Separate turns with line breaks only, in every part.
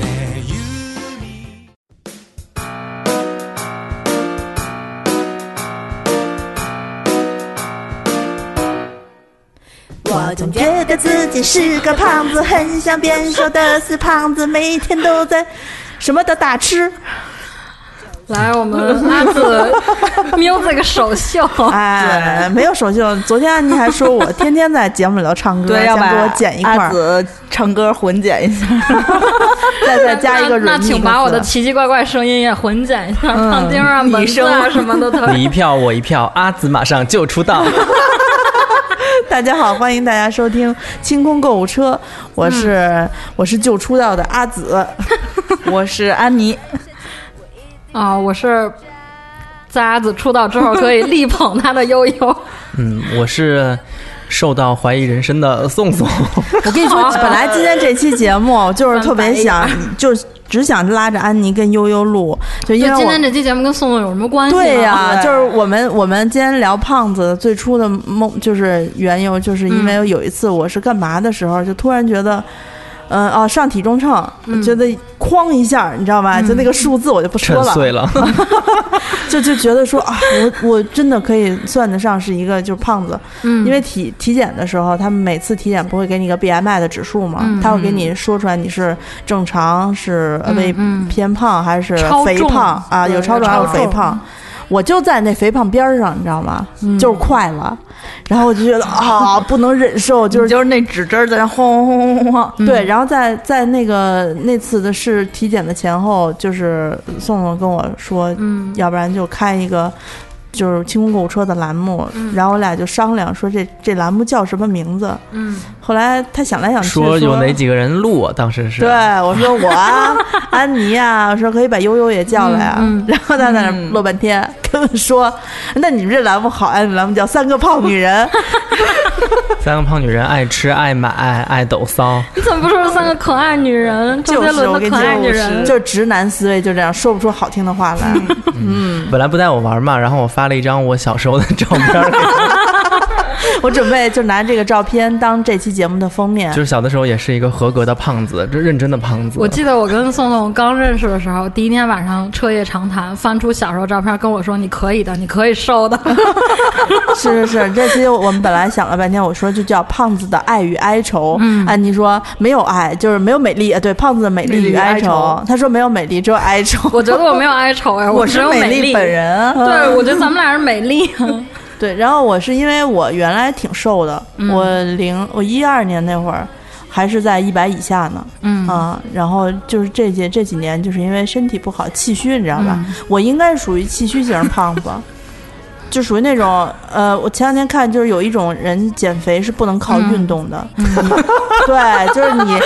ねゆ
我总觉得自己是个胖子，很想变瘦的死胖子，每天都在 什么的大吃。
来，我们阿 紫喵这个首秀，
哎，没有首秀。昨天安妮还说我天天在节目里头唱 歌，
要
想
把
给我剪一块
阿
儿，
紫唱歌混剪一下。
再再加一个
那那
remix。
请把我的奇奇怪怪声音也混剪一下，
嗯
胖丁啊、蚊子啊什么的 都。
你一票我一票，阿紫马上就出 道。
大家好，欢迎大家收听《清空购物车》，我是、
嗯
我是就出道的阿 紫，
我是安妮，
啊、我是在阿紫出道之后可以力捧她的悠悠。
嗯，我是受到怀疑人生的宋 宋。
我跟你 说，本来今天这期节目就是特别想，就只想拉着安妮跟悠悠录，就 因
就
为
今天
我。
这期节目跟宋宋有什么关系吗？
对呀、
对
就是我们我们今天聊胖子最初的梦，就是缘由，就是因
嗯
为有一次我是干嘛的时候，就突然觉得，嗯、哦、上体重秤，
嗯
觉得哐一下，你知道吧？就那个数字我就不说
沉
了，
碎了，
就就觉得说啊，我我真的可以算得上是一个就是胖子，
嗯，
因为体体检的时候，他们每次体检不会给你一个 BMI 的指数嘛，
嗯
他会给你说出来你是正常是呃微、
嗯
偏胖还是
超重
肥胖啊，
对
有超重还
有
有
超
肥
重
胖。我就在那肥胖边儿上，你知道吗？
嗯
就是快了，然后我就觉得啊，不能忍受，就是
你 就是那指针在那轰轰轰轰 轰。
对，
嗯
然后在在那个那次的是体检的前后，就是宋宋跟我说，
嗯
要不然就开一个就是清空购物车的栏目，然后我俩就商量说这这栏目叫什么名字。
嗯，
后来他想来想去
说有哪几个人录我，当时是
对，我说我啊，安妮啊，我说可以把悠悠也叫来啊，
嗯嗯
然后他在那儿乐半天，跟我说，那你们这栏目好啊，你们栏目叫三个胖女 人，
三个胖女人爱吃爱买爱抖骚，
你怎么不说是三个可爱女人？周杰
是我
伦
跟
的
你
可爱女
讲，
人，嗯
就是直男思维就这样，说不出好听的话来。
本来不带我玩嘛，然后我发了一张我小时候的照片给他，
我准备就拿这个照片当这期节目的封面
就。是小的时候也是一个合格的胖子，这认真的胖子。
我记得我跟宋宋刚认识的时候，第一天晚上彻夜长谈，翻出小时候照片跟我说：“你可以的，你可以瘦的。
是是是，这期我们本来想了半天，我说就叫《胖子的爱与哀愁》。
嗯
安妮说没有爱，就是没有美丽。呃对，《胖子的美丽与哀愁》他说没有美丽，只有哀愁”。
我觉得我没有哀愁哎，
我
只
是
有
美
丽
丽本。人，
对，我 觉得咱们俩是美丽。
对，然后我是因为我原来挺瘦的，我零我一二年那会儿还是在一百以下呢。
嗯
啊，然后就是这些这几年，就是因为身体不好，气虚，你知道吧？我应该属于气虚型胖子， 就属于那种呃，我前两天看就是有一种人减肥是不能靠运动的， 对，就是你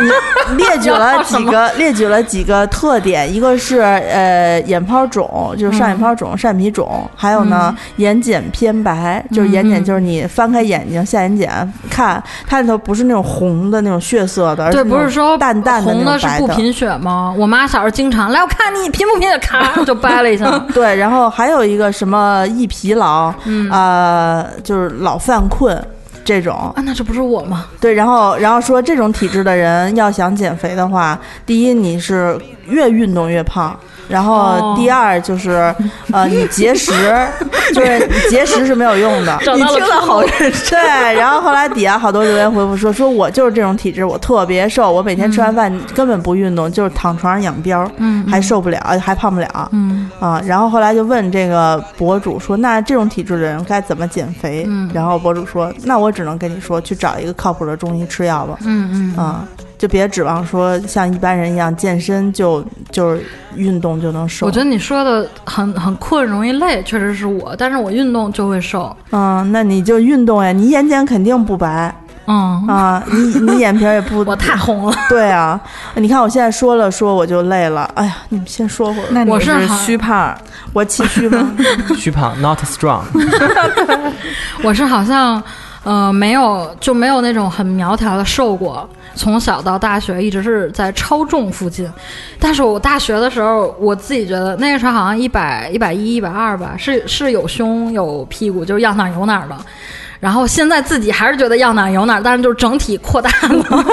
你列举了几个列举了几个特点，一个是呃眼泡肿，就是上眼泡肿、上眼皮肿，还有呢、眼睑偏白，就是眼睑就是你翻开眼睛下眼睑看，它里头不是那种红的那种血色的，而
对，
那种
不是说
淡淡的
红
那种
的是
白
不贫血吗？我妈小时候经常来，我看你贫不贫血，咔就 掰了一下。 啊
对，然后还有一个什么易疲劳，
嗯
呃，就是老犯困这种。
啊，那这不是我吗？
对，然后然后说这种体质的人要想减肥的话，第一你是越运动越胖。然后
哦
第二就是，呃，你节食， 就是你节食是没有用的。
找到了出 口。
对，然后后来底下好多留言回复说，说我就是这种体质，我特别瘦，我每天吃完饭根本不运动，就是躺床上养膘，
嗯
还瘦不了，还胖不了。
嗯
啊，然后后来就问这个博主说：“那这种体质的人该怎么减肥？”
嗯
然后博主说：“那我只能跟你说，去找一个靠谱的中医吃药吧。
嗯嗯，
啊，就别指望说像一般人一样健身就就是运动就能瘦。
我觉得你说的很很困，容易累，确实是我，但是我运动就会瘦。
嗯，那你就运动呀，你眼睑肯定不白。
嗯，
啊，你你眼皮儿也不
我太红了，
对啊！你看我现在说了说我就累了，哎呀，你们先说会儿，
那
我
你
是
是
好
虚胖，
我气虚吗？
虚胖 not strong，
我是好像呃没有就没有那种很苗条的瘦过，从小到大学一直是在超重附近。但是我大学的时候，我自己觉得那个时候好像一百一百一一百二吧，是是有胸有屁股，就是要哪儿有哪儿的。然后现在自己还是觉得要哪儿有哪儿，但是就是整体扩大了，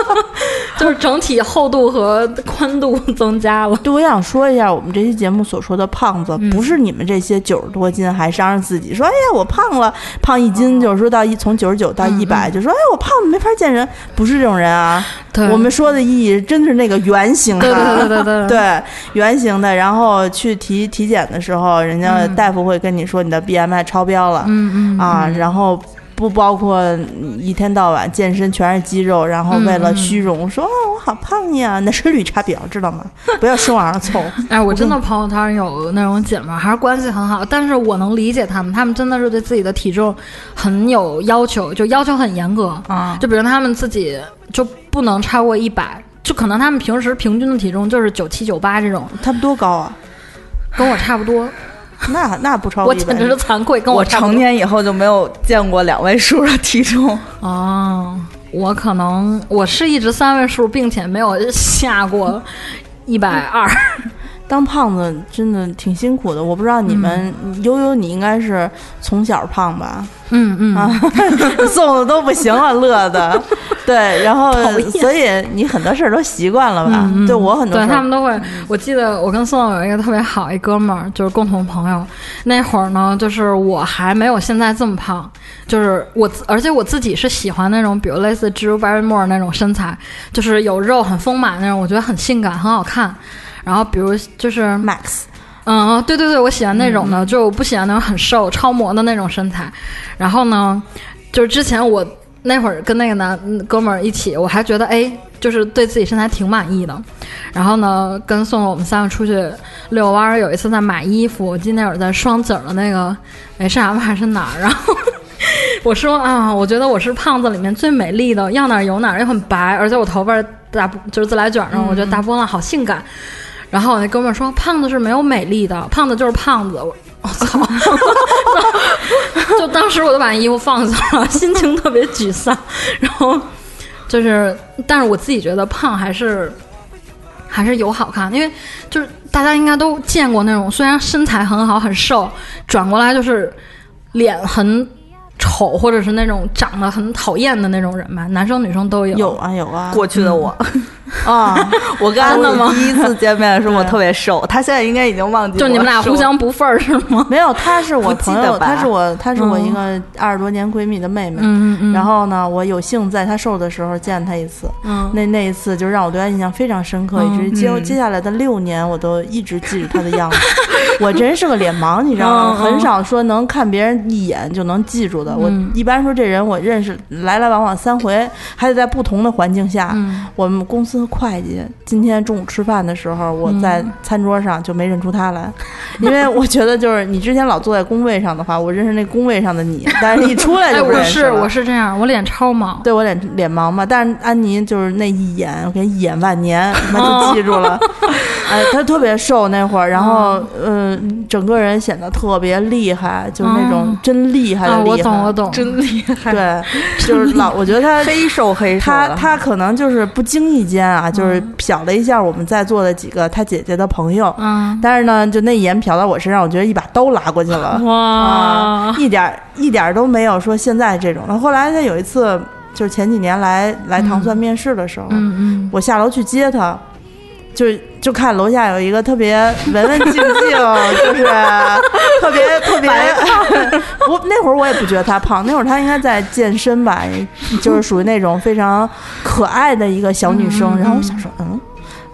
就是整体厚度和宽度 增加了。
对，我想说一下，我们这期节目所说的胖子，不是你们这些九十多斤还伤着自己说，哎呀我胖了，胖一斤，就是说到一从九十九到一百、就说哎我胖了没法见人，不是这种人啊。
对
我们说的意义真是那个圆形的，
对对对对对
对圆形的，然后去体体检的时候，人家大夫会跟你说你的 BMI 超标了，
嗯嗯
啊，然后不包括一天到晚健身全是肌肉，然后为
嗯
了虚荣说啊我好胖呀，那是绿茶婊，知道 吗？不要说往上凑，
哎，我真的朋友圈有那种姐妹儿，还是关系很好，但是我能理解她们，她们真的是对自己的体重很有要求，就要求很严格
啊
就比如她们自己就不能超过一百，就可能她们平时平均的体重就是九七九八这种，
他们多高啊？
跟我差不多，
那那不超
我
过一
简
百
直是惭愧，跟
我
差不
成
多。
年以后就没有见过两位数的体重，
哦，我可能我是一直三位数，并且没有下过一百二。
当胖子真的挺辛苦的，我不知道你们
嗯
悠悠，你应该是从小胖 吧？
嗯嗯，
啊，送的都不行了，乐 的。对，然后所以你很多事儿都习惯了吧？
嗯
对我很多
对
事
他们
儿，嗯
都会。我记得我跟宋总有一个特别好一哥们儿，就是共同朋友。那会儿呢，就是我还没有现在这么胖，就是我自，而且我自己是喜欢那种，比如类似植如 Barrymore 那种身材，就是有肉很丰满那种，我觉得很性感，很好看。然后比如就是。
Max
嗯，对对对，我喜欢那种的，就我不喜欢那种很瘦、超模的那种身材。然后呢，就是之前我那会儿跟那个男嗯哥们儿一起，我还觉得哎，就是对自己身材挺满意的。然后呢，跟宋总我们三个出去遛弯儿，有一次在买衣服，我记得那会儿在双井儿的那个哎是 M 还是哪儿，然 后我说啊，我觉得我是胖子里面最美丽的，要哪儿有哪儿，又很白，而且我头发是大就是自来卷儿的，我觉得大波浪好性感。然后我那哥们儿说，胖子是没有美丽的，胖子就是胖子。我我操！ 就当时我就把衣服放下了，心情特别沮丧。然后就是，但是我自己觉得胖还是还是有好看，因为就是大家应该都见过那种，虽然身材很好很瘦，转过来就是脸很丑，或者是那种长得很讨厌的那种人吧，男生女生都有。
有啊有啊
过去的我。
啊，
我跟嗯安娜第一次见面的时候，我特别瘦，她现在应该已经忘记
就你们俩
啊
我瘦
互相不忿儿是吗？
没有，她是我
不记
朋
得
友，
吧嗯
她是我，她是我一个二十多年闺蜜的妹妹。
嗯嗯
然后呢，我有幸在她瘦的时候见她一次，
嗯
那那一次就让我对她印象非常深刻，
嗯
以至于接接下来的六年我都一直记着她的样 子。我真是个脸盲，你知道
嗯
吗？很少说能看别人一眼就能记住的。我
嗯
一般说这人我认识来来往往三回，还得在不同的环境下。
嗯
我们公司会计今天中午吃饭的时候，我
嗯
在餐桌上就没认出她来，因为我觉得就是你之前老坐在工位上的话，我认识那工位上的你，但是一出来
哎，
就不
我
认识
是
了。
我是这样，我脸超毛。
对我脸脸盲嘛，但是安妮就是那一眼，我给她一眼万年，她就记住
哦
了。 哎，她特别瘦那会儿，然后嗯、呃，整个人显得特别厉害，就是那种
哦
真厉害的
啊，我
厉害。
懂，我懂。
真厉害，
对，就是老，我觉得她。
黑瘦黑瘦
她
的，
她可能就是不经意间啊，
嗯
就是瞟了一下我们在座的几个她姐姐的朋友，
嗯，
但是呢，就那一眼瞟到我身上，我觉得一把刀拉过去了。啊
哇，，
一点儿一点儿都没有说现在这种的。后来他有一次，就是前几年来来糖蒜面试的时候，
嗯
我下楼去接他，就就看楼下有一个特别文文静 静，就是特别特别，我那会儿我也 不觉得他胖，那会儿他应该在健身吧，就是属于那种非常可爱的一个小女生。然后我想说，嗯。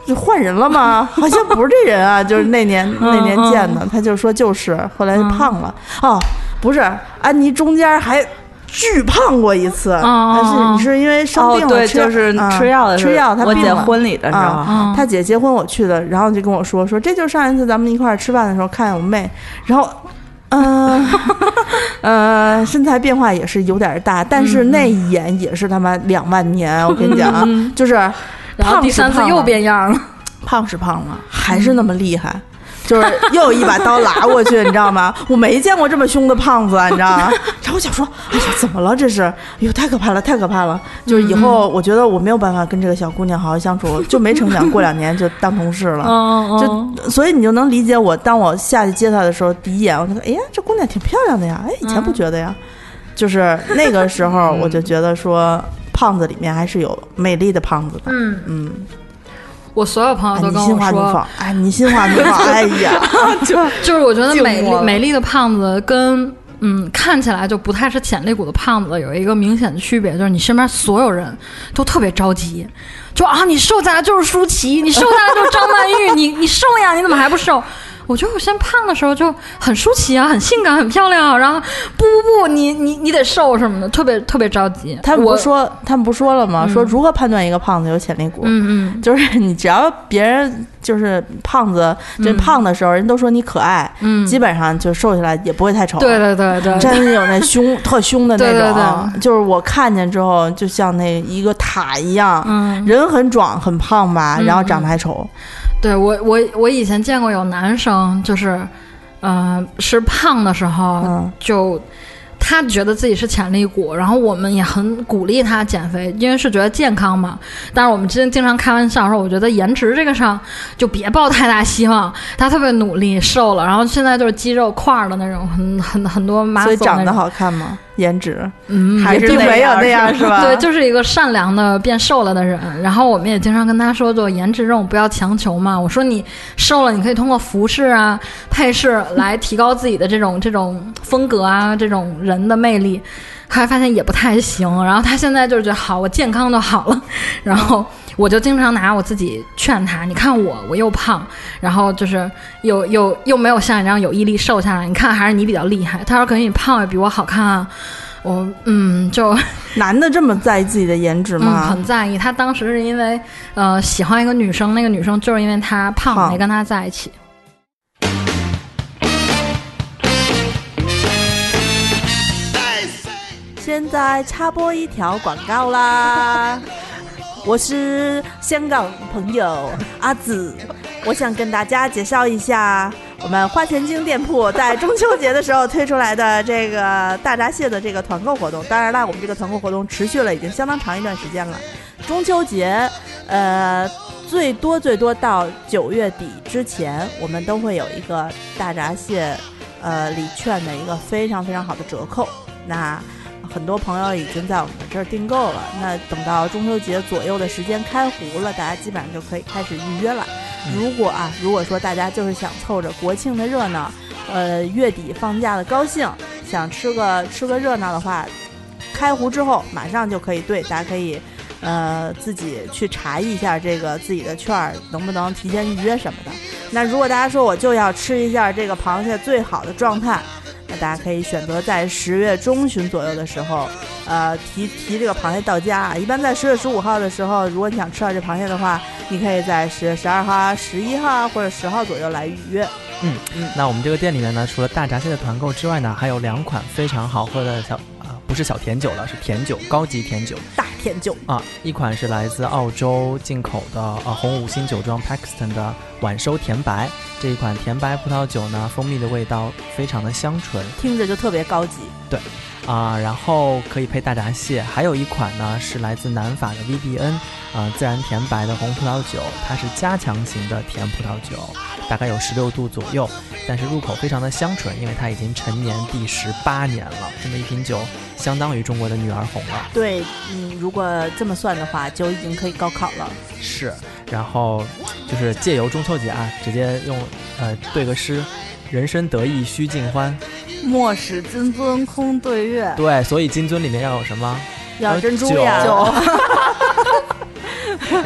就换人了吗？ 好像不是这人啊，就是那年
嗯
那年见的，他就说就是，后来就胖了。
嗯
哦，不是，安妮中间还巨胖过一次，
哦
但是你是因为生
哦
病了，
对，
吃
就是
啊
吃药的时候，
吃药，他
我
病
姐
了
婚礼的时候，
啊，他姐结婚我去的，然后就跟我说说，这就是上一次咱们一块儿吃饭的时候看见我妹，然后，嗯、 呃，身材变化也是有点大，但
嗯
是内眼也是他妈两万年，我跟你 讲啊，就是
然后第三次又变样了，
胖是胖了，还是那么厉害。就是又有一把刀拉过去，你知道吗？我没见过这么凶的胖子，啊你知道吗？然后我想说，哎呀，怎么了这是？哎呦，太可怕了，太可怕了！就是以后我觉得我没有办法跟这个小姑娘好好相处，就没成想过两年就当同事了。
嗯嗯，
就所以你就能理解我，当我下去接她的时候，第一眼我就说，哎呀，这姑娘挺漂亮的呀，哎，以前不觉得呀。就是那个时候，我就觉得说，胖子里面还是有美丽的胖子的。
嗯，
嗯，
我所有朋
哎，
友都
你
跟
心
啊我
花怒
说，
放，哎，你心花怒 放，哎呀，
就是我觉得美
静默
丽
了
美丽的胖子跟嗯看起来就不太是潜力股的胖子有一个明显的区别，就是你身边所有人都特别着急，就啊你瘦下来就是舒淇，你瘦下来就是张曼玉，你你瘦呀，你怎么还不瘦？我觉得我先胖的时候就很舒淇啊，很性感，很漂亮啊。然后不不不，你你你得瘦什么的，特别特别着急。
他们
我
不说，他们不说了吗？说如何判断一个胖子有潜力股？
嗯 嗯
就是你只要别人就是胖子，就是胖的时候，人都说你可爱，
嗯，
基本上就瘦下来也不会太丑。
对对对对，
真有那凶特凶的那
对对
种啊，就是我看见之后，就像那一个塔一样，
嗯
人很壮很胖吧，然后长得还丑，
对我，我我以前见过有男生，就是，呃，是胖的时候，
嗯
就他觉得自己是潜力股，然后我们也很鼓励他减肥，因为是觉得健康嘛。但是我们经经常开玩笑说，我觉得颜值这个上就别抱太大希望。他特别努力，瘦了，然后现在就是肌肉块儿的那种，很很很多麻
所以
子
长得，好看吗？颜值
嗯，
也
还是
并
那
没有
样
那样是吧？
对，就是一个善良的变瘦了的人。然后我们也经常跟他说，就颜值这种不要强求嘛。我说你瘦了，你可以通过服饰啊、配饰来提高自己的这种这种风格啊、这种人的魅力。后来发现也不太行，然后他现在就是觉得好，我健康就好了。然后我就经常拿我自己劝他，你看我，我又胖，然后就是又又又没有像你这样有毅力瘦下来。你看还是你比较厉害。他说可能你胖也比我好看啊。我嗯，就
男的这么在意自己的颜值
嗯，
吗？
很在意。他当时是因为呃喜欢一个女生，那个女生就是因为他胖
胖
没跟他在一起。
现在插播一条广告啦！我是香港朋友阿紫，我想跟大家介绍一下我们花钱精店铺在中秋节的时候推出来的这个大闸蟹的这个团购活动。当然啦，我们这个团购活动持续了已经相当长一段时间了。中秋节，呃，最多最多到九月底之前，我们都会有一个大闸蟹，呃，礼券的一个非常非常好的折扣。那很多朋友已经在我们这儿订购了。那等到中秋节左右的时间开壶了，大家基本上就可以开始预约了。如果啊，如果说大家就是想凑着国庆的热闹，呃，月底放假的高兴，想吃个吃个热闹的话，开壶之后马上就可以兑，大家可以。呃，自己去查一下这个自己的券儿能不能提前预约什么的。那如果大家说我就要吃一下这个螃蟹最好的状态，那大家可以选择在十月中旬左右的时候，呃，提提这个螃蟹到家啊。一般在十月十五号的时候，如果你想吃到这螃蟹的话，你可以在十月十二号啊、十一号啊或者十号左右来预约。
嗯那我们这个店里面呢，除了大闸蟹的团购之外呢，还有两款非常好喝的小啊、不是小甜酒了，是甜酒，高级甜酒
大甜酒，
啊。一款是来自澳洲进口的啊、红五星酒庄 Paxton 的晚收甜白，这一款甜白葡萄酒呢，蜂蜜的味道非常的香醇
听着就特别高级。
啊、然后可以配大闸蟹。还有一款呢是来自南法的 VBN 啊、自然甜白的红葡萄酒，它是加强型的甜葡萄酒，大概有十六度左右，但是入口非常的香醇，因为它已经陈年第十八年了，这么一瓶酒相当于中国的女儿红了。
对，嗯，如果这么算的话，就已经可以高考了。
是，然后就是借由中秋节啊，直接用呃对个诗。人生得意须尽欢，
莫使金樽空对月。
对，所以金樽里面要有什么？
要
有
珍珠
酒
呀，
要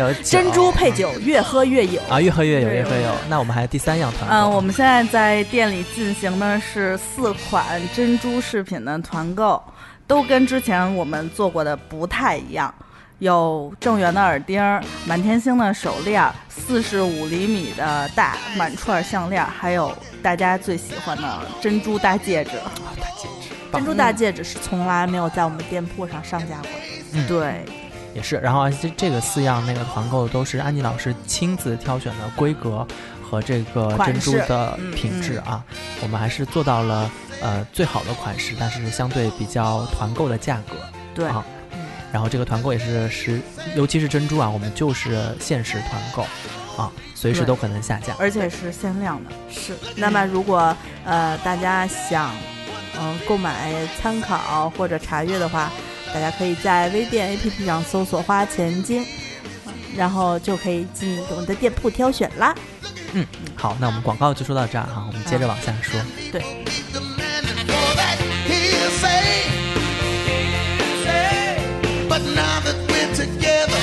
有酒
珍珠配酒，越喝越有。
啊，越喝越有，
对
越喝越有。那我们还有第三样团购，
嗯，我们现在在店里进行的是四款珍珠饰品的团购，都跟之前我们做过的不太一样。有正圆的耳钉儿、满天星的手链儿、四十五厘米的大满串项链儿，还有大家最喜欢的珍珠大戒指。
啊大戒指，
珍珠大戒指是从来没有在我们店铺上上架过的。
对，
也是。然后啊这这个四样那个团购都是安妮老师亲自挑选的规格和这个
款
珍珠
式
的
嗯
品质啊，我们还是做到了呃最好的款式，但是相对比较团购的价格。
对嗯
啊，然后这个团购也是实，尤其是珍珠啊，我们就是限时团购啊，随时
对
都可能下架。
而且是限量的。
是，那么如果呃大家想嗯、购买参考或者查阅的话，大家可以在微店 APP 上搜索“花钱精”，然后就可以进我们的店铺挑选啦。
嗯
好，那我们广告就说到这儿哈、啊我们接着往下说。
But now that we're together,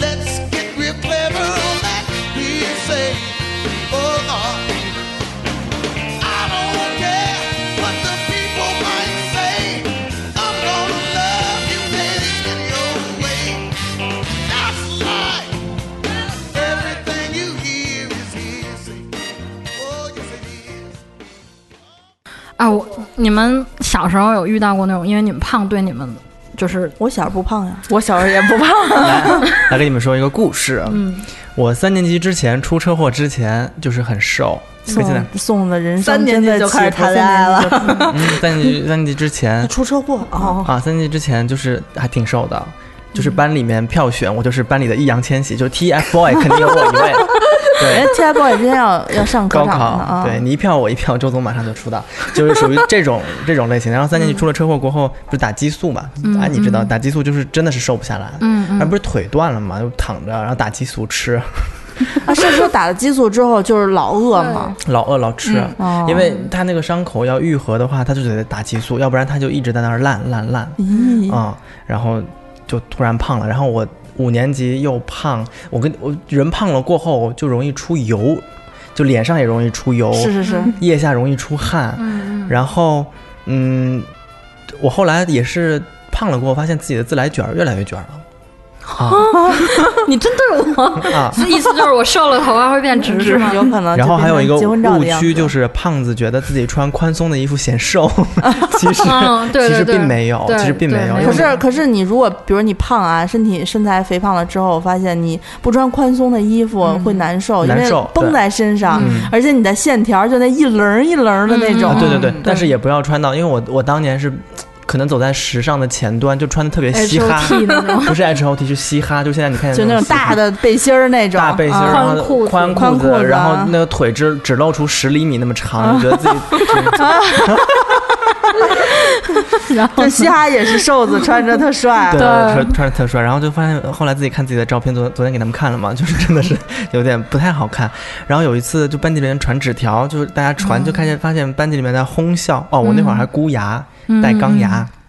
let's get real clever on that hearsay. Oh, Lord. I don't care what the people might say. I'm gonna love you, baby, in your way. That's right. Everything you hear is hearsay. Oh, yes, it is.
啊，我你们小时候有遇到过那种，因为你们胖，对你们就是
我小时候不胖呀，
我小时候也不胖，
来给你们说一个故事。嗯，我三年级之前出车祸之前就是很瘦，跟现在
宋宋的人生
三年级
真的
就开始
起伏
谈恋爱了。
三年级就
嗯，三年 级三年级之前
出车祸哦，
啊，三年级之前就是还挺瘦的，就是班里面票选我就是班里的易烊千玺，就是 TFBOY 肯定有我一 位。对
人，家 TFBOY 今天要要上
高
哎考场了
考
啊！，
对你一票我一票，周总马上就出道，就是属于 这种这种类型。然后三年级
嗯
出了车祸过后，不是打激素嘛？啊，你知道打激素就是真的是瘦不下来了，
嗯
而不是腿断了嘛，就躺着，然后打激素吃，
啊，是说打了激素之后就是老饿吗？
老饿老吃，
哦
因为他那个伤口要愈合的话，他就得打激素，要不然他就一直在那儿烂烂烂
咦，
啊、然后就突然胖了。然后我五年级又胖，我跟我人胖了过后就容易出油，就脸上也容易出油，
是是是，
腋下容易出汗，
嗯
然后嗯，我后来也是胖了过后，发现自己的自来卷儿越来越卷了。啊
你针对我，
啊！
意思就是我瘦了头发会变 直是吗？
有可能就
然
变成
后还有一个
结婚照
误
的样
区
子
就是胖子觉得自己穿宽松的衣服显瘦， 其 实
嗯，对
其
对
实
对，
并没有，
对
其实并没
对
有。
没
因
有
为
可是，可是你如果比如你胖啊，身体身材肥胖了之后，发现你不穿宽松的衣服
嗯
会难受，因
难
为
受
绷
对
在身上，
嗯
而且你的线条就那一棱儿一棱儿的那种。
啊，对对对
嗯，
但是也不要穿到，因为我我当年是可能走在时尚的前端，就穿的特别
哎
嘻哈，
HOT 那种。
不是 H O T，是嘻哈，就现在你看见
就那种
嘻哈
大的背心儿那 种，
大背心儿，
啊
然后
宽裤子
宽
宽
裤
裤子
然后那个腿只只露出十厘米那么长，就觉得自己
啊 这嘻哈也是瘦子，穿着特帅。
对穿穿着特帅，然后就发现后来自己看自己的照片，昨昨天给他们看了嘛， 就是真的是有点不太好看。然后有一次就班级里面传纸条，就是大家传
嗯
就看见发现班级里面在哄笑，哦，我那会儿还箍牙，戴钢牙。
嗯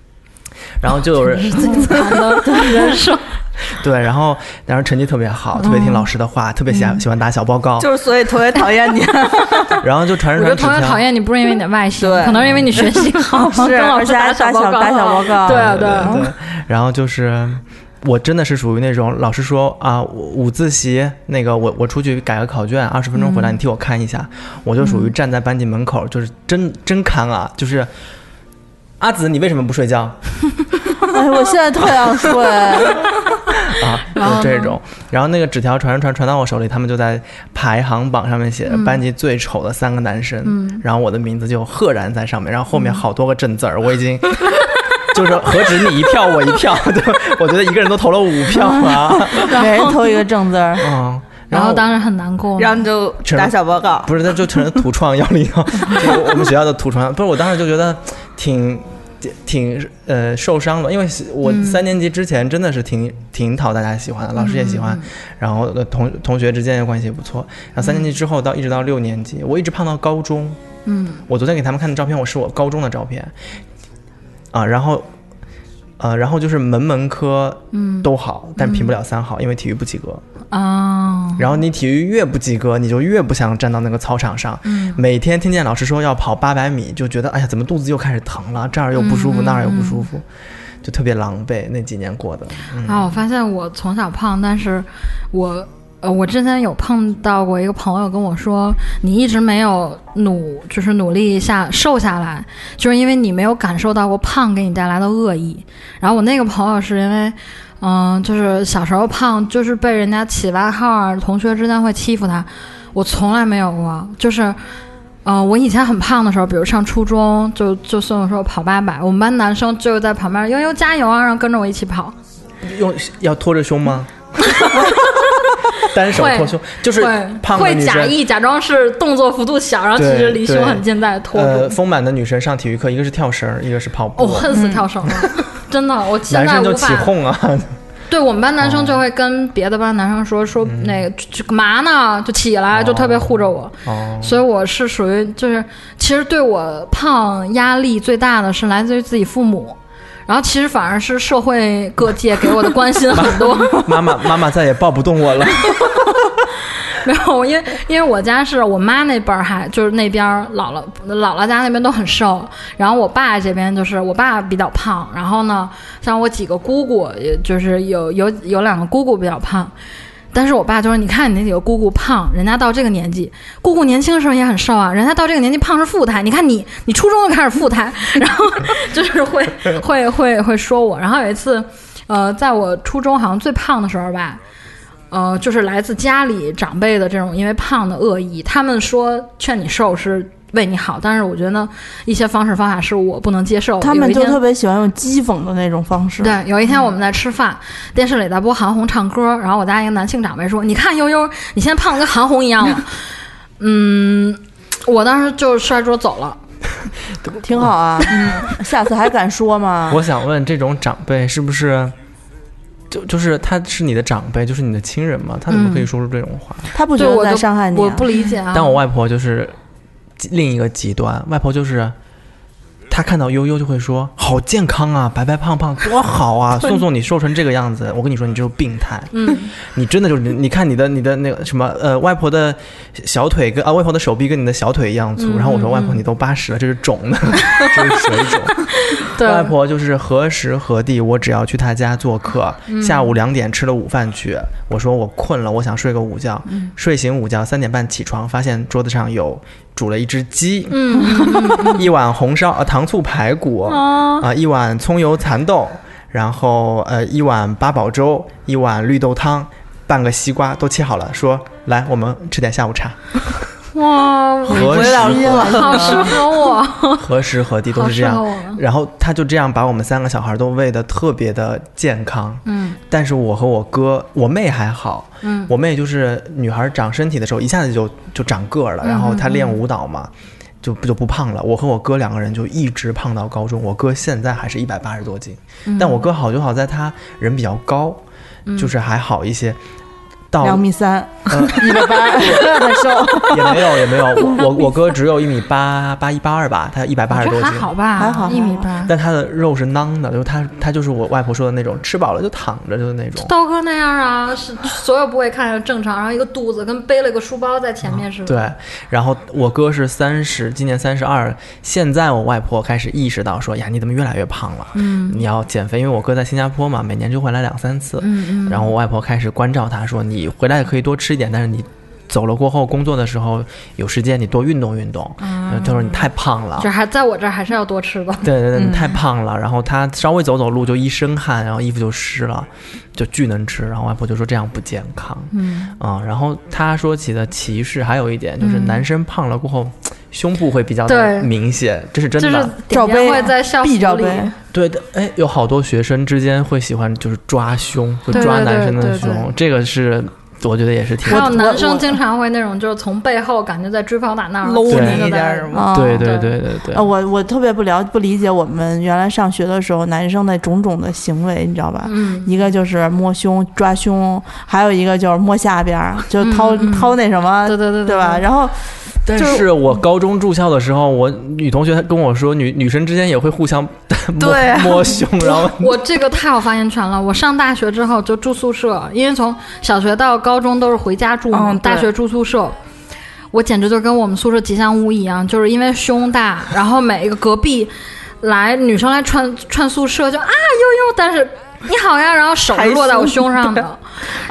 然后就有 人
人生
对，然后当时成绩特别好，特别
嗯
听老师的话，特别喜欢喜欢打小报告，
就是所以特别讨厌你，
然后就传
我
着
觉
传
得
纸
同学
条
讨，厌你不是因为你的外形，
对
可能是因为你学习好，
是
跟老
而
师
且还
小
打
报
小
告。
打小报告，
对啊对啊，
对，然后就是。我真的是属于那种老师说啊，我午自习那个我我出去改个考卷，二十分
嗯
钟回来你替我看一下，我就属于站在班级门口，就是真真看啊，就是阿紫你为什么不睡觉
哎，我现在特想 说，哎
啊？就是这种。然后那个纸条传传传到我手里，他们就在排行榜上面写
嗯
班级最丑的三个男生，然后我的名字就赫然在上面，然后后
嗯
面好多个正字儿，我已经。就是何止你一票我一票， 对，我觉得一个人都投了五票啊，
每人投一个正字
哦
儿，
嗯，
然后
后
当时很难过，
然后你就打小报告。
不是，那就成了土创幺零幺，就是我们学校的土创。不是，我当时就觉得挺挺呃受伤了，因为我三年级之前真的是挺挺讨大家喜欢的，老师也喜欢，然后呃同同学之间的关系也不错。然后三年级之后到一直到六年级，我一直胖到高中。嗯，我昨天给他们看的照片，我是我高中的照片啊，然后。呃，然后就是门门科都好，但评不了三好，因为体育不及格。
啊，
然后你体育越不及格，你就越不想站到那个操场上。
嗯
每天听见老师说要跑八百米，就觉得哎呀，怎么肚子又开始疼了，这儿又不舒
嗯
服，那儿又不舒服，就特别狼�狈。那几年过的，嗯
啊，我发现我从小胖，但是我呃，我之前有碰到过一个朋友跟我说，你一直没有努，就是努力下瘦下来，就是因为你没有感受到过胖给你带来的恶意。然后我那个朋友是因为，嗯、就是小时候胖，就是被人家起外号啊，同学之间会欺负他，我从来没有过，就是。呃，我以前很胖的时候，比如上初中，就就算我说我跑八百，我们班男生就在旁边悠悠加油啊，然后跟着我一起跑。
用要托着胸 吗？单手托胸，就是
会
胖的
会
女
假
生。
意假装是动作幅度小，然后其实
对
离
对
胸很近在拖
呃，
住。
丰满的女生上体育课，一个是跳绳儿，一个是跑
我
步。
恨死跳绳了，真的，我哦现
男
在
生就
无
起
法。
哄哦啊，
对我们班男生就会跟别的班男生说说
嗯
那个这干嘛呢？就起来，啊就特别护着我。
哦，
所以我是属于就是，其实对我胖压力最大的是来自于自己父母，然后其实反而是社会各界给我的关心很多。
妈妈妈妈再也抱不动 我了。
没有，因为因为我家是我妈那辈儿还就是那边儿姥姥姥姥家那边都很瘦，然后我爸这边就是我爸比较胖，然后呢，像我几个姑姑，也就是有有有两个姑姑比较胖。但是我爸就说：“你看你那几个姑姑胖，人家到这个年纪，姑姑年轻的时候也很瘦啊，人家到这个年纪胖是富态。你看你，你初中就开始富态， 然后就是会会会会说我。然后有一次，呃，在我初中好像最胖的时候吧，呃，就是来自家里长辈的这种因为胖的恶意，他们说劝你瘦是为你好，但是我觉得一些方式方法是我不能接受。
他们
有一
就
天
特别喜欢用讥讽的那种方式。
对，有一天我们在吃饭，电视里在播韩红唱歌，然后我家一个男性长辈说：“你看悠悠，你现在胖的跟韩红一样了。”嗯，我当时就摔桌走了。
挺好啊，嗯，下次还敢说吗？
我想问，这种长辈是不是就就是他是你的长辈，就是你的亲人吗？他怎么
嗯
可以说出这种话？
他不觉
对，我
得在
就
伤害你啊、
我不理解啊。
但我外婆就是另一个极端，外婆就是她看到悠悠就会说：“好健康啊，白白胖胖多好啊！”宋宋你瘦成这个样子，我跟你说你就是病态，
嗯，
你真的就是你，你看你的你的那个什么呃，外婆的小腿跟啊外婆的手臂跟你的小腿一样粗，然后我说外婆你都八十了，这是肿的， 这是水肿。
对，
外婆就是何时何地，我只要去她家做客，
嗯
下午两点吃了午饭去。我说我困了，我想睡个午觉。
嗯
睡醒午觉，三点半起床，发现桌子上有煮了一只鸡，
嗯，
一碗红烧呃糖醋排骨，啊、一碗葱油蚕豆，然后呃一碗八宝粥，一碗绿豆汤，半个西瓜都切好了，说来我们吃点下午茶。
哇，
何时
好适 合我，
何时何地都
好啊
是这
适合
样。
我了。
然后他就这样把我们三个小孩都喂得特别的健康，
嗯
但是我和我哥，我妹还好，
嗯
我妹就是女孩长身体的时候一下子就就长个儿了，然后她练舞蹈嘛，就就不胖了。我和我哥两个人就一直胖到高中，我哥现在还是一百八十多斤，但我哥好就好在他人比较高，就是还好一些。到
两米三，
呃
一百八，不要再瘦，
也没有也没有，我我我哥只有一米八八一八二吧，他一百八
我
十
觉
多
得还
斤，
好吧，
还好
一米八。
但他的肉是囊的，就是他他就是我外婆说的那种，吃饱了就躺着就是那种。
刀哥那样啊，是所有部位看着正常，然后一个肚子跟背了个书包在前面似的。
对，然后我哥是三十，今年三十二。现在我外婆开始意识到说，呀，你怎么越来越胖了？嗯，你要减肥，因为我哥在新加坡嘛，每年就回来两三次。嗯嗯。然后我外婆开始关照他说，你回来可以多吃一点，但是你走了过后，工作的时候有时间你多运动运动。嗯。他说你太胖了
就。还在我这儿还是要多吃 的。
对对对，你太胖了。然后他稍微走走路就一身汗，然后衣服就湿了，就巨能吃。然后外婆就说这样不健康。
嗯，
啊、然后他说起的歧视还有一点就是，男生胖了过后，胸部会比较
对
的明显，这是真
就是
的。
顶
罩
尖
杯
会在校服
必罩
里
杯。
对的，哎，有好多学生之间会喜欢就是抓胸，会
对
抓
对
男
对
生的
对
胸，
对
这个是我觉得也是挺
还有男
我
生经常会那种，就是从背后感觉在追跑打闹，
搂
对
你一点儿嘛。
啊
对对
对
对对对
啊，我我特别不了不理解我们原来上学的时候男生的种种的行为，你知道吧？
嗯，
一个就是摸胸、抓胸，还有一个就是摸下边儿，就掏、
嗯嗯
掏那什
啊
么，
对对对
对吧？？然后
但
就是
我高中住校的时候，我女同学跟我说，女女生之间也会互相 摸
对
啊
摸 胸，然后
我这个太有发言权了。我上大学之后就住宿舍，因为从小学到高中都是回家住嘛，
嗯对
大学住宿舍。我简直就跟我们宿舍吉祥物一样，就是因为胸大，然后每一个隔壁来女生来串串宿舍就啊悠悠，但是你好呀，然后手是落在我胸上的，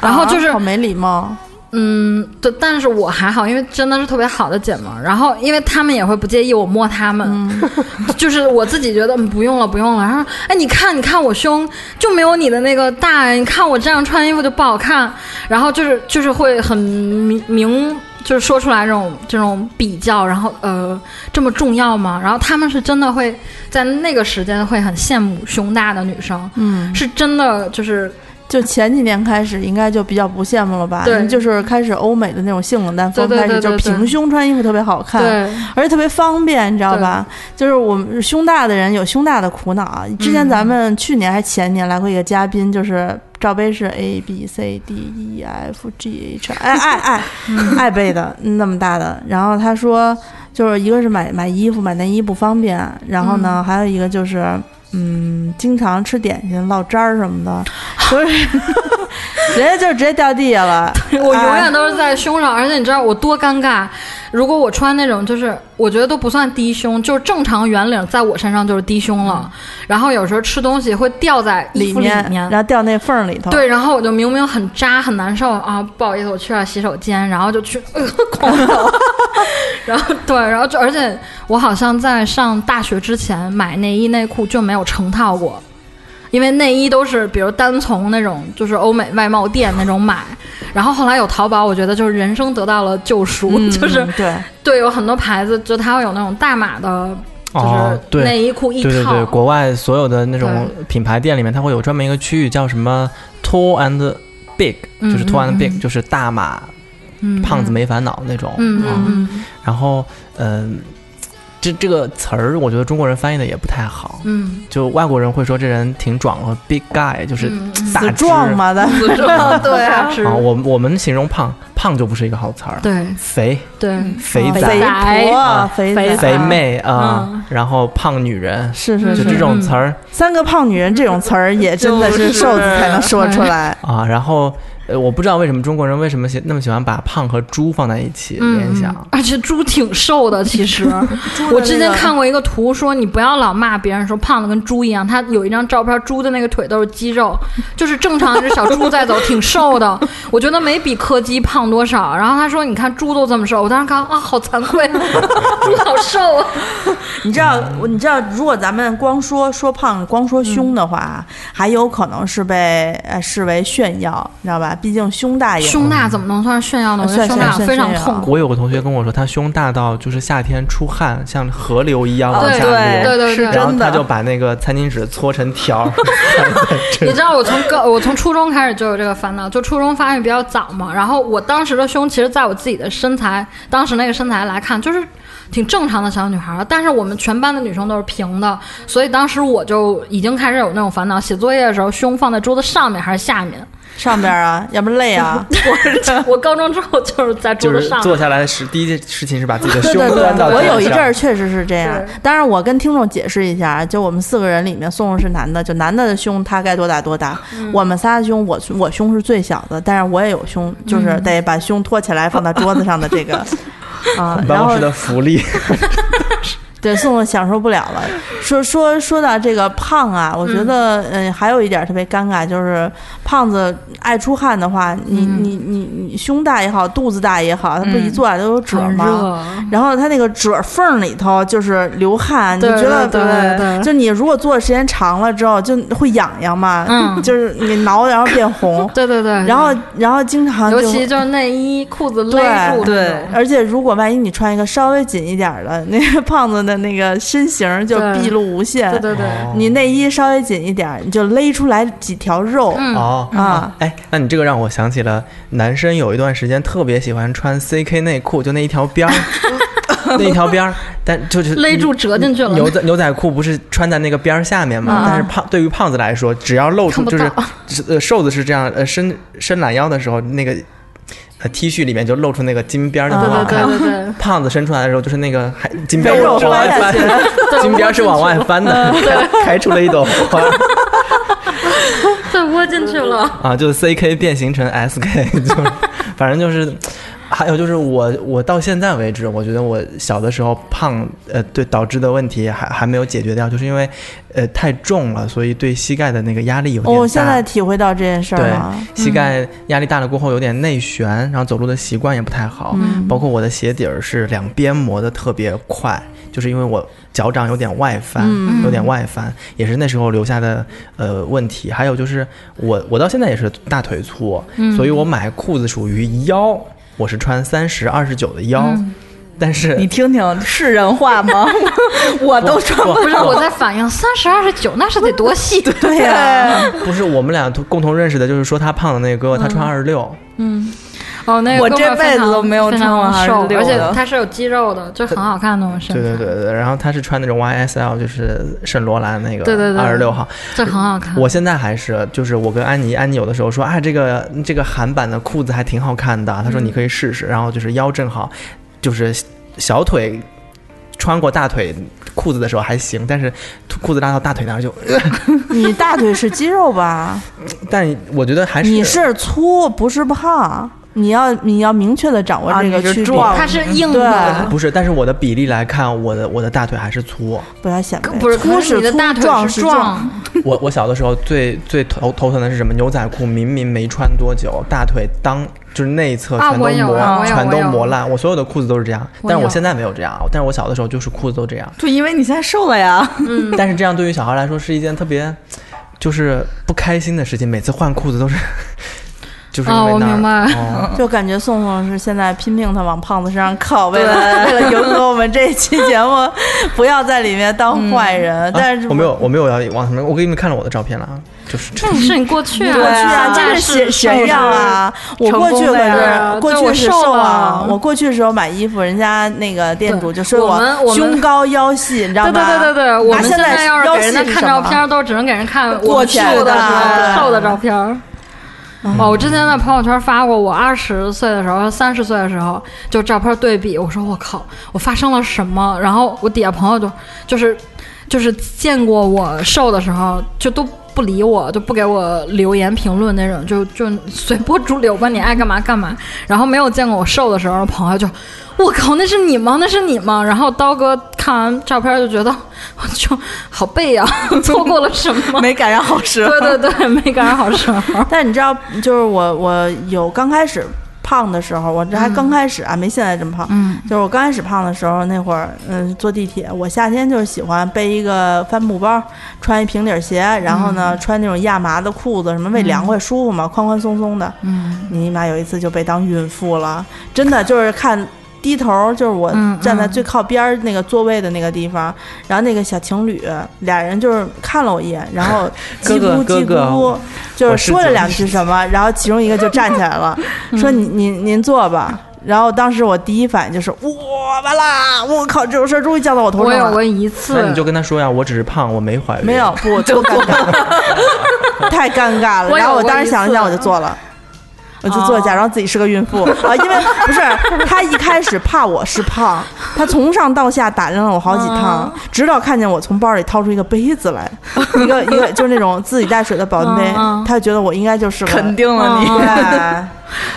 然后就是
啊好没礼貌，
嗯，对，但是我还好，因为真的是特别好的姐们儿。然后，因为她们也会不介意我摸她们， 就是我自己觉得嗯不用了，不用了。然后，哎，你看，你看我胸就没有你的那个大呀，你看我这样穿衣服就不好看。然后就是就是会很明明，就是说出来这种这种比较，然后呃这么重要吗？然后她们是真的会在那个时间会很羡慕胸大的女生，
嗯，
是真的就是
就前几年开始，应该就比较不羡慕了吧？
对
就是开始欧美的那种性冷淡风
对对
开始，
对
就是
对对
平胸穿衣服特别好看，
对。
而且特别方便，你知道吧？就是我们胸大的人有胸大的苦恼啊。之
嗯
前咱 们去年还前年来过一个嘉宾，就是罩杯是 A B C D E F G H 哎 I I
嗯
I I 杯的嗯那么大的，然后他说就是一个是买买衣服买内衣不方便，然后呢、还有一个就是。嗯，经常吃点心、落渣儿什么的， 就是人家就直接掉地下 了。
我永
哎
远都是在胸上，而且你知道我多尴尬？如果我穿那种就是我觉得都不算低胸，就是正常圆领，在我身上就是低胸了。然后有时候吃东西会掉在衣
嗯里
服里
面，然后掉那缝儿里
嗯
头。
对，然后我就明明很扎很难受啊，不好意思，我去了洗手间，然后就去呃 狂抖，然后对，然后就而且我好像在上大学之前买内衣内裤就没有成套过，因为内衣都是比如单从那种就是欧美外贸店那种买，然后后来有淘宝，我觉得就是人生得到了救赎，
嗯，
就是
对，
对有很多牌子就它会有那种大码的，
哦，
就是
对。
内衣裤一套，
对对对，国外所有的那种品牌店里面，它会有专门一个区域叫什么 “tall and big”，
嗯
就是 “tall and
嗯
big”，
嗯
就是大码
嗯
胖子没烦恼那种。
嗯
啊
嗯嗯
然后，嗯、这这个词儿，我觉得中国人翻译的也不太好。
嗯，
就外国人会说这人挺壮和，big guy 就是
嗯
大
死
只
壮嘛 的。
死 壮对
啊。
啊，
我我们形容胖，胖就不是一个好词儿。
对哦
肥
对，
肥
肥
仔、
婆、肥
啊肥
肥妹啊、
嗯
然后胖女人，
是是，
就是这种词儿
三个胖女人这种词儿 也真的是瘦子才能说出来。
啊。然后，呃，我不知道为什么中国人为什么喜那么喜欢把胖和猪放在一起
嗯
联想。
嗯而且猪挺瘦的，其实我之前看过一个图，说你不要老骂别人说胖的跟猪一样。他有一张照片，猪的那个腿都是肌肉，就是正常一只小猪在走，挺瘦的。我觉得没比柯基胖多少。然后他说，你看猪都这么瘦，我当时看啊，好惭愧，猪好瘦啊。
你知道，你知道，如果咱们光说说胖、光
嗯
说胸的话，还有可能是被呃视为炫耀，你知道吧？毕竟胸大也
胸大怎么能算是炫耀呢？我觉得
哎算
胸大
算
非常
炫耀
痛苦。
我有个同学跟我说，他胸大到就是夏天出汗像河流一样
啊
往下
对
流，
对对对对，
然后
真
他
的
就把那个餐巾纸搓成条 儿，
你知道我从高，我从初中开始就有这个烦恼，就初中发育比较早嘛。然后我当时的胸，其实在我自己的身材，当时那个身材来看，就是挺正常的小女孩儿。但是我们全班的女生都是平的，所以当时我就已经开始有那种烦恼。写作业的时候，胸放在桌子上面还是下面？
上边啊，要不累啊。
我是我高中之后就是在桌
就
子
是
上
坐
面。
下来的时第一件事情是把自己的
对
胸
对
端
对，
到
我
桌
有一
上
阵儿确实是这样
对。
当然，我跟听众解释一下，就我们四个人里面，宋宋是男的，就男的的胸他该多大多大。
嗯
我们仨胸，我我胸是最小的，但是我也有胸，就是
嗯
得把胸托起来放 到桌子上的这个啊、
办
然
公
后
室的福利，
对宋宋享受不了了。说说说到这个胖啊，我觉得嗯、呃还有一点特别尴尬，就是胖子爱出汗的话，你、
嗯
你你你胸大也好，肚子大也好，他不一坐下都有褶儿
很
吗？
热，
然后它那个褶缝里头就是流汗，你就
对
觉得嗯
对对对
就你如果坐的时间长了之后，就会痒痒嘛，
嗯，
就是你挠然后变红
对对对。
然后然后经常
尤
就
其就是内衣裤子勒住
对
那种，
而且如果万一你穿一个稍微紧一点儿的，那个 胖子的那个身形就
对
毕露无限，
对对对，
你内衣稍微紧一点儿，你就勒出来几条肉。
嗯
哦。
啊，
哎，那你这个让我想起了男生有一段时间特别喜欢穿 CK 内裤，就那一条边儿，那一条边儿，但就是
勒住折进去了
牛仔牛仔裤不是穿在那个边儿下面嘛？
嗯
但是胖对于胖子来说，只要露出
看不
就是
到
只呃瘦子是这样，呃伸伸懒腰的时候，那个呃 T 恤里面就露出那个金边儿的
嗯
多好
对对
看。
对对对。
胖子伸出来的时候，就是那个还金边
被
儿
肉
往外
翻下
翻
去，
金边儿是往外翻的，开出了一朵花。
对，窝进去了。
啊，就 CK 变形成 SK，就反正就是还有就是我，我到现在为止，我觉得我小的时候胖，呃，对导致的问题还还没有解决掉，就是因为，呃，太重了，所以对膝盖的那个压力有点大。
我哦现在体会到这件事儿
嗯对
了。
膝盖压力大了过后有点内旋，然后走路的习惯也不太好，包括我的鞋底儿是两边磨得特别快，就是因为我脚掌有点外翻，有点外翻，也是那时候留下的呃问题。还有就是我我到现在也是大腿粗，所以我买裤子属于腰，我是穿三十二十九的腰，但是
你听听是人话吗？我都穿
不
过。
不是我在反应三十二十九，那是得多细？
对呀、
不是我们俩都共同认识的，就是说他胖的那个哥哥，他穿二十六，
哦，那个
我
哥们
这
儿
辈
非
子
常
都没有
非
穿
常
过
瘦
26
而且
的
他是有肌肉的，就很好看的那种身
对
材，
对对对，然后他是穿那种 YSL，就是圣罗兰那个，
对对对
二十六号。
这很好
嗯
看。
我现在还是，就是我跟安妮，安妮有的时候说啊，这个这个韩版的裤子还挺好看的，她说你可以试试。然后就是腰正好，就是小腿穿过大腿裤子的时候还行，但是裤子拉到大腿那儿就，
你大腿是肌肉吧？
但我觉得 还是
你是粗不是胖，你要你要明确的掌握
啊
这
你
个
是
区别，
壮
他是硬
对
的，
不是？但是我的比例来看，我的我的大腿还是粗。
不要显摆。
不是
粗
可是
是
你的
粗
大腿
壮
是
是壮，
壮，
我我小的时候最最头头疼的是什么？牛仔裤明明没穿多久，大腿当就是内侧
啊
全都
我有
磨，
啊我有
全都
我有
磨烂。我所有的裤子都是这样，
我
但是我
有
现在没有这样。但是我小的时候就是裤子都这样。
对，因为你现在瘦了呀。
但是这样对于小孩来说是一件特别，就是不开心的事情。每次换裤子都是， 就是因
哦
为
我
那儿。
明白
哦
就感觉宋宋是现在拼命的往胖子身上靠，为了 为了迎合我们这一期节目，不要在里面
嗯
当坏人。但是
啊我没有，我没有要往什么，我给你们看了我的照片了啊，就是这
那也是你过去啊，
过去啊，
这
这
是
是谁谁让啊？我
成功
过去可
的
呀
是过
对我
去是
瘦
瘦啊
了，
我过去的时候买衣服，人家那个店主就说
对我们我们
胸高腰细，你知道
对对
吧？
对对对，我
啊
们
现
在要是
腰
给人
细
家
是
看
什
照
么
片儿，都只能给人看
过
我
去
瘦
的
的时候
对嗯
瘦的照片儿。哦，我之前在朋友圈发过，我二十岁的时候、三十岁的时候，就照片对比，我说我靠，我发生了什么？然后我底下朋友就就是就是见过我瘦的时候，就都不理我，就不给我留言评论那种，就就随波逐流吧，你爱干嘛干嘛。然后没有见过我瘦的时候，朋友就我靠，那是你吗？那是你吗？然后刀哥看完照片就觉得， 我就好背 呀、错过了什么？
没赶上好时 候。
对对对，没赶上好时候。
但你知道，就是我我有刚开始胖的时候，我这还刚开始啊，没现在这么胖。
嗯，
就是我刚开始胖的时候，那会儿，嗯，坐地铁，我夏天就是喜欢背一个帆布包，穿一平底鞋，然后呢，穿那种亚麻的裤子，什么为凉快舒服嘛，宽宽松松的。
嗯，
你妈有一次就被当孕妇了，真的就是看低头，就是我
嗯
站在
嗯
最靠边儿那个座位的那个地方，然后那个小情侣俩人就是看了我一眼，然 后叽
哥哥
咕
哥
叽咕咕，
哥
就
我
是
是嗯
说了
左
两
手
句什么，然后其中一个就站起来 了，说您您您坐吧。然后当时我第一反应就是，哇完啦！我靠，这种事儿终于降到我头
我
上
有
了。
过一次，
那你就跟他说呀，我只是胖，我没
哎
怀孕。
没有，不，多尴尬， 太尴尬了。
我有
然后我
过
当
一
时想了
次嗯
想，我就做了。我就做，
哦
假装自己是个孕妇啊，因为不是他一开始怕我是胖，他从上到下打量了我好几
哦
趟，直到看见我从包里掏出一个杯子来，一个一个就是那种自己带水的保温杯
嗯嗯，嗯
他就觉得我应该就是个
肯定了 你，
对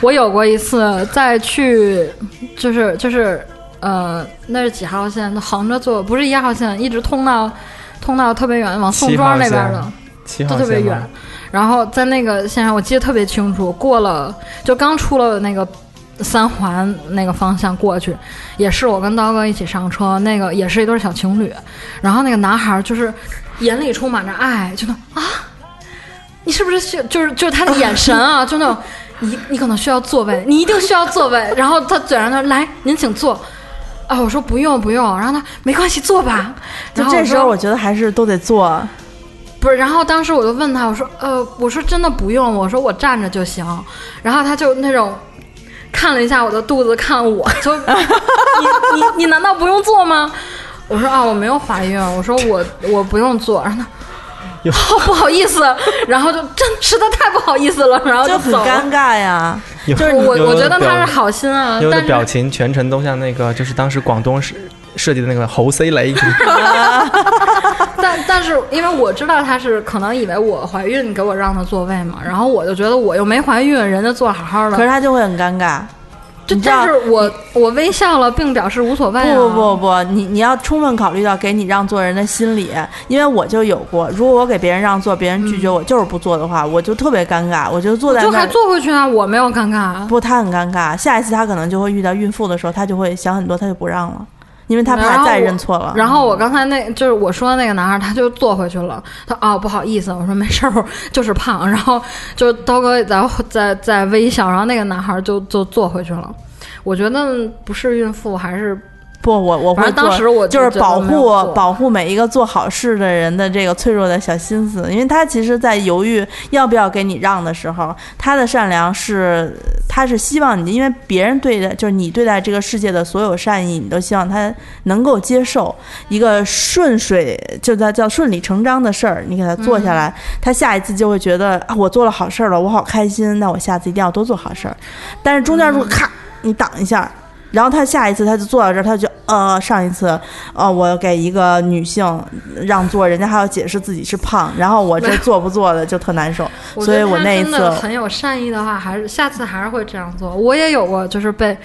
我有过一次在去，就是就是呃，那是几号线？杭州坐不是一号线，一直通到通到特别远，往宋庄那边
七
的
号。七
就
号
特别
线
远
吗。
然后 在那个线上，我记得特别清楚，过了就刚出了那个三环那个方向过去，也是我跟刀哥一起上车，那个也是一对小情侣。然后那个男孩就是眼里充满着爱，就那种啊，你是不是需就是就是他的眼神啊，就那种你你可能需要座位，你一定需要座位。然后他嘴上那儿来，您请坐。啊，我说不用不用，然后他没关系坐吧。
就
然后
这时候
说
我觉得还是都得做，
不是，然后当时我就问他，我说，呃，我说真的不用，我说我站着就行。然后他就那种看了一下我的肚子，看我 就，你你你难道不用做吗？我说啊，我没有怀孕，我说我我不用做。然后他，
哟
好、不好意思，然后就真实在太不好意思了，然后
就很
走了
尴。尬呀。
有
就是我
有
我觉
有
得
表
他是好心啊
悠悠，
但
的
是
表情全程都像那个，就是当时广东设设计的那个侯 C 雷，
但但是因为我知道他是可能以为我怀孕给我让的座位嘛，然后我就觉得我又没怀孕，人家坐好好的
可是。他就会很尴尬，
就
你知
但
道
是我我微笑了，并表示无所谓、啊。
不不不不，你你要充分考虑到给你让座人的心理，因为我就有过，如果我给别人让座，别人拒绝我就是不做的话，我就特别尴尬，我就坐在
就
那
还
儿。
坐回去啊，我没有尴尬啊。
不，他很尴尬。下一次他可能就会遇到孕妇的时候，他就会想很多，他就不让了，因为他
然
怕
后
再
我
认错了。
然后我刚才那就是我说的那个男孩，他就坐回去了。他哦不好意思，我说没事儿，我就是胖。然后就刀哥也在在在微笑，然后那个男孩就就坐回去了。我觉得不是孕妇还是
不，我我会
反正当
做
时我就
就是
觉得
保
没有
护
做
保护每一个做好事的人的这个脆弱的小心思，因为他其实，在犹豫要不要给你让的时候，他的善良是他是希望你，因为别人对待就是你对待这个世界的所有善意，你都希望他能够接受一个顺水，就叫叫顺理成章的事儿，你给他做
嗯
下来，他下一次就会觉得啊，我做了好事儿了，我好开心，那我下次一定要多做好事儿。但是中间如
嗯
果咔，你挡一下。然后他下一次他就坐到这儿，他就呃上一次，呃我给一个女性让座，人家还要解释自己是胖，然后我这做不做的就特难受，
我
所以
觉得
我
他
那一
真
次
的很有善意的话，还是下次还是会这样做。我也有过，就是被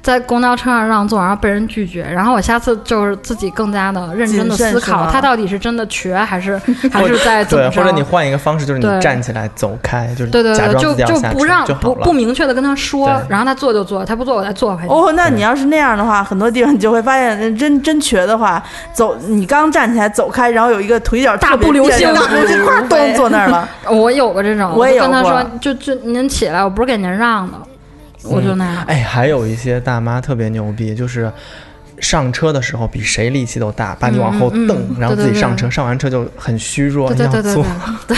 在公交车上让座，然后被人拒绝，然后我下次就是自己更加的认真
谨
的
慎
思
是吗
考，他到底是真的瘸 还是 还是在怎
对，
么
或者你
着。
换一个方式，就是
对
你站起来走开，就是
对对
假
对，
装
就
自己要
就
下
不
车
让
就好
不不
了。
明确的跟他说
对，
然后他坐就坐，他不坐我再坐回去。
哦，那你要是那样的话，很多地方你就会发现，嗯真真瘸的话，走你刚站起来走开，然后有一个腿脚
大步流星
大步流星，哐咚坐那儿了。
我有过这种，
我也
就跟
有
他
过
说，就就您起来，我不是给您让的，我就那样。
哎，还有一些大妈特别牛逼，就是上车的时候比谁力气都大，把你往后
嗯嗯
蹬，然后
对
自
对
己
对
上车，上完车就很虚弱，
对对对
要
对
坐
对。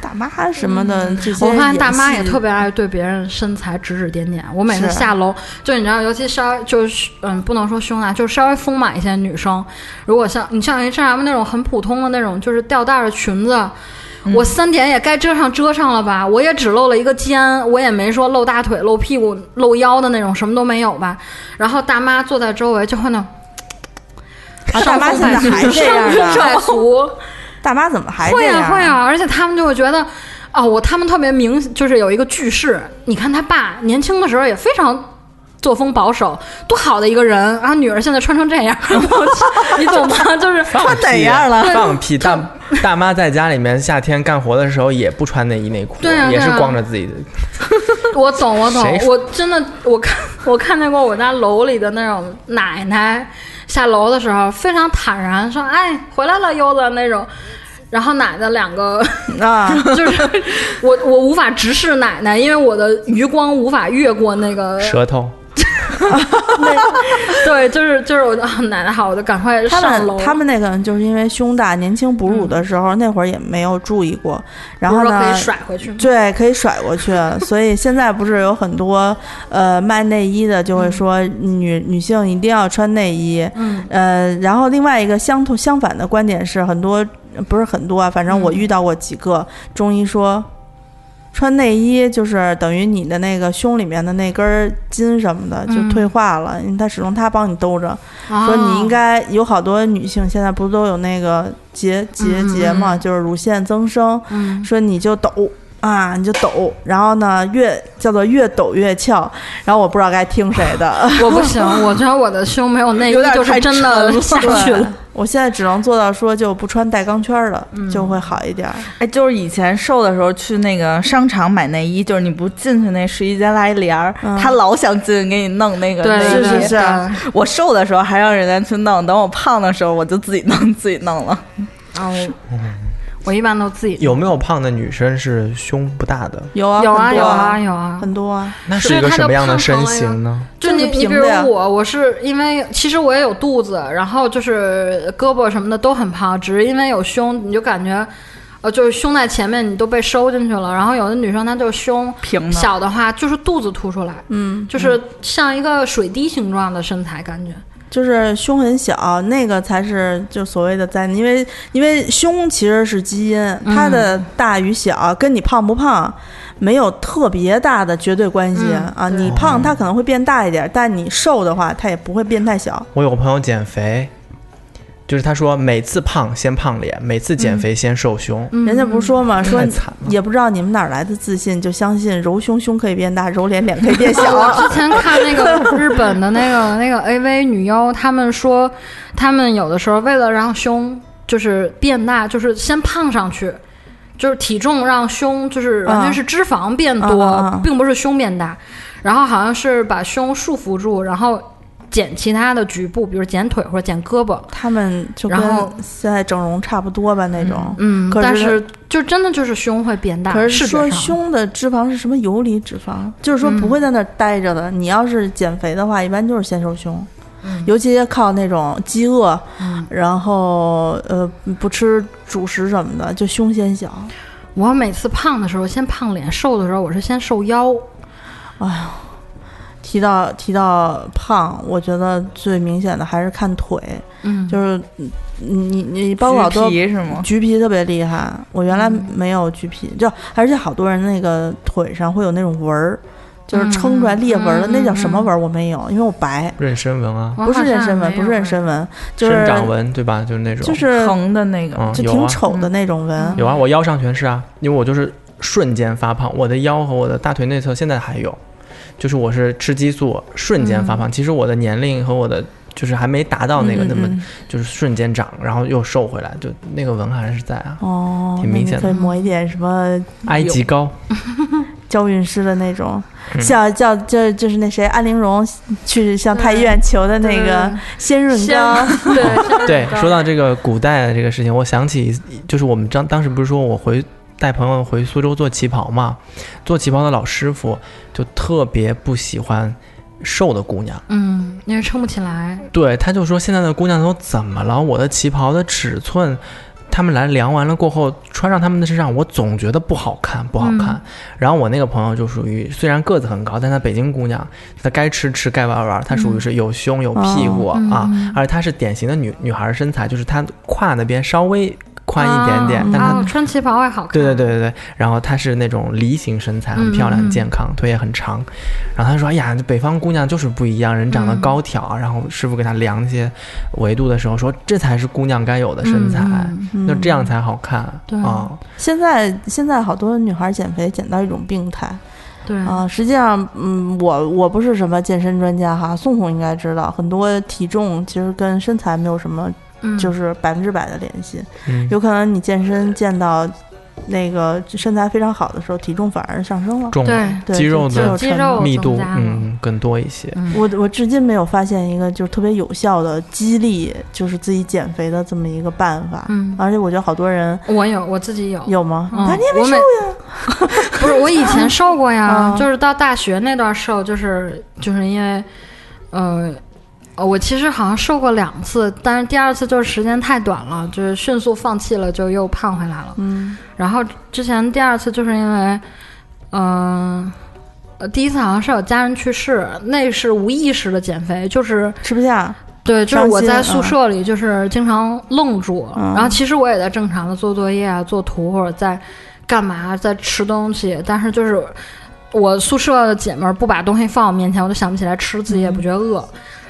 大妈什么的这些，
我发现大妈也特别爱对别人身材指指点点。我每次
是
下楼，就你知道，尤其稍微就是嗯，不能说胸大，就是稍微丰满一些女生，如果像你像 H M 那种很普通的那种，就是吊带儿的裙子。我三点也该遮上遮上了吧，我也只露了一个肩，我也没说露大腿、露屁股、露腰的那种，什么都没有吧。然后大妈坐在周围就会那种
啊，大妈现在还这样啊
上
呢？
风败俗，
大妈怎么
哎
还这
会
样？
啊会啊，而且他们就会觉得，哦，我他们特别明，就是有一个句式。你看他爸年轻的时候也非常作风保守，多好的一个人，然、后女儿现在穿成这样， 你懂吗？就是
放屁
哪样了
放屁！大大妈在家里面夏天干活的时候也不穿内衣内裤，
对啊
也是
对啊
光着自己的。
我懂，我懂
谁，说
我真的，我看我看见过我家楼里的那种奶奶下楼的时候非常坦然说：“哎，回来了，悠子那种。”然后奶奶两个。
啊，
就是我我无法直视奶奶，因为我的余光无法越过那个。
舌头，
对，就是就是我啊，奶奶好，我就赶快
他
上楼。嗯
们他们那个就是因为胸大，年轻哺乳的时候、那会儿也没有注意过，然
不是
后
说
呢
可以，甩回去吗？
对，可以甩过去。 所以现在不是有很多呃卖内衣的就会说女、女性一定要穿内衣，
嗯，
呃，然后另外一个相同相反的观点是，很多不是很多啊，反正我
嗯
遇到过几个、中医说。穿内衣就是等于你的那个胸里面的那根儿筋什么的就
嗯哦
退化了，因为它始终它帮你兜着，说
说
你应该有好多女性现在不都有那个结结
嗯嗯
节嘛，就是乳腺增生，
嗯
说你就抖啊，你就抖，然后呢越叫做越抖越翘，然后我不知道该听谁的，
啊我不行，我觉得我的胸没有内衣
有点
就是
太
真的
沉
下去
对
了。
我现在只能做到说就不穿带钢圈儿的，
嗯
就会好一点儿。
哎，就是以前瘦的时候去那个商场买内衣，就是你不进去那试衣间拉一帘儿，
嗯
他老想进去给你弄那个
对，
内
对
衣。
对
是是
对
啊
我瘦的时候还让人家去弄，等我胖的时候我就自己弄自己弄了。
然后啊我一般都自己
有没有胖的女生是胸不大的？
有啊，
有啊
很多
有啊有啊，
很多啊，
那
是
是一个
她就
什么样的
胖成
身
了呀
形呢？
就
就是
你你
平
比
的
如
呀
我，我是因为其实我也有肚子，然后就是胳膊什么的都很胖，只是因为有胸，你就感觉。呃，就是胸在前面，你都被收进去了。然后有的女生她就胸
平的
小的话就是肚子凸出来，嗯，就是像一个水滴形状的身材感觉。
就是胸很小，那个才是就所谓的灾难，因为因为胸其实是基因，
嗯
它的大与小跟你胖不胖没有特别大的绝对关系、
嗯
啊。
对
你胖它可能会变大一点，但你瘦的话它也不会变太小。
我有个朋友减肥，就是他说每次胖先胖脸，每次减肥先瘦胸，
嗯
人家不是说嘛，说
太惨了
也不知道你们哪儿来的自信，就相信揉胸胸可以变大，揉脸脸可以变
我
小。
之前看那个 日本的那个那个 AV 女优，她们说，她们有的时候为了让胸就是变大，就是先胖上去，就是体重让胸就是完全是脂肪变多，
嗯嗯嗯
并不是胸变大。然后好像是把胸束缚住，然后减其他的局部，比如减腿或者减胳膊。
他们就跟
然后
现在整容差不多吧那种，
嗯，
可
但
是
是就真的就是胸会变大，
可
视
是啊
觉
说
上
胸的脂肪是什么游离脂肪，就是说不会在那儿待着的。你要是减肥的话，一般就是先瘦胸，尤其靠那种饥饿，
嗯
然后呃不吃主食什么的，就胸先小。
我每次胖的时候先胖脸，瘦的时候我是先瘦腰。
提到提到胖，我觉得最明显的还是看腿，
嗯，
就是嗯你你包括好多
橘皮是吗？
橘皮特别厉害，我原
嗯
来没有橘皮，就而且好多人那个腿上会有那种纹儿，就是撑出来裂纹儿的，
嗯嗯
那叫什么纹儿？我没有，因为我白，
妊娠纹啊，
我
不是
好像
妊娠纹，
没
不是
有
妊娠纹，就是
生长纹对吧？就是那种，
就是
横的那个，
嗯，
就
有
挺
啊，
丑的那种纹。
有啊，我腰上全是啊，因为我就是瞬间发胖，我的腰和我的大腿内侧现在还有，就是我是吃激素瞬间发胖。其实我的年龄和我的就是还没达啊到那个
嗯
那么，
嗯
就是瞬间长，然后又瘦回来，就那个纹还是在啊。
哦，
挺明显的
那你可以抹一点什么
埃及高，
娇韵诗的那种，
嗯
像叫就就是那谁安陵容去向太医院求的那个鲜润
先
膏，
对
对，说
到
到这个古代的这个事情，我想起就是我们当当时不是说我回带朋友回苏州做旗袍嘛，做旗袍的老师傅就特别不喜欢瘦的姑娘。
嗯，因为撑不起来，
对，他就说现在的姑娘都怎么了？我的旗袍的尺寸，他们来量完了过后，穿上他们的身上，我总觉得不好看，不好
嗯
看。然后我那个朋友就属于虽然个子很高，但她北京姑娘，她该吃吃，该玩玩，她属于是有胸有屁股、
嗯
啊
嗯，
而她是典型的女女孩身材，就是她胯那边稍微宽一点点，
啊
但她
啊穿旗袍也好看。
对对对对对，然后她是那种梨形身材，很
嗯
漂亮、很健康，腿也很长。然后她说：“哎呀，北方姑娘就是不一样，人长得
嗯
高挑啊。然后师傅给她量一些维度的时候说，这才是姑娘该有的身材，就这样才好看
嗯对
啊。
嗯现在现在好多女孩减肥减到一种病态
对，
啊、实际上，嗯，我我不是什么健身专家哈，宋总应该知道，很多体重其实跟身材没有什么
嗯
就是百分之百的联系，
嗯，
有可能你健身健到那个身材非常好的时候，体重反而上升了。
重
对
对
肌肉
就
的
是
肌肉
密
增
度
加了
嗯更多一些。
嗯
我我至今没有发现一个就是特别有效的激励，就是自己减肥的这么一个办法。
嗯
啊
而且我觉得好多人
我有我自己有。
有吗？
嗯
那你也没
我
瘦
每
呀？
不是我以 前瘦过呀
啊，
就是到大学那段瘦，就是就是因为，呃，呃我其实好像瘦过两次，但是第二次就是时间太短了，就是迅速放弃了，就又胖回来了。
嗯，
然后之前第二次就是因为，嗯、呃，第一次好像是有家人去世，那是无意识的减肥，就是
吃不下，
对，就是
伤
我
心
在宿舍里就是经常愣住，
嗯
然后其实我也在正常的做作业啊、做图或者在干嘛，在吃东西，但是就是我宿舍的姐妹儿不把东西放我面前，我就想不起来吃，自己
嗯
也不觉得饿。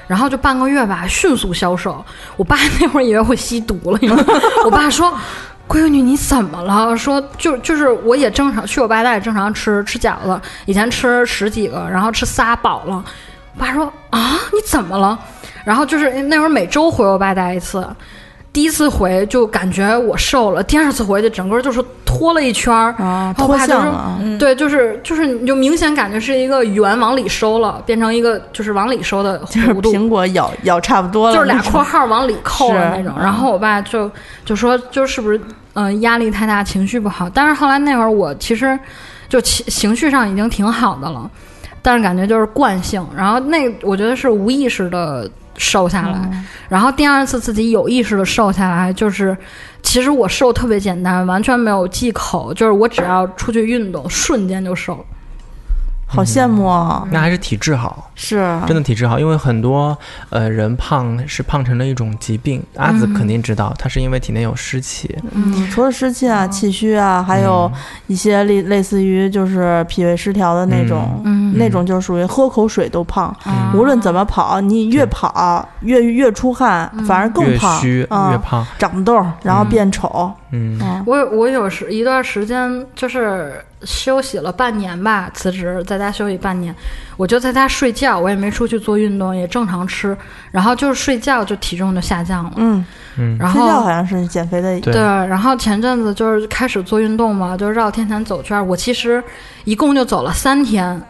然后就半个月吧，迅速消瘦。我爸 那会儿以为我吸毒了，你知道吗我爸说：“闺女，你怎么了？”说就就是我也正常去我爸那也正常吃吃饺子，以前吃十几个，然后吃仨饱了。我爸说：“啊，你怎么了？”然后就是那会儿每周回我爸家一次，第一次回就感觉我瘦了，第二次回就整个就是脱了一圈儿，
啊
然哦后我
脱
爸就
相
是嗯
了啊
对，就是就是你就明显感觉是一个圆往里收了，变成一个就是往里收的
就是
弧度，
苹果咬咬差不多了，
就是俩
那
括
种
号往里扣了
嗯是
那种。然后我爸就就说，就是不是嗯、呃压力太大，情绪不好。但是后来那会儿我其实就情情绪上已经挺好的了，但是感觉就是惯性。然后那我觉得是无意识的瘦下来，然后第二次自己有意识的瘦下来，就是其实我瘦特别简单，完全没有忌口，就是我只要出去运动，瞬间就瘦。
好羡慕啊！
那还是体质好，
是啊
真的体质好，因为很多呃人胖是胖成了一种疾病，阿
嗯
紫肯定知道，他是因为体内有湿气，
嗯，除了湿气啊、气虚啊，还
嗯
有一些类类似于就是脾胃失调的那种，
嗯
那种就是属于喝口水都胖，
嗯
无论怎么跑，你越跑越越出汗，
嗯
反而更
越
胖，
虚
嗯、
越胖，
长痘，然后变丑，
嗯，
嗯
我有我有时一段时间就是休息了半年吧，辞职在家休息半年，我就在家睡觉，我也没出去做运动，也正常吃，然后就是睡觉就体重就下降了，
嗯，
然
睡觉
后
好。像是减肥的，
对
对，然后前阵子就是开始做运动嘛，就是绕天坛走圈儿。我其实一共就走了三天，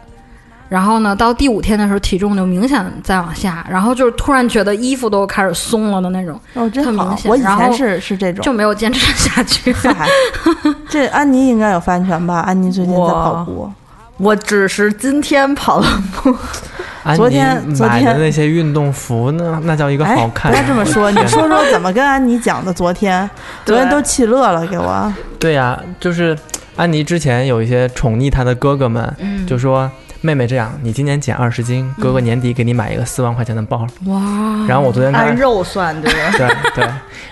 然后呢，到第五天的时候体重就明显在往下，然后就是突然觉得衣服都开始松了的那种，
哦，真
特明
好，
显
我以
然
前
后
是是这种
就。没有坚持下 去。
嗨这安妮应该有发言权吧？安妮最近在跑步，
我只是今天跑了步，
安
昨
妮
天昨
啊买的
天
那些运动服 呢，那叫一个
哎
好看。
不要这么 说，你
天哪
说说怎么跟安妮讲的？昨天，昨天
对
都气乐了，给我。
对呀、就是安妮之前有一些宠溺她的哥哥们，
嗯
就说妹妹这样，你今年减二十斤，哥
嗯
哥年底给你买一个四万块钱的包。
哇！
然后我昨天跟
按
安
肉算对吧？
对对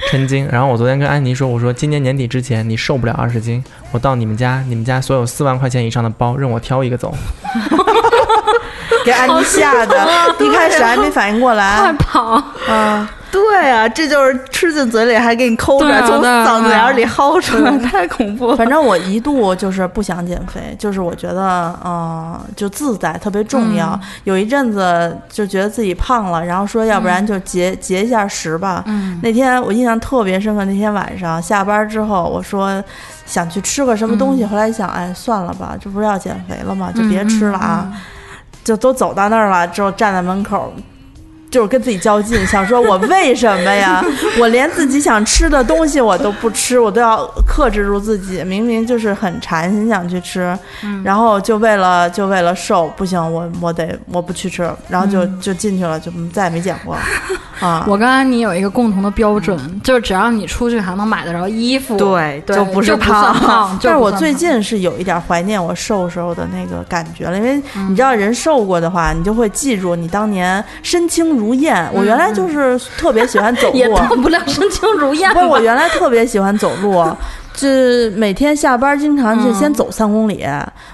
称斤，然后我昨天跟安妮说，我说今年年底之前你瘦不了二十斤，我到你们家，你们家所有四万块钱以上的包任我挑一个走。
给安妮吓的，一开始还没反应过
快
来，
跑！
嗯，
对啊，这就是吃进嘴里还给你抠
对
着，
啊
从
对啊
嗓子眼儿里薅出来，太恐怖了。
反正我一度就是不想减肥，就是我觉得，嗯，就自在特别重要。有一阵子就觉得自己胖了，然后说要不然就节、节一下食吧。
嗯
那天我印象特别深刻，那天晚上下班之后，我说想去吃个什么东西，后来一想，哎，算了吧，这不是要减肥了吗？就别吃了啊。就都走到那儿了之后，站在门口。就是跟自己较劲，想说我为什么呀？我连自己想吃的东西我都不吃，我都要克制住自己。明明就是很馋，很想去吃，然后就为了就为了瘦，不行，我我得我不去吃，然后就、就进去了，就再也没减过啊。
我跟安妮有一个共同的标准，就是只要你出去还能买得着衣服，
对对
就
就不是
算
胖
胖。就
但是
嗯不
我
算
最
胖
近是有一点怀念我瘦时候的那个感觉了，因为
嗯
你知道人瘦过的话，你就会记住你当年身轻如燕。我原来就是特别喜欢走
嗯也
路，
胖 不了身轻如燕
不是我
吧。
原来特别喜欢走路，就是每天下班经常就
嗯
先走三公里。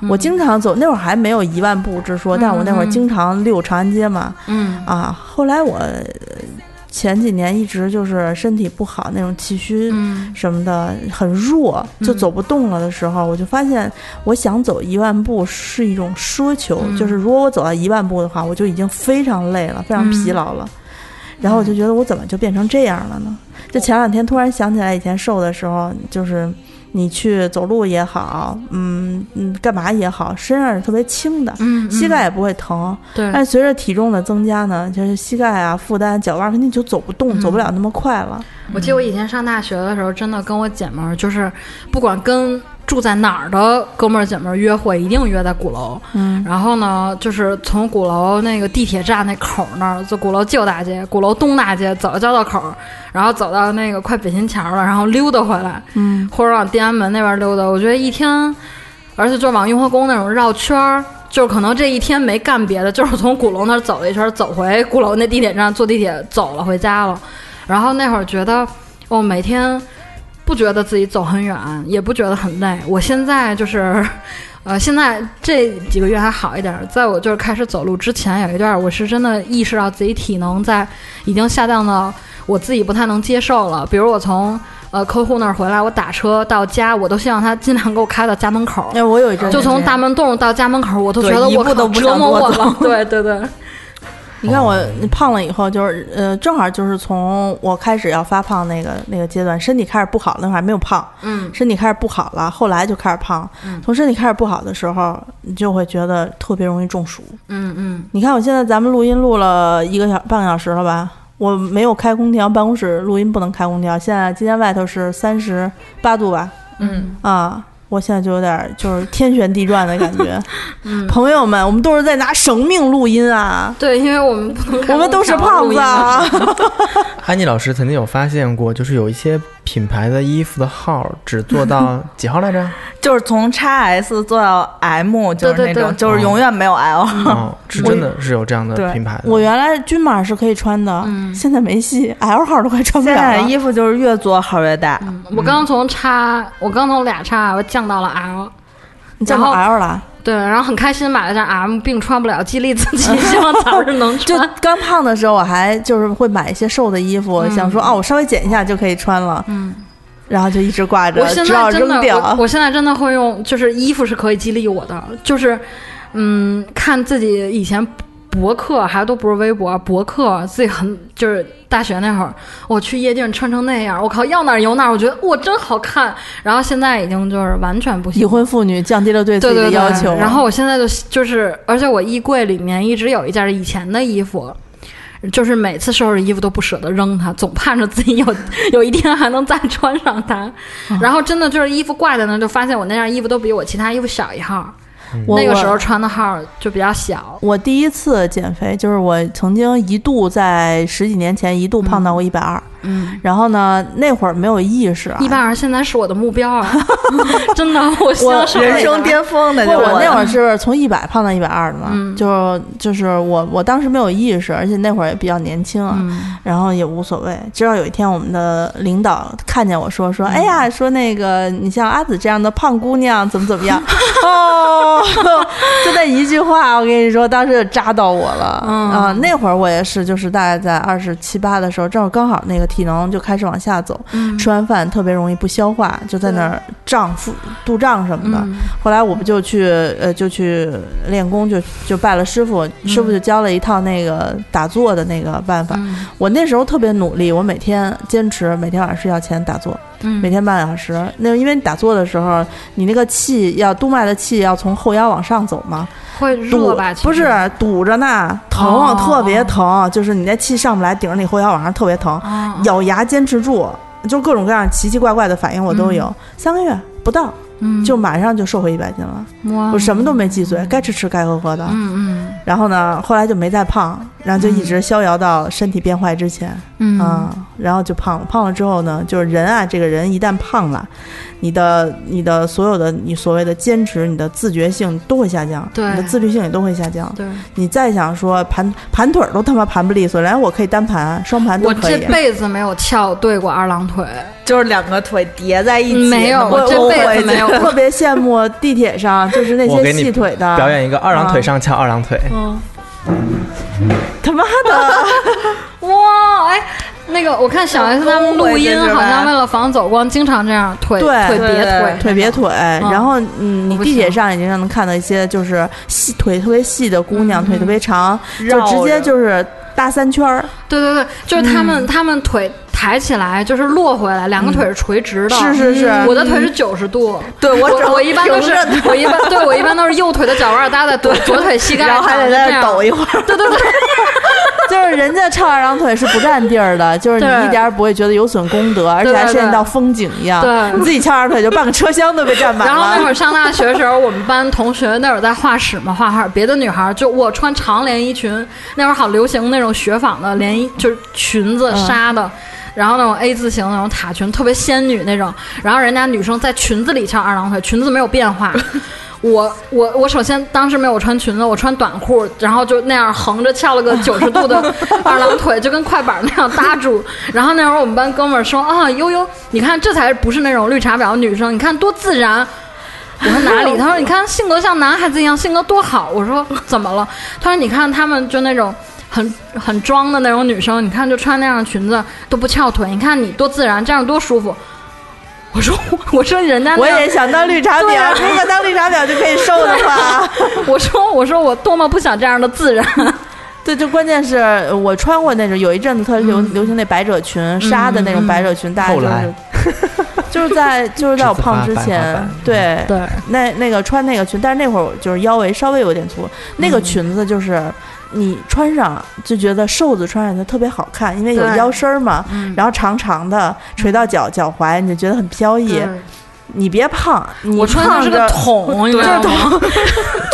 我经常走，那会儿还没有一万步之说，但是我那会儿经常溜长安街嘛。
嗯
啊，后来我呃前几年一直就是身体不好，那种气虚
嗯
什么的、很弱，就走不动了的时候，我就发现我想走一万步是一种奢求，
嗯
就是如果我走到一万步的话，我就已经非常累了，非常疲劳了。
嗯
然后我就觉得我怎么就变成这样了呢？就前两天突然想起来，以前瘦的时候，就是你去走路也好，嗯嗯，干嘛也好，身上是特别轻的，
嗯，
膝
嗯
盖也不会疼。
对，
但是随着体重的增加呢，就是膝盖啊、负担、脚腕儿肯定就走不
嗯
动，走不了那么快了。
我记得我以前上大学的时候，真的跟我姐们儿，就是不管跟住在哪儿的哥们儿姐们儿约会，一定约在鼓楼。
嗯，
然后呢，就是从鼓楼那个地铁站那口儿那儿，就鼓楼旧大街、鼓楼东大街走到交道口儿，然后走到那个快北新桥了，然后溜达回来，
嗯，
或者往天安门那边溜达。我觉得一天，而且就往雍和宫那种绕圈儿。就是可能这一天没干别的，就是从鼓楼那儿走了一圈儿，走回鼓楼那地铁站，坐地铁走了回家了。然后那会儿觉得，哦，每天不觉得自己走很远，也不觉得很累。我现在就是，呃，现在这几个月还好一点儿。在我就是开始走路之前，有一段儿我是真的意识到自己体能在已经下降到我自己不太能接受了。比如我从呃客户那儿回来，我打车到家，我都希望他尽量给我开到家门口。
哎，我有一阵儿
就
这
从
样
大门洞到家门口，我都
对
觉得
一
我
步
靠
都不
折
想
磨
多
我
走
了。对对对，
你看我胖了以后，就是呃，正好就是从我开始要发胖那个那个阶段，身体开始不好，那会儿还没有胖，
嗯
身体开始不好了，后来就开始胖。从身体开始不好的时候，你就会觉得特别容易中暑。
嗯嗯，
你看我现在咱们录音录了一个小半个小时了吧？我没有开空调，办公室录音不能开空调。现在今天外头是三十八度吧？
嗯
啊，我现在就有点儿就是天旋地转的感 觉。
嗯
朋友们，我们都是在拿生命录音啊，
对，因为我们不能开
我们都是
空调
胖
录
子
音嘛
啊。
安妮老师曾经有发现过，就是有一些品牌的衣服的号只做 到几号来着？
就是从 x S 做到 M，就是那
对对
种，
对
就是永远没有 L。
嗯
哦，是真的是有这样的
对
品牌的。
我原来均码是可以穿的，
嗯
现在没戏，L 号都快穿不
现
了
在
了。
的衣服就是越做号越大，
我刚从叉，我刚从俩叉降到了 L，
你叫到
然
L 了，
对，然后很开心买了件 M，并穿不了，激励自己，希望早日能
就
穿。
刚胖的时候，我还就是会买一些瘦的衣服，想说哦，我稍微减一下就可以穿了，
嗯，
然后就一直挂着
我，现
直
在
到
真的
扔，掉
我。我现在真的会用，就是衣服是可以激励我的，就是嗯，看自己以前博客还都不是微博，博客自己很就是大学那会儿，我去夜店穿成那样，我靠，要哪儿有哪儿，我觉得我真好看。然后现在已经就是完全不
已
行。
婚妇女降低了对自
对
己
对
的
对
要求，啊
然后我现在就就是，而且我衣柜里面一直有一件以前的衣服，就是每次收拾衣服都不舍得扔它，总盼着自己有 有一天还能再穿上它。
啊
然后真的就是衣服挂在那儿，就发现我那件衣服都比我其他衣服小一号，
我
那个时
我
候穿的号就比较小。
我第一次减肥，就是我曾经一度在十几年前一度胖到过一百二，
嗯，
然后呢，那会儿没有意识啊，
一百二现在是我的目 标啊，真的，我希望是
人生巅峰的
不，
就
我那会
儿
儿是从一百胖到一百二的嘛，
嗯
就就是我我当时没有意识，而且那会儿也比较年轻
嗯
啊，然后也无所谓。直到有一天，我们的领导看见我说说，
嗯
哎呀，说那个你像阿紫这样的胖姑娘怎么怎么 样，哦，就那一句话，我跟你说，当时就扎到我了。
嗯
啊、那会儿我也是，就是大概在二十七八的时候，正好刚好那个体能就开始往下走，
嗯
吃完饭特别容易不消化，就在那儿胀、腹肚胀什么的。
嗯
后来我不就去呃就去练功，就就拜了师傅，
嗯
师傅就教了一套那个打坐的那个办法。
嗯
我那时候特别努力，我每天坚持每天晚上睡觉前打坐，
嗯
每天半个小时。那因为你打坐的时候，你那个气要督脉的气要从后腰往上走嘛，
会
堵
热吧？其
不
实
是堵着呢，疼，
哦
特别疼，就是你那气上不来，顶着你后腰往上特别疼，
哦
咬牙坚持住，就各种各样奇奇怪怪的反应我都有。三个月不到，
嗯
就马上就瘦回一百斤了。
哇
我什么都没忌嘴，该吃吃，该喝喝的。
嗯嗯
然后呢，后来就没再胖，然后就一直逍遥到身体变坏之前
嗯
啊、然后就胖了。胖了之后呢，就是人啊，这个人一旦胖了，你的你的所有的你所谓的坚持，你的自觉性都会下降，
对
你的自律性也都会下降。
嗯对，
你再想说盘盘腿儿都他妈盘不利索，连我可以单盘、双盘都
我
可
这
以。
辈子没有翘对过二郎腿，
就是两个腿叠在一起，
没有
我
我这辈子
我
没有
特别羡慕地铁上就是那
我
些
给你
细腿的
表演一个二郎腿
啊
上翘二郎腿，
他妈的，
哇，哎，那个我看小 S 他们录音
都会这是吧
好像为了防走光，经常这样腿
对
腿别
对
腿
腿别腿，然后嗯，你
不
地铁
行
上已经能看到一些就是细腿特别细的姑娘，腿特别长，
嗯
就
绕
直接
着
就是搭三圈儿，
对对对，就是他
嗯
们他们腿抬起来就是落回来，两个腿是垂直的，嗯
是是是
我的腿是九十度。
嗯对我只
我我一般都是我一般对我一般都是右腿的脚腕搭在左左腿膝盖
然
上，
后还得
就
在
这
那
样
儿抖一会儿。
对对对，
就是人家翘二郎腿是不占地儿 的，就是你
对
一点儿也不会觉得有损功德，而且
对
还
对
涉及
对
到风景一样。
对
你自己翘二郎腿就半个车厢都被占满
然后那会
了。
儿上大学的时候，我们班同学那会儿在画室嘛，画画，别的女孩儿就我穿长连衣裙，那会儿好流行那种雪纺的连衣，就是裙子纱
嗯
的。然后那种 A 字形那种塔裙，特别仙女那种。然后人家女生在裙子里翘二郎腿，裙子没有 变化。我我我首先当时没有穿裙子，我穿短裤，然后就那样横着翘了个九十度的 二郎腿，就跟快板那样搭住。然后那会儿我们班哥们儿说啊悠悠，你看这才不是那种绿茶婊女生，你看多自然。我说 哪里？他说你看性格像男孩子一样，性格多好。我说怎么了？他说你看他们就那种很很装的那种女生，你看就穿那样的裙子都不翘腿，你看你多自然，这样多舒服。我说我说人家那
我
样
也想当绿茶
对
婊，
啊
如果当绿茶婊就可以瘦的 话。
我说我说我多么不想这样的自然，
对，就关键是呃我穿过那种有一阵子特流、
嗯
流行那百褶裙，纱的那种百褶裙，大家
后
就
来
是就是在就是在我胖之
栀子花白花嗯
前
白，
对
对，
那那个穿那个裙，但是那会儿我就是腰围稍微有点粗，那
嗯
个裙子就是。你穿上就觉得瘦子穿上就特别好看，因为有
对
腰身儿嘛，
嗯
然后长长的垂到脚脚踝，你就觉得很飘逸。你别胖，你
嗯我穿的是个
胖着，
桶，你知道吗？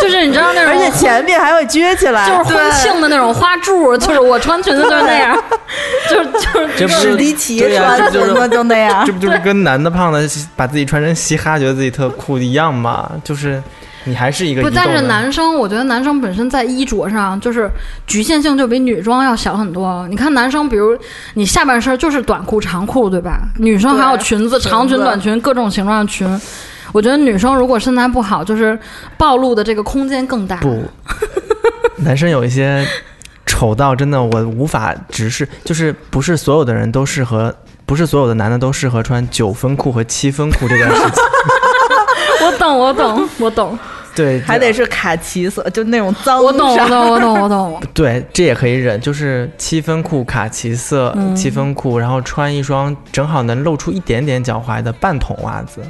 就是你知道那种，
而啊且前面还会撅起来，嗯
就是婚庆的那种花柱，就是我穿裙子就是那样， 就是就是
这不
就是
史迪奇
对呀
穿
这就
怎
是
么就那样
这？不就是跟男的胖子把自己穿成嘻哈，觉得自己特酷一样吗？就是你还是一个
不，
移
但
动
是
的
男生，我觉得男生本身在衣着上就是局限性就比女装要小很多。你看男生，比如你下半身就是短裤、长裤，对吧？女生还有
对
裙子、长裙、
子
短裙，各种形状的裙。我觉得女生如果身材不好，就是暴露的这个空间更大。
不，男生有一些丑到真的我无法直视，就是不是所有的人都适合，不是所有的男的都适合穿九分裤和七分裤这件事 情。
我懂，我懂，我懂，
对，
还得是卡其色，就那种脏
我 懂，我
衫
懂，我懂，我懂。
对，这也可以忍，就是七分裤、卡其色、
嗯
七分裤，然后穿一双正好能露出一点点脚踝的半筒袜子，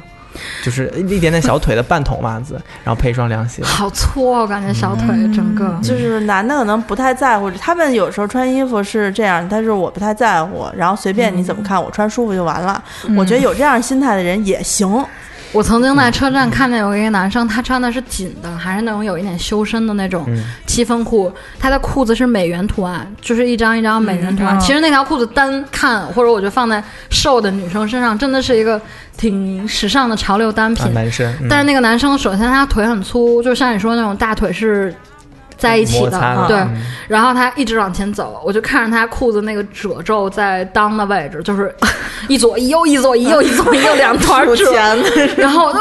就是一点点小腿的半筒袜子，然后配一双凉鞋。
好粗哦，感觉小腿整个。
就是男的可能不太在乎，他们有时候穿衣服是这样，但是我不太在乎，然后随便你怎么看，我穿舒服就完了。
嗯
我觉得有这样心态的人也行，
我曾经在车站看见有一个男生，他穿的是紧的，还是那种有一点修身的那种
嗯
七分裤，他的裤子是美元图案，就是一张一张美元图
嗯
案。其实那条裤子单看，或者我觉得放在瘦的女生身上，真的是一个挺时尚的潮流单
啊，
品。
男生，嗯
但是那个男生，首先他腿很粗，就像你说那种大腿是在一起啊
摩擦
对，
嗯
然后他一直往前走，我就看着他裤子那个褶皱在裆的位置，就是一左一右一左一右一左一右两团
有
褶，
钱的人
然后我就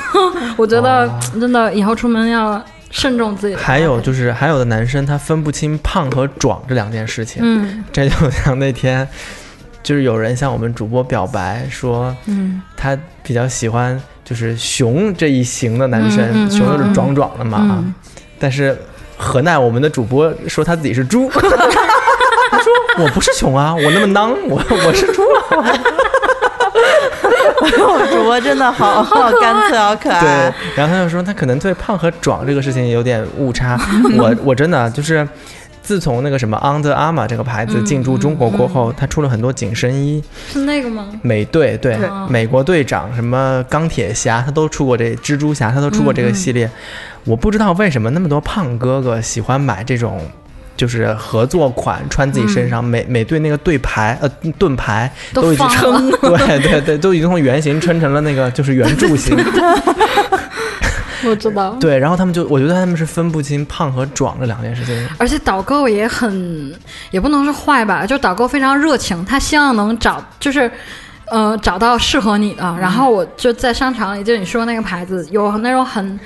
我觉得
哦
真的以后出门要慎重自己的。
还有就是，还有的男生他分不清胖和壮这两件事情。
嗯
这就像那天，就是有人向我们主播表白说，
嗯，
他比较喜欢就是熊这一型的男生，
嗯嗯嗯
熊就是壮壮的嘛。
嗯
但是何奈我们的主播说他自己是 猪，他说我不是熊啊，我那么 囊，我我是猪啊。
主播真的好好干脆，好可
啊
对
爱。，
然后他就说他可能对胖和壮这个事情有点误 差。我我真的啊就是，自从那个什么 Under Armour 这个牌子进驻中国过
嗯
后，他出了很多紧身衣，
是那个吗？
美队对
对
美国队长什么钢铁侠，他都出过这蜘蛛侠，他都出过这
嗯
个系列。我不知道为什么那么多胖哥哥喜欢买这种。就是合作款穿自己身上，美美队那个队牌呃盾牌
嗯都
已经
放了
撑， 对对对，都已经从圆形撑成了那个就是圆柱 形，
我知道。
对，然后他们就，我觉得他们是分不清胖和壮这两件事情。
而且导购也很，也不能是坏吧，就导购非常热情，他希望能找就是。呃，找到适合你的，
嗯
然后我就在商场里，就你说那个牌子，有那种很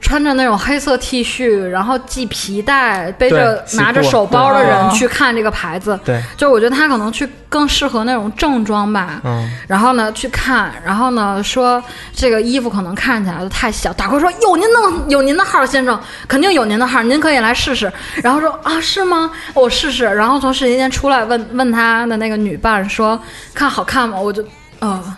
穿着那种黑色 T 恤，然后系皮带，背着
对嗯西裤
拿着手包的人
对
去看这个牌子，
对，
就我觉得他可能去更适合那种正装吧，
嗯，
然后呢去看，然后呢说这个衣服可能看起来太小，导购说有您的有您的号先生，肯定有您的号，您可以来试试。然后说啊是吗？我试试。然后从试衣间出来问问他的那个女伴说看好看吗？我就呃，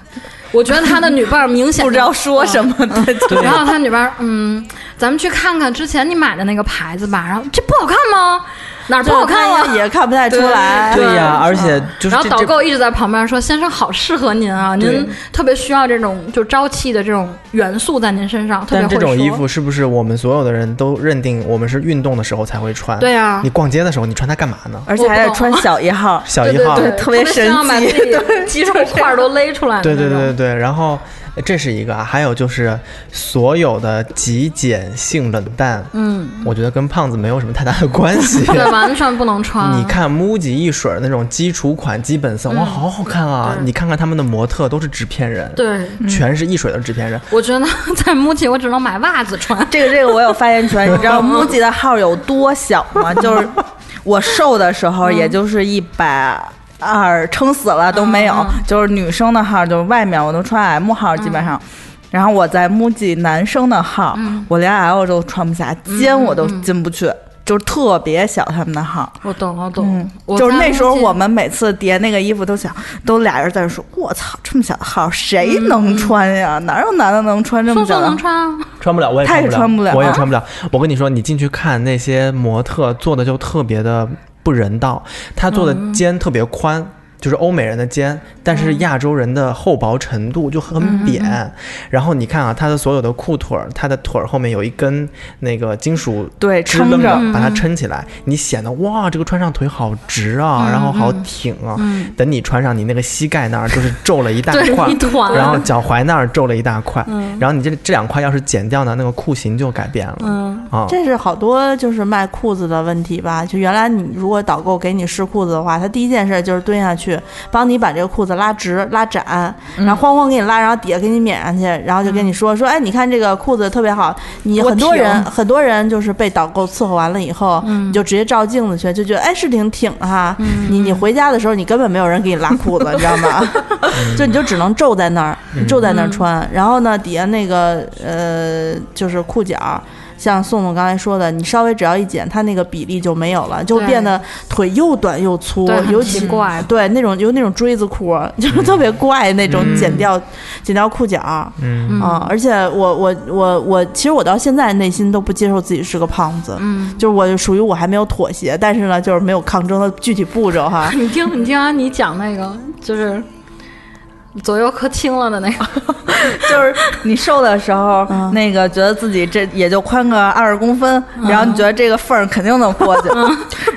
我觉得他的女伴明显
不 知道说什
么。
么 的，
然后他女伴儿嗯，咱们去看看之前你买的那个牌子吧。然后这不好看吗？哪儿不好看
呀
啊？，
也看不太出来。
对呀、而且就是
嗯然后
这
导
这
购一直在旁边说：“先生好适合您啊，
对
您特别需要这种就朝气的这种元素在您身上，特别
但
会
这种衣
说
服是不是我们所有的人都认定我们是运动的时候才会穿？
对啊
你逛街的时候你穿它干嘛呢？
而且还得穿小一号。
小
对
一
对
号，
对，
特别神
希望把
奇
自己 的肌肉块儿都勒出来的
对
那种。
对对对对。然后呃这是一个啊，还有就是所有的极简性冷淡，
嗯，
我觉得跟胖子没有什么太大的关 系。
对，完全不能穿。啊
你看 MUJI 一水儿那种基础款基本色，哇，好好看啊！
嗯对
你看看他们的模特都是纸片人，
对，
嗯
全是一水的制片人。
我觉得 在 MUJI 我只能买袜子穿。
这个这个我有发言权，你知 道 MUJI 的号有多小吗？就是我瘦的时候，也就是一百二，撑死了都没有。就是女生的号，就是外面我都穿 M 号，基本上。然后我在 MUJI 男生的号，我连 L 都穿不下，肩我都进不去，就是特别小他们的号。
我懂，我懂。我
嗯就是
在
那时候
MUJI
我们每次叠那个衣服都想，都俩人在说：“我操，这么小的号谁
嗯
能穿呀？哪有男的能穿这么
松
小
松
的
能
号？”
穿啊。
穿不了，我也
他也
穿
穿不了
我也
啊
穿不了。我跟你说，你进去看那
嗯
些模特做的就特别的不人道，他做的肩特别宽。就是欧美人的肩，但是亚洲人的厚薄程度就很
嗯
扁。然后你看啊，他的所有的裤腿儿，他的腿儿后面有一根那个金属
对
支棱
撑着嗯
把它撑起来，你显得哇，这个穿上腿好直啊，
嗯
然后好挺啊。等你穿上，你那个膝盖那儿就是皱了一大
对
块
一
啊
团，
然后脚踝那儿皱了一大块，
嗯
然后你这这两块要是剪掉呢，那个裤型就改变了。
嗯
啊，
这是好多就是卖裤子的问题吧？就原来你如果导购给你试裤子的话，他第一件事就是蹲下去帮你把这个裤子拉直、拉嗯展，然后哐哐给你拉，然后底下给你免上去，然后就跟你说、说，哎，你看这个裤子特别好。你
多
很多
挺
人很多人就是被导购伺候完了以后，你就直接照镜子去，就觉得哎是挺挺哈、你你回家的时候，你根本没有人给你拉裤子，你知道吗？就你就只能皱在那儿，皱在那儿穿。然后呢，底下那个呃，就是裤脚儿，像宋总刚才说的，你稍微只要一剪，它那个比例就没有了，就
对
变得腿又短又粗
对，很
尤
奇
其哎
怪
对那种有那种锥子裤，就是特别怪那种剪掉剪掉裤脚儿
嗯，
啊。而且我我我我，其实我到现在内心都不接受自己是个胖子，
嗯，
就是我属于我还没有妥协，但是呢，就是没有抗争的具体步骤哈。
你听你听安妮讲那个，就是左右可轻了的那个，
就是你瘦的时候，
嗯
那个觉得自己这也就宽个二十公分，然后你觉得这个缝儿肯定
嗯
能过去，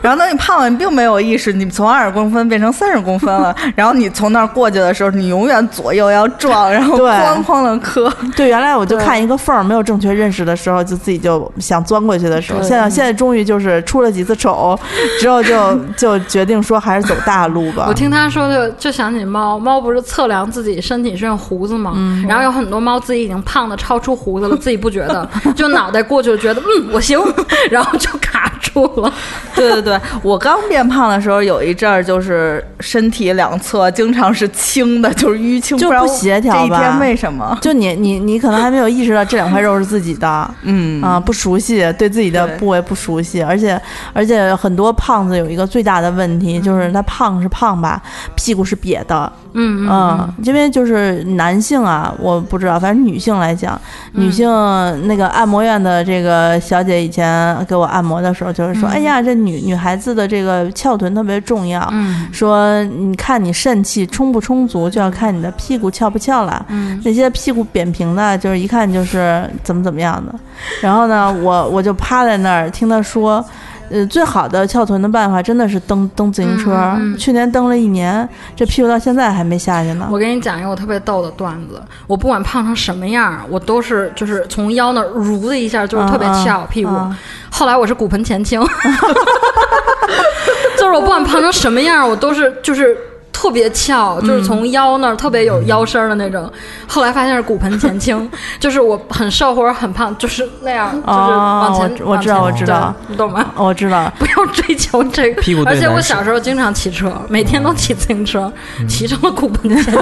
然后等你胖了，你并没有意识，你从二十公分变成三十公分了， 然后你从那儿过去的时候，你永远左右要撞，然后
对
哐哐的磕，
对，原来我就看一个缝儿没有正确认识的时候，就自己就想钻过去的时候，
对
现在现在终于就是出了几次丑之后就，就决定说还是走大路吧
我。听他说就就想起猫，猫不是测量自己身体是用胡子吗？然后有很多猫自己已经胖的超出胡子了，自己不觉得，就脑袋过去了觉得嗯我行， 然后就卡住了。
对对 对，我刚变胖的时候，有一阵儿就是身体两侧经常是青的，就是淤青，
就
不知道
不协调
这一
吧
天为什么？
就你你你可能还没有意识到这两块肉是自己的，
嗯
啊，不熟悉，对自己的
对
部位不熟悉，而且而且很多胖子有一个最大的问题，就是他胖是胖吧，屁股是瘪的，
嗯
嗯，因为就是男性啊，我不知道，反正女性来讲，
嗯
女性那个按摩院的这个小姐以前给我按摩的时候，就是
嗯
说，哎呀，这女女孩子的这个翘臀特别重要，
嗯
说你看你肾气充不充足，就要看你的屁股翘不翘了。
嗯
那些屁股扁平的，就是一看就是怎么怎么样的。然后呢，我我就趴在那儿听他说，呃，最好的翘臀的办法真的是蹬蹬自行车。
嗯嗯嗯
去年蹬了一年，这屁股到现在还没下去呢。
我给你讲一个我特别逗的段子，我不管胖成什么样儿，我都是就是从腰那儿蠕的一下，就是特别翘
嗯嗯
屁股。
嗯
后来我是骨盆前倾， 就是我不管胖成什么样儿，我都是就是。特别翘，就是
嗯
从腰那儿特别有腰身儿的那种。后来发现是骨盆前倾，就是我很瘦或者很胖，就是那样，就是往前。
哦我我知道
往
我
前
知道，
对你懂吗？
我知道，
不要追求这个。
屁股对
而且
男嗯
我
士
小时候经常骑车，每天都骑自行车，骑成了骨盆 前倾。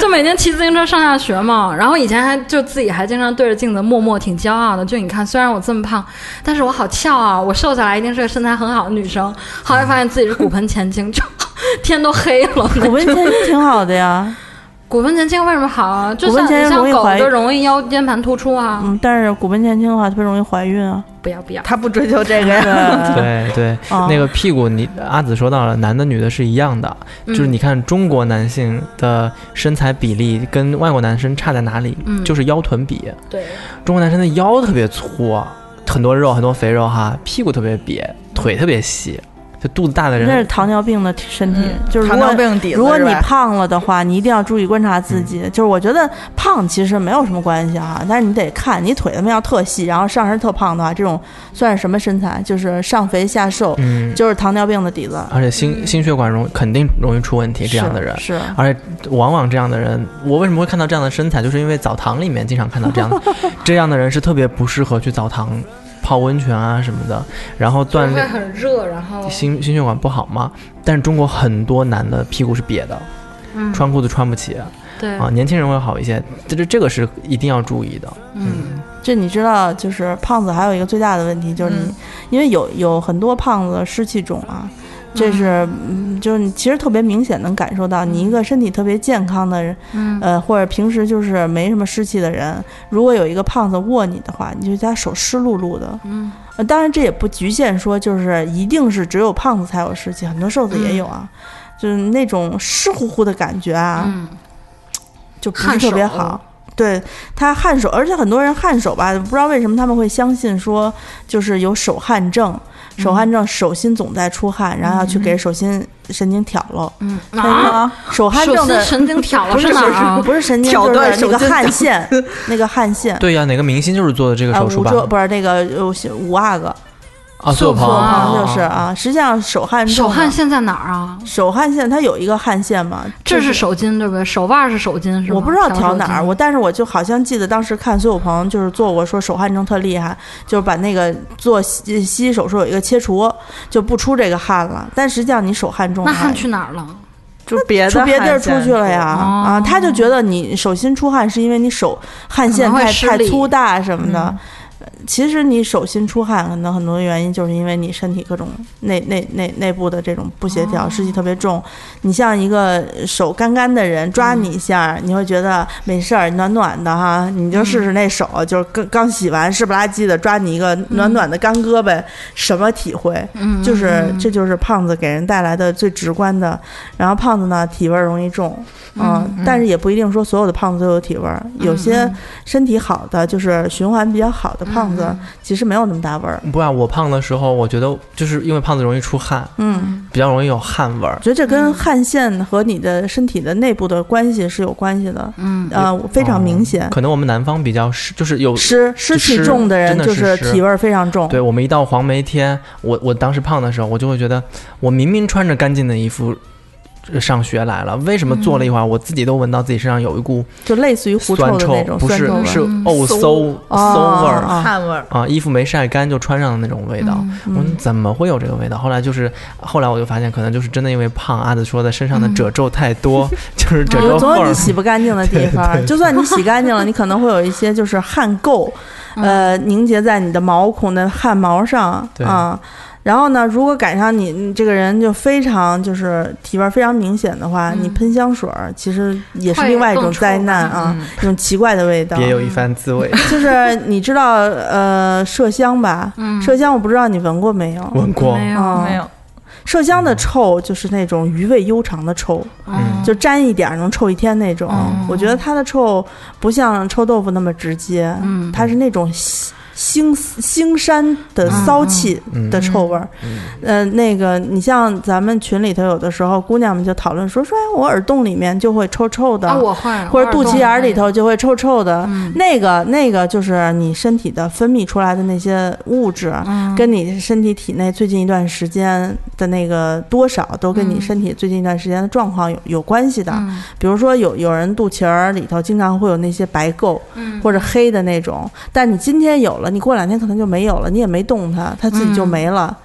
就每天骑自行车上下学嘛，然后以前还就自己还经常对着镜子默默挺骄傲的。就你看，虽然我这么胖，但是我好翘啊，我瘦下来一定是个身材很好的女生。后来发现自己是骨盆前倾， 就天都黑了。
骨盆前倾挺好的呀，
骨盆前倾为什么好啊？就
骨
像
盆前倾
像
容易
狗
怀
就容易腰间盘突出啊。
嗯，但是骨盆前倾的话特别容易怀孕啊。
不要不要，
他不追求这个呀。
对
对，
对，
哦
那个屁股你阿紫说到了，男的女的是一样的，
嗯
就是你看中国男性的身材比例跟外国男生差在哪里，
嗯
就是腰臀比。
对，
中国男生的腰特别粗啊，很多肉，很多肥肉哈，屁股特别瘪，腿特别细，就肚子大的
那是
人。
糖尿病的身 体，
嗯
就是如
糖
果
尿病底子
如果
是
你
吧
胖了的话，你一定要注意观察自己。就是我觉得胖其实没有什么关系哈、但是你得看你腿他妈要特细，然后上身特胖的话，这种算是什么身材？就是上肥下瘦，
嗯，
就是糖尿病的底子。
而且心心血管容肯定容易出问题，这样的人。
是 是
而且往往这样的人，我为什么会看到这样的身材，就是因为澡堂里面经常看到这样 的，这样的人是特别不适合去澡堂泡温泉啊什么的，然后锻
会
炼
很热，然后
心心血管不好嘛。但是中国很多男的屁股是瘪的，
嗯
穿裤子穿不起啊，
对，
嗯
年轻人会好一些，这这这个是一定要注意的。
嗯
这你知道，就是胖子还有一个最大的问题就是你，
嗯
因为有有很多胖子湿气重啊，这是、嗯就是你其实特别明显能感受到，你一个身体特别健康的人，
啊
嗯
呃，或者平时就是没什么湿气的人，如果有一个胖子握你的话，你就觉得他手湿漉漉的，
嗯，
呃，当然这也不局限说就是一定是只有胖子才有湿气，很多瘦子也有啊，就是那种湿乎乎的感觉啊，
嗯，
就不是特别
汗
好。对他汗手，而且很多人汗手吧，不知道为什么他们会相信说，就是有手汗症，手
嗯
汗症手心总在出汗，然后要去给手心神经挑了。
嗯
但是
啊，
手汗
手
症
心
的
神经挑了
不是
哪儿啊？
不是神经，
挑
就是
断
那
手
个
筋
汗腺， 那个汗腺。
对呀、哪个明星就是做的这个
啊，
手术
五
吧？
这不是那个呃是五阿哥，
啊，做
做
朋
哦
好
啊
像就是啊，实际上手汗症
手
啊
汗腺在哪儿啊？
手汗腺它有一个汗腺嘛，
这
就是
手筋对不对？手腕是手筋是吗？
我不知道
调
调哪儿，
手筋
我但是我就好像记得当时看所有朋友就是做过说手汗症特厉害，就是把那个做西西医手术有一个切除，就不出这个汗了。但实际上你手汗重
那
的
汗
话，
去哪儿了？
就别的
出别地儿
汗
出
腺
去了呀
哦
啊！他就觉得你手心出汗是因为你手汗腺
可能会
太
失嗯
太
礼
粗大什么的。其实你手心出汗，可能很多原因就是因为你身体各种内内内内部的这种不协调，湿气特别重。你像一个手干干的人抓你一下，你会觉得没事儿，暖暖的哈，你就
嗯
试试那手，就是刚刚洗完湿不拉几的抓你一个暖暖的干胳膊，什么体会？
嗯，
就是这就是胖子给人带来的最直观的。然后胖子呢，体味儿容易重，嗯，但是也不一定说所有的胖子都有体味儿，
嗯
有些身体好的，就是循环比较好的胖
嗯
子，其实没有那么大味儿。
不啊，我胖的时候，我觉得就是因为胖子容易出汗，
嗯，
比较容易有汗味儿
我。觉得这
嗯
跟汗腺和你的身体的内部的关系是有关系的，
嗯
呃，非常明显。
啊可能我们南方比较湿，就是有
湿湿气
湿
重的人
真的
就是是
湿
体味儿非常重，
对我们一到黄梅天，我我当时胖的时候，我就会觉得，我明明穿着干净的衣服呃上学来了，为什么坐了一会儿，我自己都闻到自己身上有一股
就类似于狐
酸
嗯臭的
臭
那，种
不
酸
是
臭味儿。
是呕馊馊味儿
啊
汗味儿。
啊，衣服没晒干就穿上的那种味道。
嗯
我说怎么会有这个味道？后来就是，后来我就发现，可能就是真的因为胖阿紫说的身上的褶皱太多，
嗯
就是褶皱
有总
缝
有
儿
哦你。洗不干净的地方，就算你洗干净了，你可能会有一些就是汗垢，
嗯
呃，凝结在你的毛孔的汗毛上
对
啊。然后呢，如果赶上你你这个人就非常就是体味儿非常明显的话，你喷香水儿其实也是
嗯会
另外一
更
种
臭
灾难
吧
啊
嗯，
一种奇怪的哦味道。
别有一番滋味，
就是你知道呃麝香吧？麝香我不知道你闻过没有？
闻过，
嗯没有
啊
没有，
麝香的臭就是那种余味悠长的臭，
嗯
就沾一点儿能臭一天那种。
嗯
我觉得它的臭不像臭豆腐那么直接，
嗯
它是那种腥腥腥膻的
嗯
骚气的臭味儿。呃，那个你像咱们群里头有的时候姑娘们就讨论说说，哎，我耳洞里面就会臭臭的。
啊，我会，
或者肚脐眼儿里
我
头就会臭臭的，
嗯
那个那个就是你身体的分泌出来的那些物质，
耳洞会，
跟你身体体内最近一段时间的那个多少，都跟你
嗯
身体最近一段时间的状况有有关系的。
嗯
比如说有有人肚脐儿里头经常会有那些白垢
嗯，
或者黑的那种，但你今天有了，你过两天可能就没有了，你也没动它，它自己就
嗯
没了。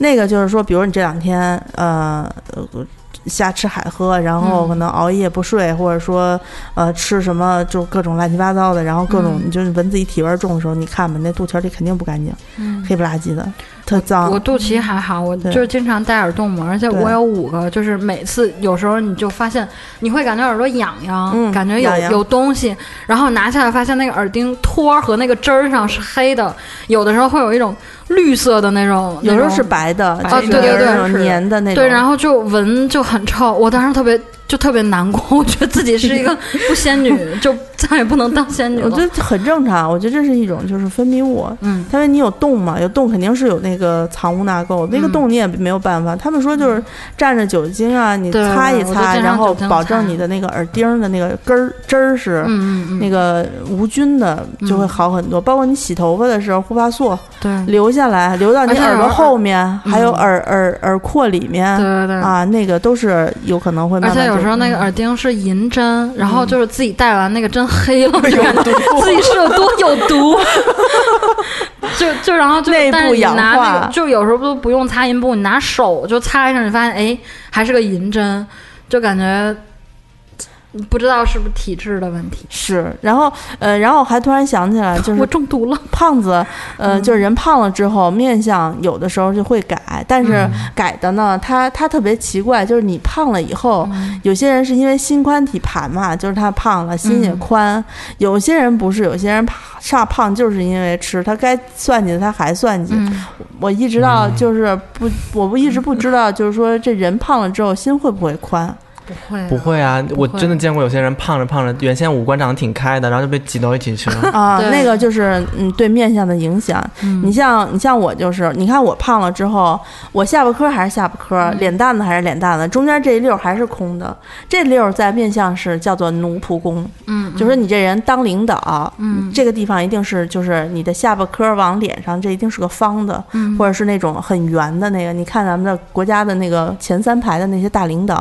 那个就是说，比如你这两天呃。呃瞎吃海喝，然后
嗯
可能熬夜不睡，或者说，呃，吃什么就各种乱七八糟的，然后各种、
嗯
你就是闻自己体味儿重的时候，你看吧，那肚脐儿里肯定不干净，
嗯
黑不拉几的，特脏。
我肚脐还好，我
啊对
就是经常戴耳洞膜，而且
对
我有五个，就是每次有时候你就发现你会感觉耳朵痒痒，
嗯
感觉有
痒痒
有东西，然后拿下来发现那个耳钉托儿和那个针儿上是黑的，有的时候会有一种绿色的那种，
有时候
那种
是白的，
啊
就是
对对对
那种
是
粘的那种。
对，然后就闻就很臭，我当时特别就特别难过，我觉得自己是一个不仙 女，就再也不能当仙女
我
了
觉。得很正常，我觉得这是一种就是分泌物。
嗯，
因为你有洞嘛，有洞肯定是有那个藏污纳垢，那个
嗯
洞你也没有办法。他们说就是蘸着酒精啊，你
对
擦一
我就
擦，
经常
然后
酒精
保
擦
证你的那个耳钉儿的那个根儿针儿是
嗯嗯嗯，
那个无菌的，就会
嗯
好很多。包括你洗头发的时候，护发素
对
留下来，留到
而
你
且
耳朵
耳
后面，还有
嗯
耳耳耳廓里面
对对对。
啊，那个都是有可能会慢
嗯而
慢
且有
就嗯
时候那个耳钉是银针，然后就是自己戴完那个针黑了，就感觉 自己是有多有毒， 就就然后就
内部
但是你
氧
拿那
化
个就有时候都不用擦银布，你拿手就擦一下，你发现哎还是个银针，就感觉不知道是不是体质的问题。
是，然后呃，然后我还突然想起来，就是
我嗯中毒了，
胖子，呃，就是人胖了之后，面相有的时候就会改，但
嗯
是改的呢，他他特别奇怪，就是你胖了以
嗯
后，有些人是因为心宽体盘嘛，就是他胖了，心
嗯
也宽；有些人不是，有些人胖上胖就是因为吃，他该算计的他还算计。
嗯，
我一直到就是不，我不一直不知道，就是说这人胖了之后心会不会宽？
不会啊，
不会啊，我
会
真的见过有些人胖着胖着，原先五官长得挺开的，然后就被挤到一起去 了。
啊，
对嗯
那个就是嗯，对面相的影响。你像你像我就是，你看我胖了之后，我下巴颏还是下巴颏，
嗯
脸蛋子还是脸蛋子，中间这一溜还是空的。这溜在面相是叫做奴仆宫，
嗯，
就是说你这人当领导，
嗯
这个地方一定是就是你的下巴颏往脸上，这一定是个方的，
嗯
或者是那种很圆的那个。你看咱们的国家的那个前三排的那些大领导，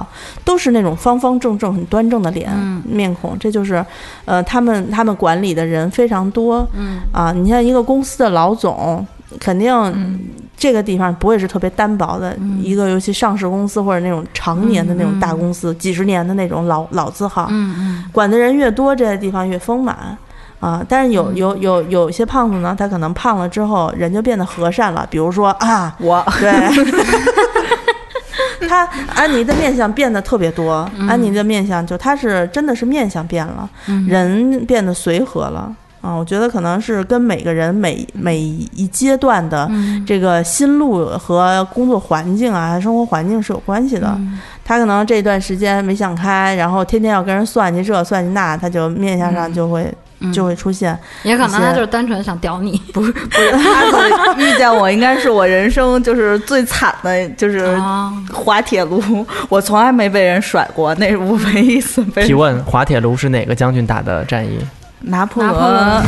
都是那种方方正正、很端正的脸、
嗯
面孔，这就是，呃，他们他们管理的人非常多，
嗯
啊，你像一个公司的老总，肯定
嗯
这个地方不会是特别单薄的，一个尤其上市公司或者那种常年的那种大公司，几十年的那种老老字号，
嗯嗯
管的人越多，这个地方越丰满。啊，但是有有有有些胖子呢，他可能胖了之后人就变得和善了，比如说啊，
我
对， 他安妮的面相变得特别多，安妮的面相就她是真的是面相变了，
嗯
人变得随和了。啊，我觉得可能是跟每个人每每一阶段
嗯
的这个心路和工作环境啊、生活环境是有关系的。
嗯
他可能这段时间没想开，然后天天要跟人算计这算计那，他就面相上就会、
嗯，
就会出现
也可能他
一些
就是单纯想屌你，不是
他 可能遇见我应该是我人生就是最惨的，就是
哦
啊，
滑铁卢，我从来没被人甩过，那是我唯一一次被
哎
提问：滑铁卢是哪个将军打的战 役？
拿破
拿破
仑
仑。
啊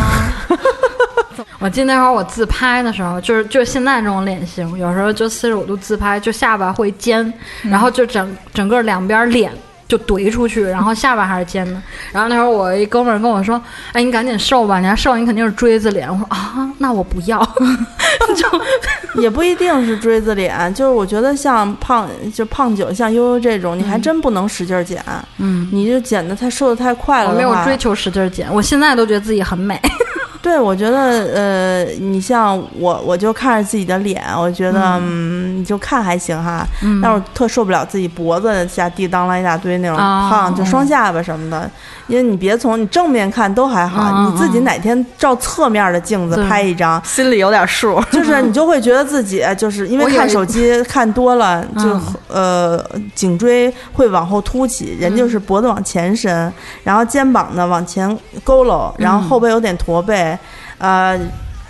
我记得那会儿我自拍的时候，就是就是现在这种脸型，有时候就四十五度自拍，就下巴会尖，然后就整整个两边脸就怼出去，然后下巴还是尖的。然后那会儿我一哥们儿跟我说：“哎，你赶紧瘦吧，你要瘦你肯定是锥子脸。”我说：“啊，那我不 要。
也不一定是锥子脸，就是我觉得像胖就胖九像悠悠这种，你还真不能使劲儿减，”
嗯，哦
你就减的太瘦的太快了
我没有
的话
追。求使劲儿减，我现在都觉得自己很美。
对，我觉得呃，你像我，我就看着自己的脸，我觉得嗯你就看还行哈，
嗯
但是我特受不了自己脖子下地当啷一大堆那种
啊
胖，就双下巴什么的。因为你别从你正面看都还好，
嗯嗯
你自己哪天照侧面的镜子
对
拍一张，
心里有点数，
就是你就会觉得自己哎就是因为
我有
看
一
手机看多了，就、
嗯
呃颈椎会往后凸起，人就是脖子往前伸，然后肩膀呢往前佝偻，然后后背有点驼背，呃。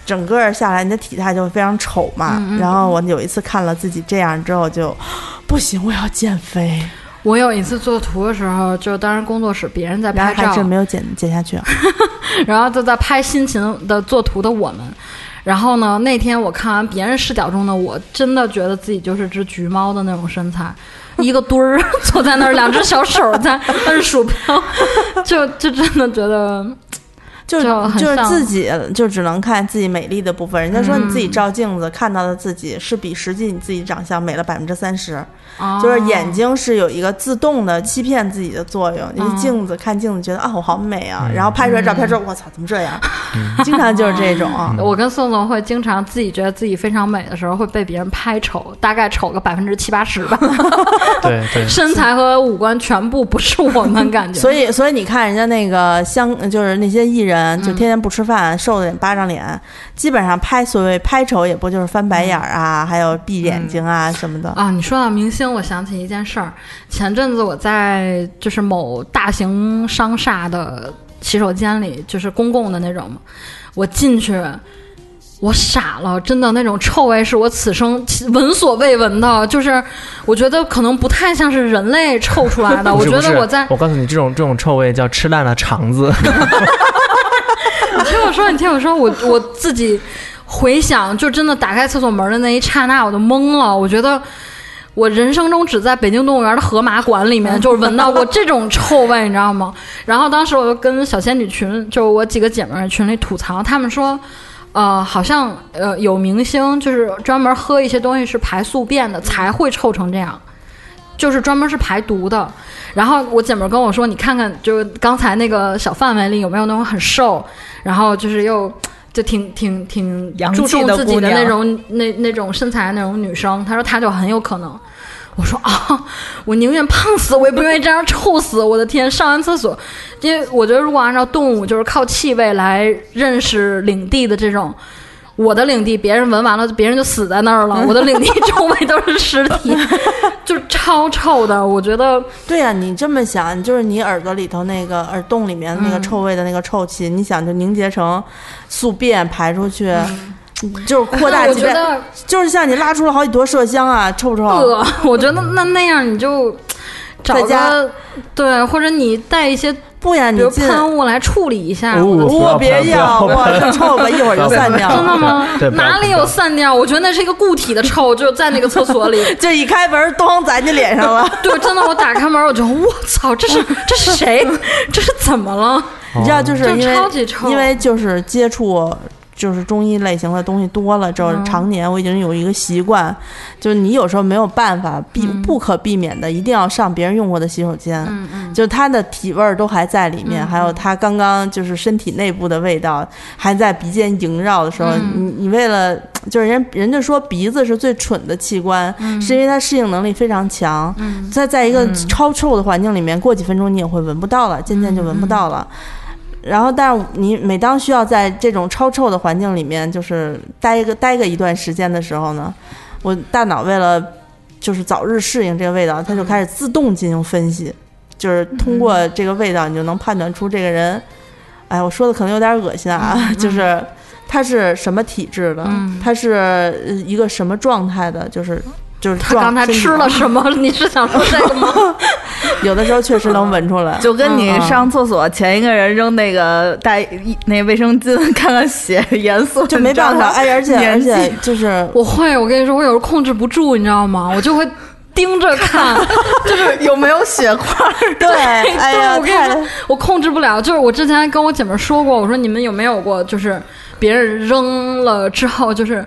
整个下来，你的体态就非常丑嘛。
嗯嗯
然后我有一次看了自己这样之后就，不行，我要减肥，
我有一次做图的时候，就当时工作室别人在
然后
拍
还
照，
真没有减减下去啊。
然后就在拍辛勤的做图的我们。然后呢，那天我看完别人视角中的我，真的觉得自己就是只橘猫的那种身材，一个墩儿 坐在那儿，两只小手在摁鼠标， 就就真的觉得
就
就很
就是
像
自己就只能看自己美丽的部分。人家说你自己
嗯
照镜子、看到的自己是比实际你自己长相美了百分之三十，
哦
就是眼睛是有一个自动的欺骗自己的作用。
嗯
你、镜子看镜子觉得啊我好美啊，然后拍出来照片之后，我操怎么这样？ 经常就是这种。
我跟宋总会经常自己觉得自己非常美的时候，会被别人拍丑，大概丑个百分之七八十吧，
对对，
身材和五官全部不是我们感觉。
所以，所以你看人家那个香，就是那些艺人，就
嗯
天天不吃饭，瘦的巴掌脸，基本上拍所谓拍丑，也不就是翻白眼儿啊，还有闭眼
嗯
睛啊什么的。
啊，你说到明星，我想起一件事儿。前阵子我在就是某大型商厦的洗手间里，就是公共的那种嘛，我进去，我傻了，真的那种臭味是我此生闻所未闻的，就是我觉得可能不太像是人类臭出来 的。
不
啊我
是
觉
不是
得我在，
我告诉你，这种这种臭味叫吃烂了肠 子。
你听我说，你听我说，我我自己回想，就真的打开厕所门的那一刹那，我都懵了。我觉得我人生中只在北京动物园的河马馆里面，就是闻到过这种臭味，你知道吗？然后当时我就跟小仙女群，就是我几个姐妹儿群里吐槽，她们说。呃，好像呃有明星就是专门喝一些东西是排宿便的，才会臭成这样。就是专门是排毒的。然后我姐们儿跟我说，你看看，就是刚才那个小范围里有没有那种很瘦，然后就是又就挺挺挺
洋
注
气
重
的
自己
姑
的那
娘
种那那种身材的那种女生。她说她就很有可能。我说啊，我宁愿胖死，我也不愿意这样臭死。我的天，上完厕所，因为我觉得如果按照动物就是靠气味来认识领地的这种，我的领地别人闻完了，别人就死在那儿
嗯
了。我的领地周围都是尸 体，就是超臭的。我觉得
对呀、你这么想，就是你耳朵里头那个耳洞里面
嗯
那个臭味的那个臭气，你想就凝结成宿便排出去，就是扩大
嗯我
几
觉
倍，
得呃
就是像你拉出了好几坨麝香啊，臭不臭？
恶，我觉得那那样你就找
在家
个对，或者你带一些
不呀，
比
你
如
进，
喷雾来处理一下。
哦
我的
不要
我别
不
要，
要不要
我这臭吧，一会儿就散掉
真的
了。
吗？
对不要
哪里有散掉？我觉得那是一个固体的臭，就在那个厕 所里。
就一开门，咚砸你脸上了。
对，真的，我打开门，我就我操，这是这是谁？这是怎么了？
你知道，就是因
就
为
超级臭
因为就是接触就是中医类型的东西多了之后，
嗯
常年我已经有一个习惯，就是你有时候没有办法避、不可避免的，一定要上别人用过的洗手间，
嗯嗯，
就它的体味儿都还在里面，还有它刚刚就是身体内部的味道还在鼻尖萦绕的时候，
嗯
你你为了就是人人家说鼻子是最蠢的器官，
嗯
是因为它适应能力非常强，在在一个超臭的环境里面，过几分钟你也会闻不到
嗯
了，渐渐就闻不到了。然后，但是你每当需要在这种超臭的环境里面，就是待一个待个一段时间的时候呢，我大脑为了就是早日适应这个味道，它就开始自动进行分析，就是通过这个味道，你就能判断出这个人。哎，我说的可能有点恶心
嗯
啊， 就是他是什么体质的，他是呃一个什么状态的，就是就是
他
状
刚才
身体
吃了什么？你是想说这个吗？
有的时候确实能闻出来。
就跟你
嗯
上厕所前一个人扔那个带一那卫生巾， 看看血严肃
就没办法，哎，而且而
年纪
且就是
我会，我跟你说，我有时候控制不住，你知道吗？我就会盯着看，
有没有血块儿？
对， 哎呀，
我跟你
太
说，我控制不了。就是我之前还跟我姐们儿说过，我说你们有没有过，就是别人扔了之后，就是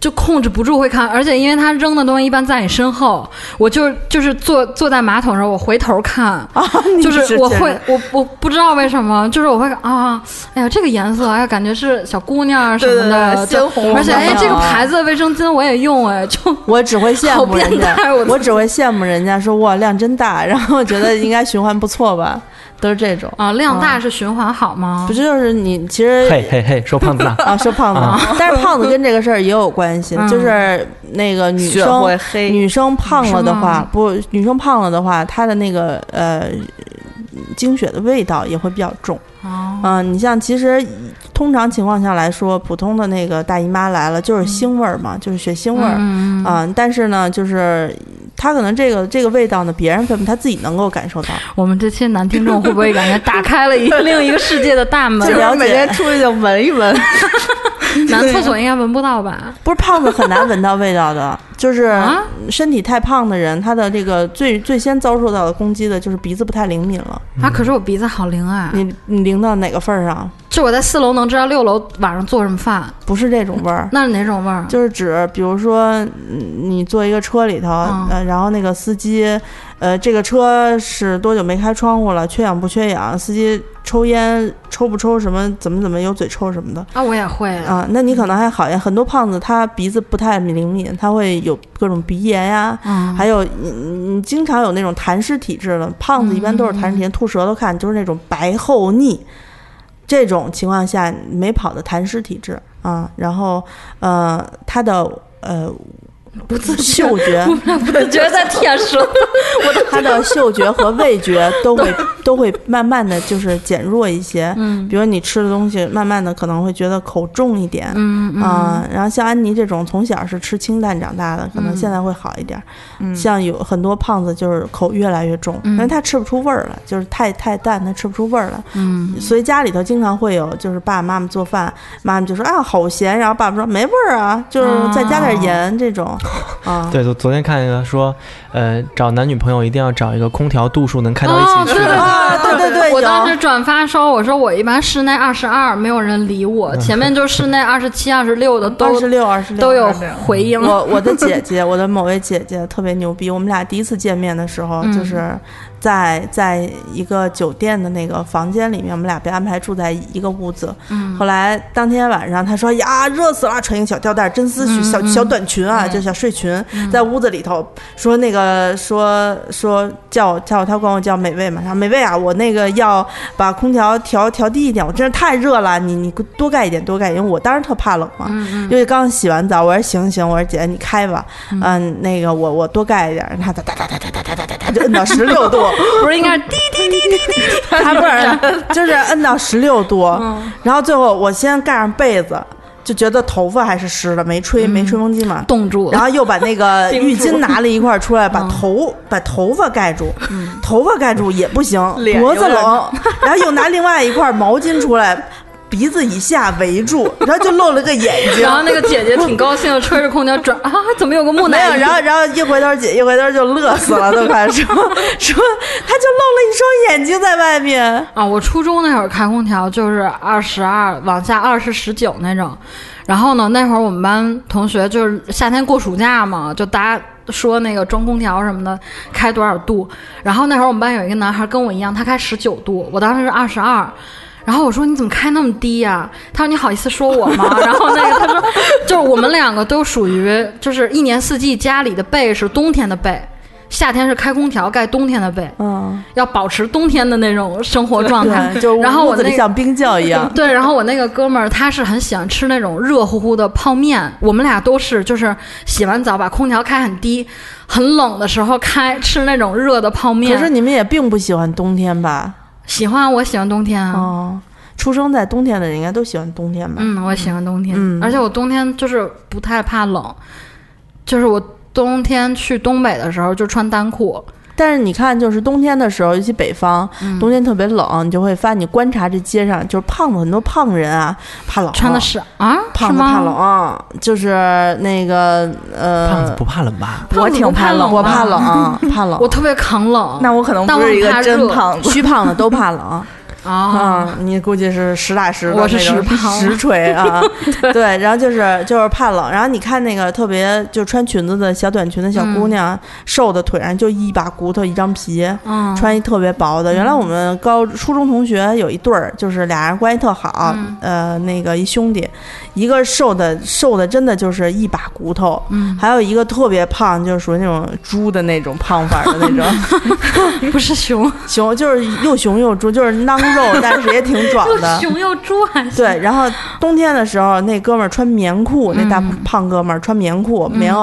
就控制不住会看，而且因为他扔的东西一般在你身后，我就就是坐坐在马桶上，我回头看，
哦啊你
就是是我
这
会
样
我我不知道为什么，就是我会啊，哎呀这个颜色，哎呀感觉是小姑娘啊什么的，
对对对
就
鲜红红的
而且哎这个牌子的卫生巾我也用哎，就
我只会啊羡慕人家
好变态我，
我只会羡慕人家说哇量真大，然后觉得应该循环不错吧，都是这种。
啊量大是循环好吗
不？就是你其实。
嘿嘿嘿，说胖子呢
啊，说胖子，但是胖子跟这个事儿也有关系，就是那个女
血
生
会黑
女生胖了的
是
话
吗，
不，女生胖了的话，她的那个呃经血的味道也会比较重。
哦
嗯、你像其实通常情况下来说，普通的那个大姨妈来了就是腥味儿嘛，就是血腥味儿。
嗯
啊、但是呢，就是她可能这个这个味道呢，别人分不，她自己能够感 受到。
我们这些男听众会不会感觉打开了一 另一个世界的大门
就？了解
每天出去就闻 一闻，
男厕所应该闻不到吧？
不是胖子很难闻到味道的，就是
啊
身体太胖的人，他的这个最最先遭受到的攻击的就是鼻子不太灵敏了。
啊，可是我鼻子好灵啊！
你你灵到哪个份儿上？
就我在四楼能知道六楼晚上做什么饭，
不是这种味儿，
那是哪种味儿？
就是指比如说，嗯你坐一个车里头，
嗯
呃，然后那个司机，呃，这个车是多久没开窗户了？缺氧不缺氧？司机抽烟抽不抽什么？怎么怎么有嘴臭什么的？
啊，我也会。
啊，那你可能还好一点。很多胖子他鼻子不太灵敏，他会有各种鼻炎呀、
嗯，
还有你你经常有那种痰湿体质的，胖子一般都是痰湿
嗯
体质，吐舌头看就是那种白厚腻。这种情况下没跑的痰湿体质啊，然后呃，他的呃
不自觉，，
嗅觉
我觉得在舔舌头。
他的嗅觉和味觉都会都会慢慢的就是减弱一些。
嗯
比如你吃的东西，慢慢的可能会觉得口重一点，
嗯嗯
啊、然后像安妮这种从小是吃清淡长大的，可
嗯
能现在会好一点儿。像有很多胖子就是口越来越重，因为他吃不出味儿来，就是太太淡，他吃不出味儿来。
嗯，
所以家里头经常会有，就是爸爸妈妈做饭，妈妈就说啊好咸，然后爸爸说没味儿啊，就是再加
哦
点盐这 种。啊，
对，昨昨天看一个说，呃，找男女朋友一定要找一个空调度数能开到一
哦，
起
对
去
对
的。
啊，对对对，
我当时转发说，我说我一般室内二十二，没有人理我，前面就室内二十七、二十六的
嗯二
都
十六，二十六嗯
都有回应。
我我的姐姐，我的某位姐姐特别牛逼。我们俩第一次见面的时候，就是在在一个酒店的那个房间里面，我们俩被安排住在一个屋子。后来当天晚上，她说：“呀，热死了，穿一个小吊带、真丝裙、小小短裙啊，就小睡裙，在屋子里头说那个说说叫我叫我她管我叫美味嘛，她说美味啊，我那个要把空调调调低一点，我真是太热了，你你多盖一点，多盖一点。因为我当时特怕冷嘛，因为刚洗完澡，我说行行，我说姐你开吧，嗯，那个我我多盖一点，他哒哒哒哒哒哒哒哒哒就摁到十六度，不是应该滴滴滴滴滴滴， 他不是就是摁到十六度，然后最后我先盖上被子，就觉得头发还是湿的，没吹没吹风机嘛，
冻住
然
了，
后又把那个
冰
浴
住
巾拿了一块儿出来，把头把头发盖住，头发盖住也不行，
脸
脖
有
子
点
冷，然后又拿另外一块毛巾出来，鼻子以下围住，然后就露了个眼睛，
然后那个姐姐挺高 兴的，吹着空调转啊，怎么有个木
没
乃
有，
伊？
然后然后一回头姐一回头就乐死了，都快说说，他就露了一双眼睛在外面，
啊，我初中那会儿开空调就是二十二往下二十十九那种，然后呢，那会儿我们班同学就是夏天过暑假嘛，就大家说那个装空调什么的，开多少度，然后那会儿我们班有一个男孩跟我一样，他开十九度，我当时是二十二。然后我说你怎么开那么低呀、他说你好意思说我吗？ 然后那个他说就是我们两个都属于就是一年四季家里的被是冬天的被，夏天是开空调盖冬天的被，
嗯，
要保持冬天的那种生活状态
对，。就
然后
屋
我
子
那
里
个。
像冰窖一样
对，然后我那个哥们儿他是很喜欢吃那种热乎乎的泡面，我们俩都是就是洗完澡把空调开很低，很冷的时候开吃那种热的泡面。
可是你们也并不喜欢冬天吧？
喜欢我喜欢冬天啊，
哦，出生在冬天的人应该都喜欢冬天吧？
嗯，我喜欢冬天，
嗯
而且我冬天就是不太怕冷，就是我冬天去东北的时候就穿单裤，
但是你看，就是冬天的时候，尤其北方，
嗯
冬天特别冷，你就会发现你观察这街上，就是胖子很多胖人啊，怕冷，
穿的是啊，
胖哦
是
子
吗
怕冷，就是那个呃，
胖子不怕冷吧？
胖
我
子不
挺
怕冷
我
吧
怕冷，怕冷，
我特别抗冷，
那我可能
但
不
我
是一
怕
个真
热
胖子，
虚胖的都怕冷
啊，
啊！你估计是实打实的
我是
那种
实胖
实锤 啊，对，然后就是就是怕冷，然后你看那个特别就穿裙子的小短裙的小姑娘，瘦的腿上就一把骨头一张皮，
嗯，
穿一特别薄的。原来我们高初中同学有一对儿，就是俩人关系特好，
嗯
呃，那个一兄弟，一个瘦的瘦的真的就是一把骨头，
嗯
还有一个特别胖，就是属于那种猪的那种胖法儿的那 种
不是熊，。
熊，就是又熊又猪，就是囊肉，但是也挺壮的
熊又猪还行。
对，然后冬天的时候，那哥们儿穿棉裤，那
嗯
大胖哥们儿穿棉裤、棉袄，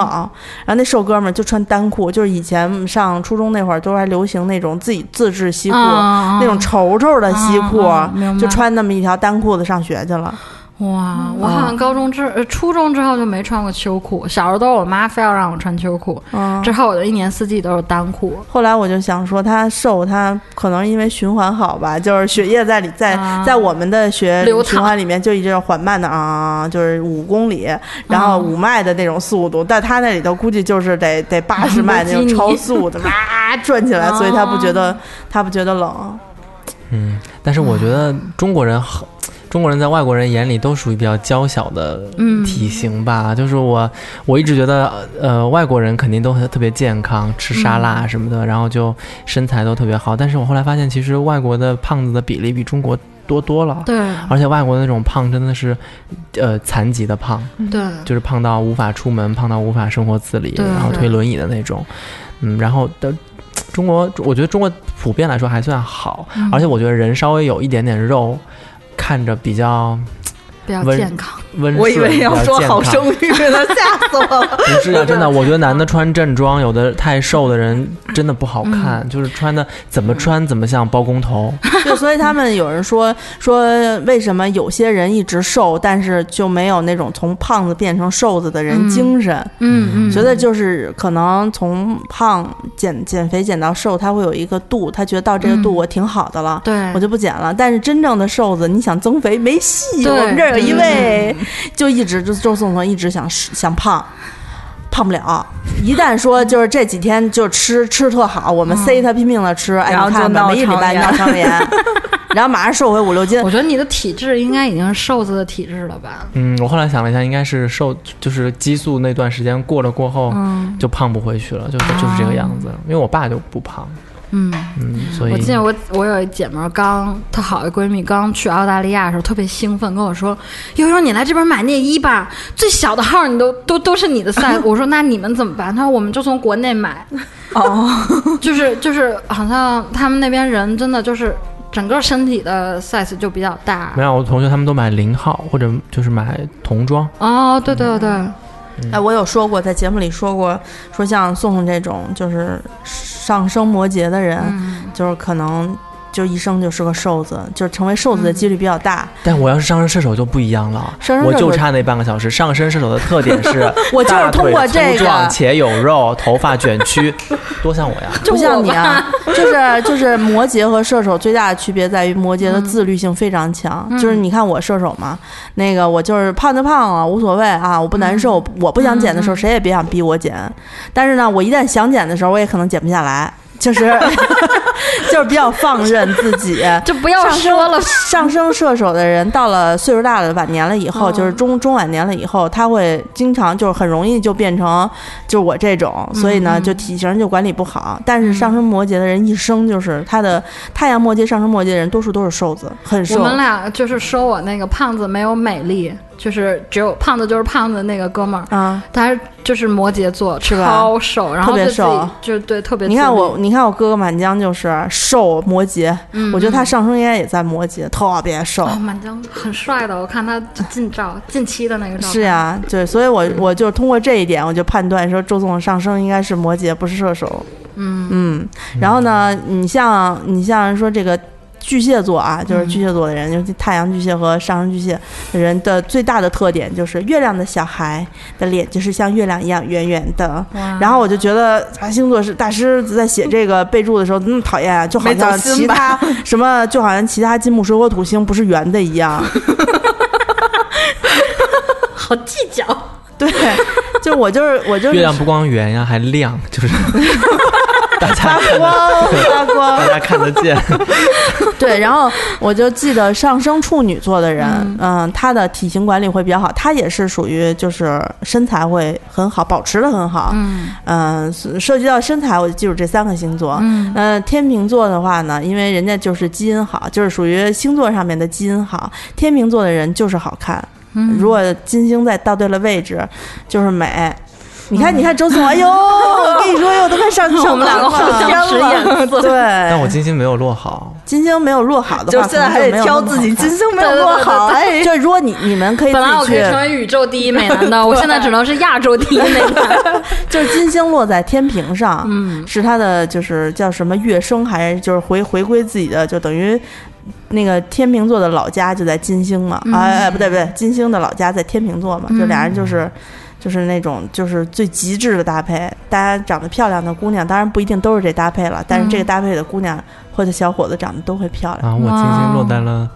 然后那瘦哥们儿就穿单裤，就是以前上初中那会儿都还流行那种自己自制西裤，
啊
那种绸绸的西裤，
啊啊明白
就穿那么一条单裤子上学去了。
哇！我好像高中之、呃初中之后就没穿过秋裤，小时候都是我妈非要让我穿秋裤，
嗯
之后我就一年四季都是单裤。
后来我就想说，他瘦，他可能因为循环好吧， 就是血液在里在、
啊
在我们的血
流淌
循环里面就一直缓慢的啊，就是五公里，
啊
然后五迈的那种速度，但他那里头估计就是 得得八十迈那种超速的，哇转起来，
啊
所以他不觉得他不觉得冷。
嗯，但是我觉得中国人很。中国人在外国人眼里都属于比较娇小的嗯
嗯
嗯
体型吧，就是我我一直觉得，呃，外国人肯定都很特别健康，吃沙
嗯
拉什么的，然后就身材都特别好。但是我后来发现，其实外国的胖子的比例比中国多多了，
对
而且外国的那种胖真的是，呃，残疾的胖，
嗯
对，
就是胖到无法出门，胖到无法生活自理，
对
然后
对
推轮椅的那种。嗯，然后的中国，我觉得中国普遍来说还算好，
嗯
而且我觉得人稍微有一点点肉，看着比较
比较
温
健康。
温顺，
我以为
比较
要说
健
好
康
生育呢，吓死我了。
不是啊，真的，我觉得男的穿正装，有的太瘦的人真的不好看，
嗯
就是穿的怎么穿怎么像包工头。
就所以他们有人说说为什么有些人一直瘦，但是就没有那种从胖子变成瘦子的人
嗯
精神。
嗯嗯，
觉得就是可能从胖减减肥减到瘦，他会有一个度，他觉得到这个度
嗯
我挺好的了。
对，
我就不减了，但是真正的瘦子，你想增肥没戏。
对
我们这儿有一
对
位，就一直就周颂鹏一直想想胖，胖不了。一旦说就是这几天就吃吃特好，我
嗯
们塞他拼命的吃，哎，
然后
你
就
看吧，
闹
没一礼拜
肠炎
闹肠炎， 然后马上瘦回五六斤
我。觉得你的体质应该已经是瘦子的体质了吧？
嗯，我后来想了一下，应该是瘦，就是激素那段时间过了过后，
嗯
就胖不回去了，
啊
就是就是这个样子。因为我爸就不胖，
嗯，
嗯，所以
我记得我我有一姐们儿刚特好的闺蜜刚去澳大利亚的时候特别兴奋，跟我说：“悠悠，你来这边买内衣吧，最小的号儿你都都都是 你的 size。”我说：“那你们怎么办？”她说：“我们就从国内买。”哦， 就是就是，好像他们那边人真的就是整个身体的 size 就比较大
没。有，我同学他们都买零号或者就是买童装，
哦，对对对，
哎，我有说过，在节目里说过，说像宋宋这种就是上升摩羯的人，
嗯，
就是可能就一生就是个瘦子，就是成为瘦子的几率比较大。
但我要是上身射手就不一样了，
上升
我
射
就
手
差那半个小时。上身射手的特点是，
我就是通过这
粗壮
个。
且有肉，头发卷曲，多像我呀！
不像你啊，就是就是摩羯和射手最大的区别在于摩羯的自律性非常强，就是你看我射手嘛，那个我就是胖就胖了，无所谓啊，我不难受，我不想减的时候谁也别想逼我减，但是呢，我一旦想减的时候，我也可能减不下来，就是 就是比较放任自己，
就不要
上升
说 了。
上升射手的人到了岁数大了、晚年了以后，
嗯
就是中中晚年了以后，他会经常就是很容易就变成就是我这种，所以呢，
嗯
就体型就管理不好。但是上升摩羯的人一生就是他的太阳摩羯、上升摩羯的人多数都是瘦子，很
我
瘦。
们俩就是说我那个胖子没有美丽，就是只有胖子就是胖子那个哥们儿，
啊，
他就是摩羯座，
是吧
超瘦，然后
特别
对自己
瘦
就是对特别自律。
你看我，你看我哥哥满江就是瘦摩羯，
嗯，
我觉得他
嗯
上升应该也在摩羯，特别瘦。
哦，满江很帅的，我看他近照近期的那个照片。
是呀、对，所以我我就通过这一点，我就判断说周总的上升应该是摩羯，不是射手。
嗯
嗯，然后呢，你像你像说这个巨蟹座
嗯
啊，就是巨蟹座的人，就是太阳巨蟹和上升巨蟹的人的最大的特点就是月亮的小孩的脸就是像月亮一样圆圆的。
哇，
然后我就觉得啊，星座是大师在写这个备注的时候，那么讨厌啊，就好
没
像
走心
其他什么，就好像其他金木水火土星不是圆的一样。
好计较，
对，就我就是我就是
月亮不光圆呀，还亮，就是 大家看
光
得
发光
大。家看得见。
对，然后我就记得上升处女座的人，嗯、他的体型管理会比较好，他也是属于就是身材会很好，保持的很好。
嗯
嗯、涉涉及到身材，我就记住这三个星座。
嗯
呃，天秤座的话呢，因为人家就是基因好，就是属于星座上面的基因好。天秤座的人就是好看，
嗯，
如果金星在到对了位置，就是美。你看，你看周总，哎呦，我跟你说，哎哟，都快上 上
嗯 我们两个
头了
互相使眼 色。
对，
但我金星没有落好，
金星没有落好的话，
就现在
可能
还
没
得
有
挑
那么
自己
好看
金星没有落好，哎，
就如果你你们可以自
本来我
己
可以
去
成，为宇宙第一美 男的，我现在只能是亚洲第一美男。
就是金星落在天平上，
嗯
是他的就是叫什么月升，还是就是回回归自己的，就等于那个天秤座的老家就在金星嘛，
嗯
啊哎不对不对，金星的老家在天秤座嘛，就俩
嗯
人就是。就是那种，就是最极致的搭配。大家长得漂亮的姑娘，当然不一定都是这搭配了，但是这
嗯
个搭配的姑娘或者小伙子长得都会漂亮。
然后啊我金星落在了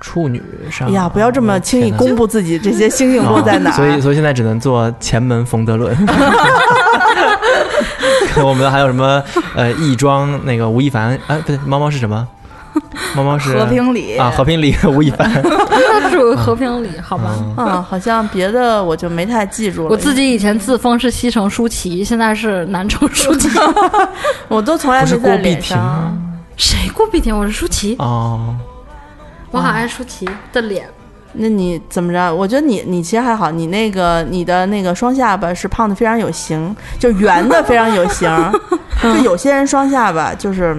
处女上。
哎呀，不要这么轻易
天哪
公布自己这些星星落在哪儿。
所以，所以现在只能做前门冯德 伦。我们还有什么呃，亦庄那个吴亦凡？哎，不对，猫猫是什么？猫 猫是
和平里
啊，和平里的吴亦凡。
那属于和平里，好吧？
嗯
啊，好像别的我就没太记住了。
我自己以前自封是西城舒淇，现在是南城舒 淇。
我都从来
不是
没
郭
在
碧
脸
婷
上。
吗
谁郭碧婷？我是舒淇，
哦，
我好爱舒淇的脸。
那你怎么着？我觉得你你其实还好，你那个你的那个双下巴是胖的非常有型，就圆的非常有 型。就有些人双下巴就是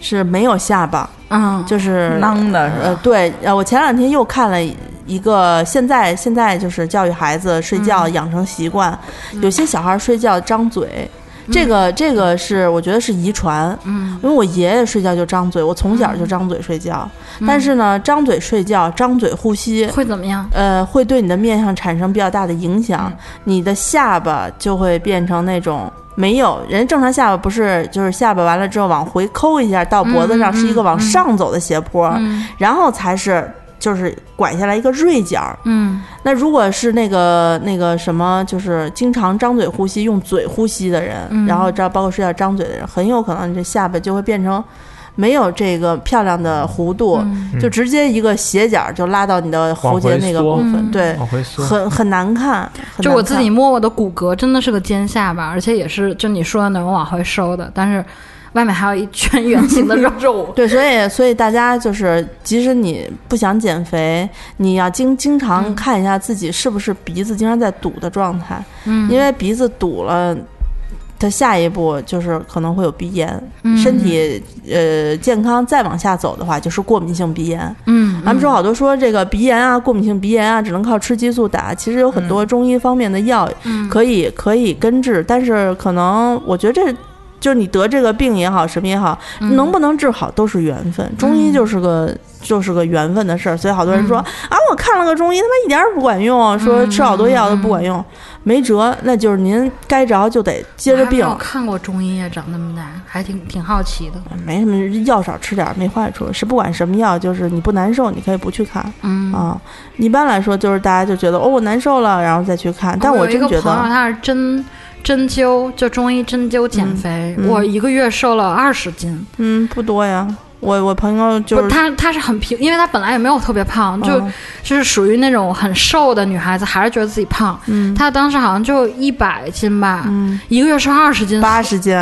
是没有下巴，
嗯，
就是
囊的是
呃
啊
吧？
对呃，我前两天又看了一个，现在现在就是教育孩子睡觉
嗯
养成习惯，有些小孩睡觉张嘴。这个这个是我觉得是遗传，
嗯，
因为我爷爷睡觉就张嘴，我从小就张嘴睡觉。
嗯
但是呢，张嘴睡觉，张嘴呼吸，
会怎么样？
呃，会对你的面相产生比较大的影
嗯
响，你的下巴就会变成那种没有人正常下巴不是就是下巴完了之后往回抠一下到脖子上
嗯
是一个
嗯
往
嗯
上走的斜坡，
嗯
然后才是就是拐下来一个锐角儿。
嗯
那如果是那个那个什么，就是经常张嘴呼吸、用嘴呼吸的人，
嗯
然后这包括睡觉张嘴的人，很有可能这下巴就会变成没有这个漂亮的弧度，
嗯
就直接一个斜角就拉到你的喉结那个部
往回缩
分，对，
嗯往回缩，
很很难看。很
就
难
我自
看。
己摸我的骨骼，真的是个尖下巴，而且也是就你说的那种往回收的，但是外面还有一圈圆形的肉肉
对，所以所以大家就是，即使你不想减肥，你要经经常看一下自己是不是鼻子经常在堵的状态，
嗯，
因为鼻子堵了。它下一步就是可能会有鼻炎，
嗯
身体呃健康再往下走的话，就是过敏性鼻炎。
嗯，
咱们说好多说这个鼻炎啊、过敏性鼻炎啊，只能靠吃激素打。其实有很多中医方面的药
嗯
可以、可以根治，但是可能我觉得这就是你得这个病也好，什么也好，
嗯
能不能治好都是缘分。中医就是个就是个缘分的事儿，所以好多人
嗯
说、啊，我看了个中医，他妈一点儿也不管用，说吃好多药都
嗯
不管用，没辙，那就是您该着就得接着病
我还没有，看过中医啊，长那么大，还挺挺好奇的。
没什么药少吃点儿没坏处，是不管什么药，就是你不难受，你可以不去看。
嗯，
啊，一般来说就是大家就觉得哦我难受了，然后再去看。但
我
我
有一
真
个
觉
朋友，啊
得，
他是针针灸，就中医针灸减肥，
嗯嗯
我一个月瘦了二十斤。
嗯，不多呀。我我朋友就
不
是
他他是很平，因为他本来也没有特别胖，就、
嗯
就是属于那种很瘦的女孩子，还是觉得自己胖。
嗯
她当时好像就一百斤吧，
嗯
一个月瘦二十斤，
八十斤，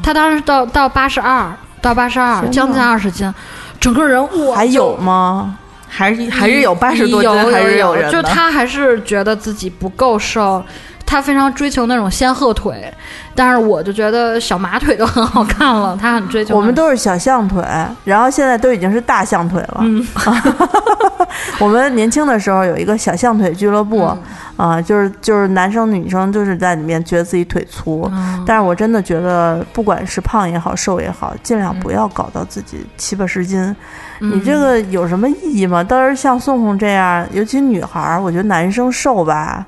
她当时到到八十二，到八十二，
天
将近二十斤，整个人我
还有吗？
还是还是有八十多斤，
有
还是
有
人
就
的。
她还是觉得自己不够瘦。她非常追求那种仙鹤腿，但是我就觉得小马腿都很好看 了，她很追求那种。
我们都是小象腿，然后现在都已经是大象腿了。
嗯
我们年轻的时候有一个小象腿俱乐部，啊、
嗯
就是就是男生女生就是在里面觉得自己腿粗，
嗯
但是我真的觉得不管是胖也好，瘦也好，尽
嗯
量不要搞到自己七八十斤。你这个有什么意义吗？到时候像宋宋这样，尤其女孩儿，我觉得男生瘦吧，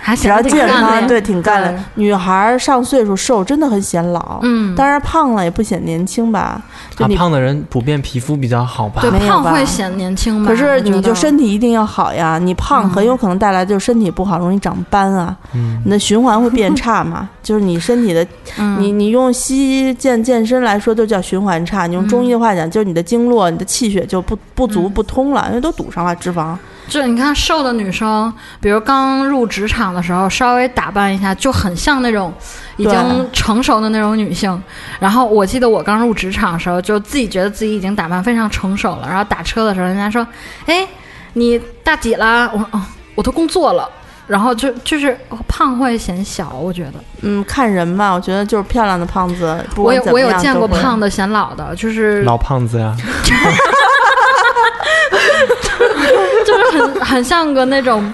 还
只
显
要
得挺
健
干
康，
练
对，挺干
对
练。女孩儿上岁数瘦真的很显老，
嗯，
当然胖了也不显年轻吧。就
啊，
你，
胖的人普遍皮肤比较好吧
对？
没有
胖
吧
会显年轻吧？
可是
我觉
你就
得嗯
身体一定要好呀，你胖很有可能带来就是身体不好，容易长斑啊，
嗯
你的循环会变差 嘛，就是你身体的
嗯
你你用西医健健身来说，就叫循环差；你用中医的
嗯
话讲，就是你的经络、你的气血就不不足不通了，因为都堵上了脂肪。
就你看瘦的女生，比如刚入职场的时候，稍微打扮一下，就很像那种已经成熟的那种女性。然后我记得我刚入职场的时候，就自己觉得自己已经打扮非常成熟了。然后打车的时候，人家说：“哎，你大几啦？”我说：“哦，我都工作了。”然后就就是胖会显小，我觉得
嗯，看人吧，我觉得就是漂亮的胖子，不
我
管
有
怎
我
么
有
样
见
都
过
会
胖的显老的，就是
老胖子呀，
就是很很像个那种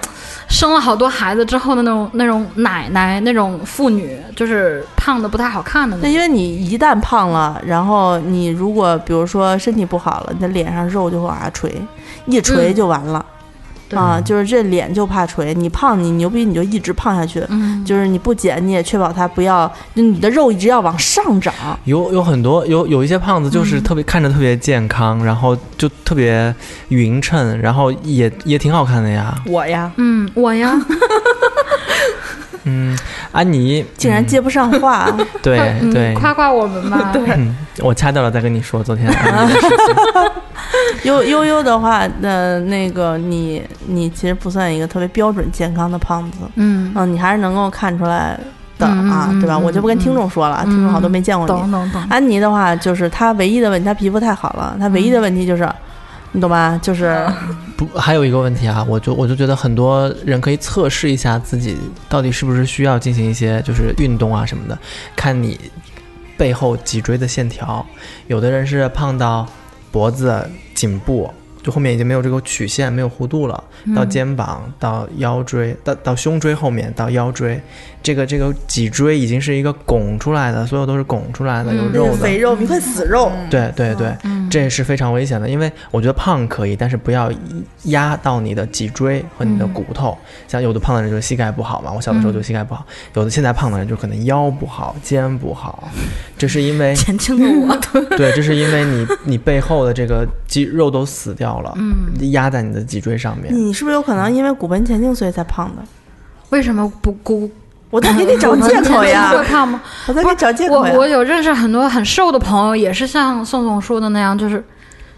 生了好多孩子之后的那种那种奶奶那种妇女，就是胖的不太好看的
那
那种。
因为你一旦胖了，然后你如果比如说身体不好了，你的脸上肉就会往下垂，一垂
嗯
就完了。
对
啊，就是这脸就怕垂，你胖你牛逼你就一直胖下去，
嗯，
就是你不减你也确保它不要，就你的肉一直要往上涨。
有有很多有有一些胖子就是特别、看着特别健康，然后就特别匀称，然后也也挺好看的呀。
我呀，
嗯，我呀，
嗯，安妮
竟然接不上话，
嗯对
嗯
对、
夸夸我们吧。对，
嗯我掐掉了再跟你说昨天啊安妮的事。
悠悠悠的话，呃，那个你你其实不算一个特别标准健康的胖子，
嗯，
嗯，你还是能够看出来的
嗯
啊，
嗯
对吧？
嗯
我就不跟听众说了，
嗯
听众好多没见过
懂
你。
懂懂。
安妮的话，就是她唯一的问题，她皮肤太好了，她唯一
嗯
的问题就是，你懂吧？就是
不，还有一个问题啊，我就我就觉得很多人可以测试一下自己到底是不是需要进行一些就是运动啊什么的，看你背后脊椎的线条，有的人是胖到脖子、颈部，就后面已经没有这个曲线、没有弧度了，到肩膀、到腰椎、到到胸椎后面到腰椎，这个这个脊椎已经是一个拱出来的，所有都是拱出来的，有
嗯
肉的，
肥肉，你快死肉，
对对对，这也是非常危险的，因为我觉得胖可以，但是不要压到你的脊椎和你的骨头。像有的胖的人就是膝盖不好嘛，我小的时候就膝盖不好；有的现在胖的人就可能腰不好、肩不好，这是因为
前清的我，
对，这是因为你你背后的这个肌肉都死掉掉了，嗯，压在你的脊椎上
嗯
面。
你是不是有可能因为骨盆前倾所以才胖的？
为什么不骨
我在给 你找借口呀！
会胖吗？
我在给你找借口
我
呀！
我有认识很多很瘦的朋友，也是像宋总说的那样，就是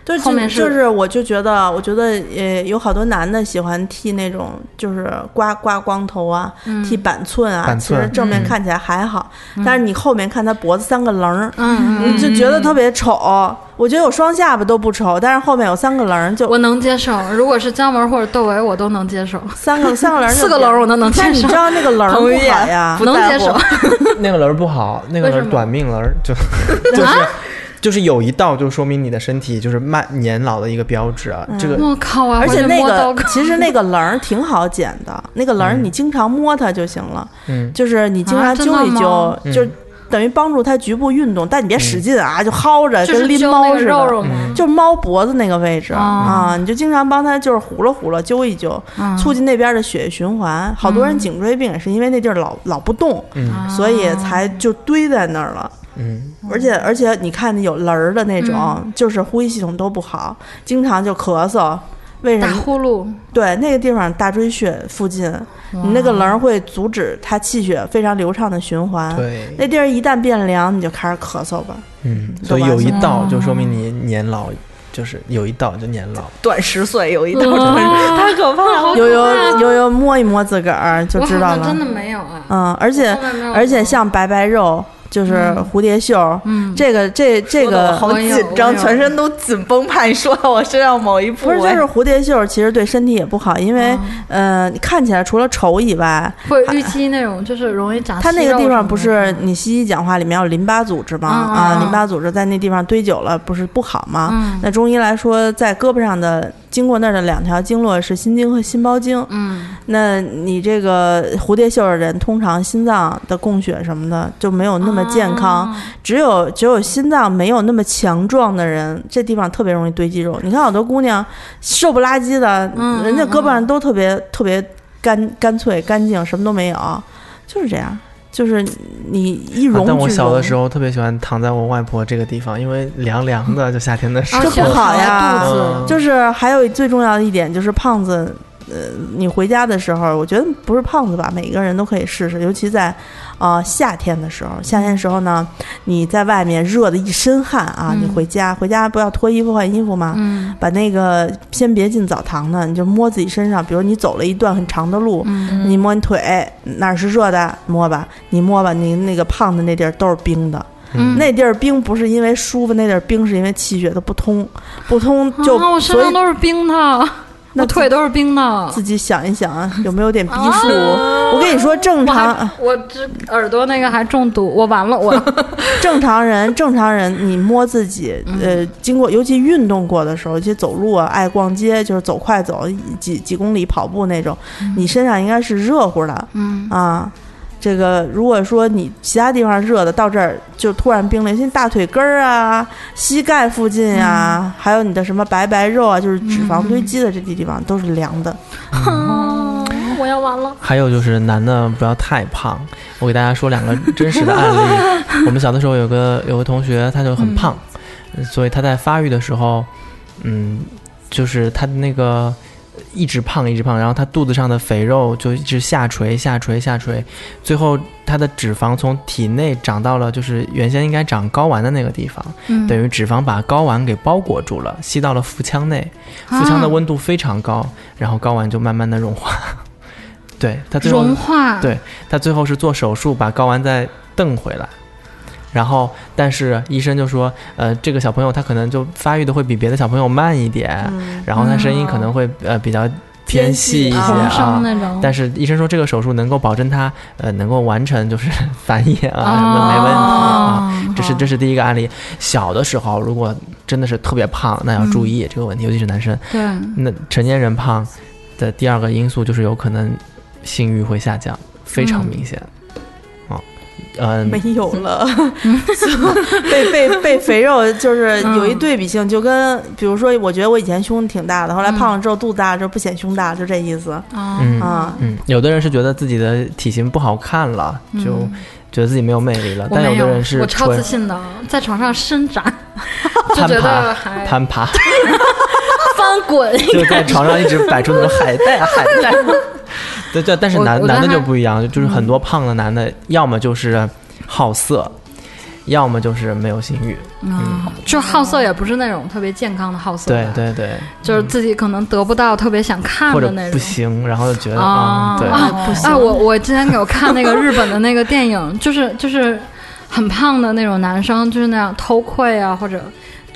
对，
后
就
面是
就是，我就觉得，我觉得呃，有好多男的喜欢剃那种就是刮刮光头啊，
嗯
剃板寸啊，
板寸
其实正面
嗯
看起来还好，但是你后面看他脖子三个棱儿，
嗯，嗯
你就觉得特别丑。我觉得有双下巴都不丑，但是后面有三个棱儿就
我能接受。如果是姜文或者窦唯，我都能接受。
三个三个棱 儿就
四个棱儿我都能接受
但你知道那个棱儿不
彭于
好
晏
呀，
不能
在
接
乎
受。
那个棱儿不好，那个
为
棱
什
儿
么啊
短命棱儿， 就就是、就是有一道就说明你的身体就是慢年老的一个标志啊。这个
我靠，我要
而
回
且
去
那
摸
个
刀割嗯
其实那个棱儿挺好剪的，那个棱儿你经常摸它就行了，
嗯
就是你经常
啊真的
揪一揪，
吗
就等于帮助它局部运动，但你别使劲啊，就薅着
就是
跟拎
揪
猫
那个
似
肉
的。
肉
嗯
嘛。
就猫脖子那个位置、
哦
啊，你就经常帮它就是糊了糊了揪一揪，
嗯
促进那边的血液循环。好多人颈椎病也是因为那地儿老老不动，
啊
嗯
所以才就堆在那儿了。
嗯，
而且而且你看有棱儿的那种，
嗯
就是呼吸系统都不好，经常就咳嗽。为什
打
么？
呼噜，
对，那个地方大椎穴附近，你那个棱儿会阻止它气血非常流畅的循
啊
环。
对，
那地儿一旦变凉，你就开始咳嗽吧。
嗯，所以有一道就说明你年老，就是有一道就年老。
嗯
短十岁有一道短
哦
太可怕了。
好
悠
可怕
悠
啊
悠悠摸一摸自个儿就
我
知
好
道
像
了。
真的没有啊。
嗯，而且
后面没有
而且
了
像白白肉，就是蝴蝶袖，
嗯
这个这这
说得
个
我好
我有
紧
我
张，
有
全身都紧绷，怕你说到我身上某一部
不
位。
是，就是蝴蝶袖，其实对身体也不好，因为、呃，你看起来除了丑以外，
会淤积那种，就是容易长。
它那个地方不是，你西医讲话里面有淋巴组织吗？
嗯嗯
啊，
嗯
淋巴组织在那地方堆久了，不是不好吗？
嗯
那中医来说，在胳膊上的经过那儿的两条经络是心经和心包经。
嗯，
那你这个蝴蝶袖的人，通常心脏的供血什么的就没有那么健康，
啊
只有只有心脏没有那么强壮的人，这地方特别容易堆肌肉。你看好多姑娘瘦不拉几的，
嗯
人家
嗯
胳膊上都特别特别干干脆干净，什么都没有，就是这样。就是你一
啊
融、
但我小的时
候。
候特别喜欢躺在我外婆这个地方，因为凉凉的，就夏天的时
啊
候。
这不好呀
小肚子
嗯
就是还有最重要的一点就是胖子，呃，你回家的时候，我觉得不是胖子吧，每个人都可以试试，尤其在啊、呃夏天的时候，夏天时候呢，你在外面热的一身汗啊，
嗯
你回家回家不要脱衣服换衣服吗？
嗯
把那个先别进澡堂呢，你就摸自己身上，比如你走了一段很长的路，
嗯
你摸你腿哪儿是热的，摸吧，你摸吧，你那个胖的那地儿都是冰的，
嗯，
那地儿冰不是因为舒服，那地儿冰是因为气血它不通，不通就、
啊，我身
所以
上都是冰的，
那
我腿都是冰的。
自己想一想啊，有没有点逼数？我跟你说，正
我
常
还我这耳朵那个还中毒，我完 了我。
正常人正常人，你摸自己，呃，经过尤其运动过的时候，就走路啊，爱逛街，就是走快走几几公里跑步那种，你身上应该是热乎的
嗯
啊。这个如果说你其他地方热的，到这儿就突然冰冷，像大腿根儿啊、膝盖附近呀、啊，还有你的什么白白肉啊，就是脂肪堆积的这些地方都是凉的。
我要完了。
还有就是男的不要太胖。我给大家说两个真实的案例。 我们小的时候有个有个同学，他就很胖，
嗯
所以他在发育的时候，嗯，就是他的那个一直胖一直胖，然后他肚子上的肥肉就一直下垂下垂下垂，最后他的脂肪从体内长到了就是原先应该长睾丸的那个地方，
嗯
等于脂肪把睾丸给包裹住了，吸到了腹腔内，腹
啊
腔的温度非常高，然后睾丸就慢慢的融化。 对他最后
融化。
对他最后是做手术把睾丸再蹬回来，然后但是医生就说，呃，这个小朋友他可能就发育的会比别的小朋友慢一点，
嗯，
然后他声音可能会呃比较偏细一些
啊
重生
啊。
那种，
但是医生说这个手术能够保证他呃能够完成就是 繁衍啊什么没问题啊。
啊，
这是这是第一个案例。小的时候如果真的是特别胖，那要注意这个问题，尤其是男生。
对，
那成年人胖的第二个因素就是有可能性欲会下降，非
嗯
常明显。哦，嗯、
没有 了，被被被肥肉就是有
嗯
一对比性，就跟比如说，我觉得我以前胸挺大的，后来胖了之后肚子大了之后不显胸大，就这意思
啊
嗯
啊。
嗯，有的人是觉得自己的体型不好看了，就觉得自己没有魅力了，
嗯我
但
没
有
有，
的人是
我超
纯
自信的，在床上伸展，就
攀
觉
爬
得还
攀爬，
翻滚，
就在床上一直摆出那种海带 啊海带。 对对，但是
我
男
我嗯觉得
男的就
还
不一样，就是很多胖的男的，要么就是好色，要么就是没有性欲。
啊，就好色也不是那种特别健康的好
嗯
色
对
吧，
对对，
就是自己可能得不到特别想
嗯
看
或
的
者
那
不
种。
行，然后就觉得
啊
啊， 对，
啊
不
哎，我我之前有看那个日本的那个电影，就是就是很胖的那种男生，就是那样偷窥啊，或者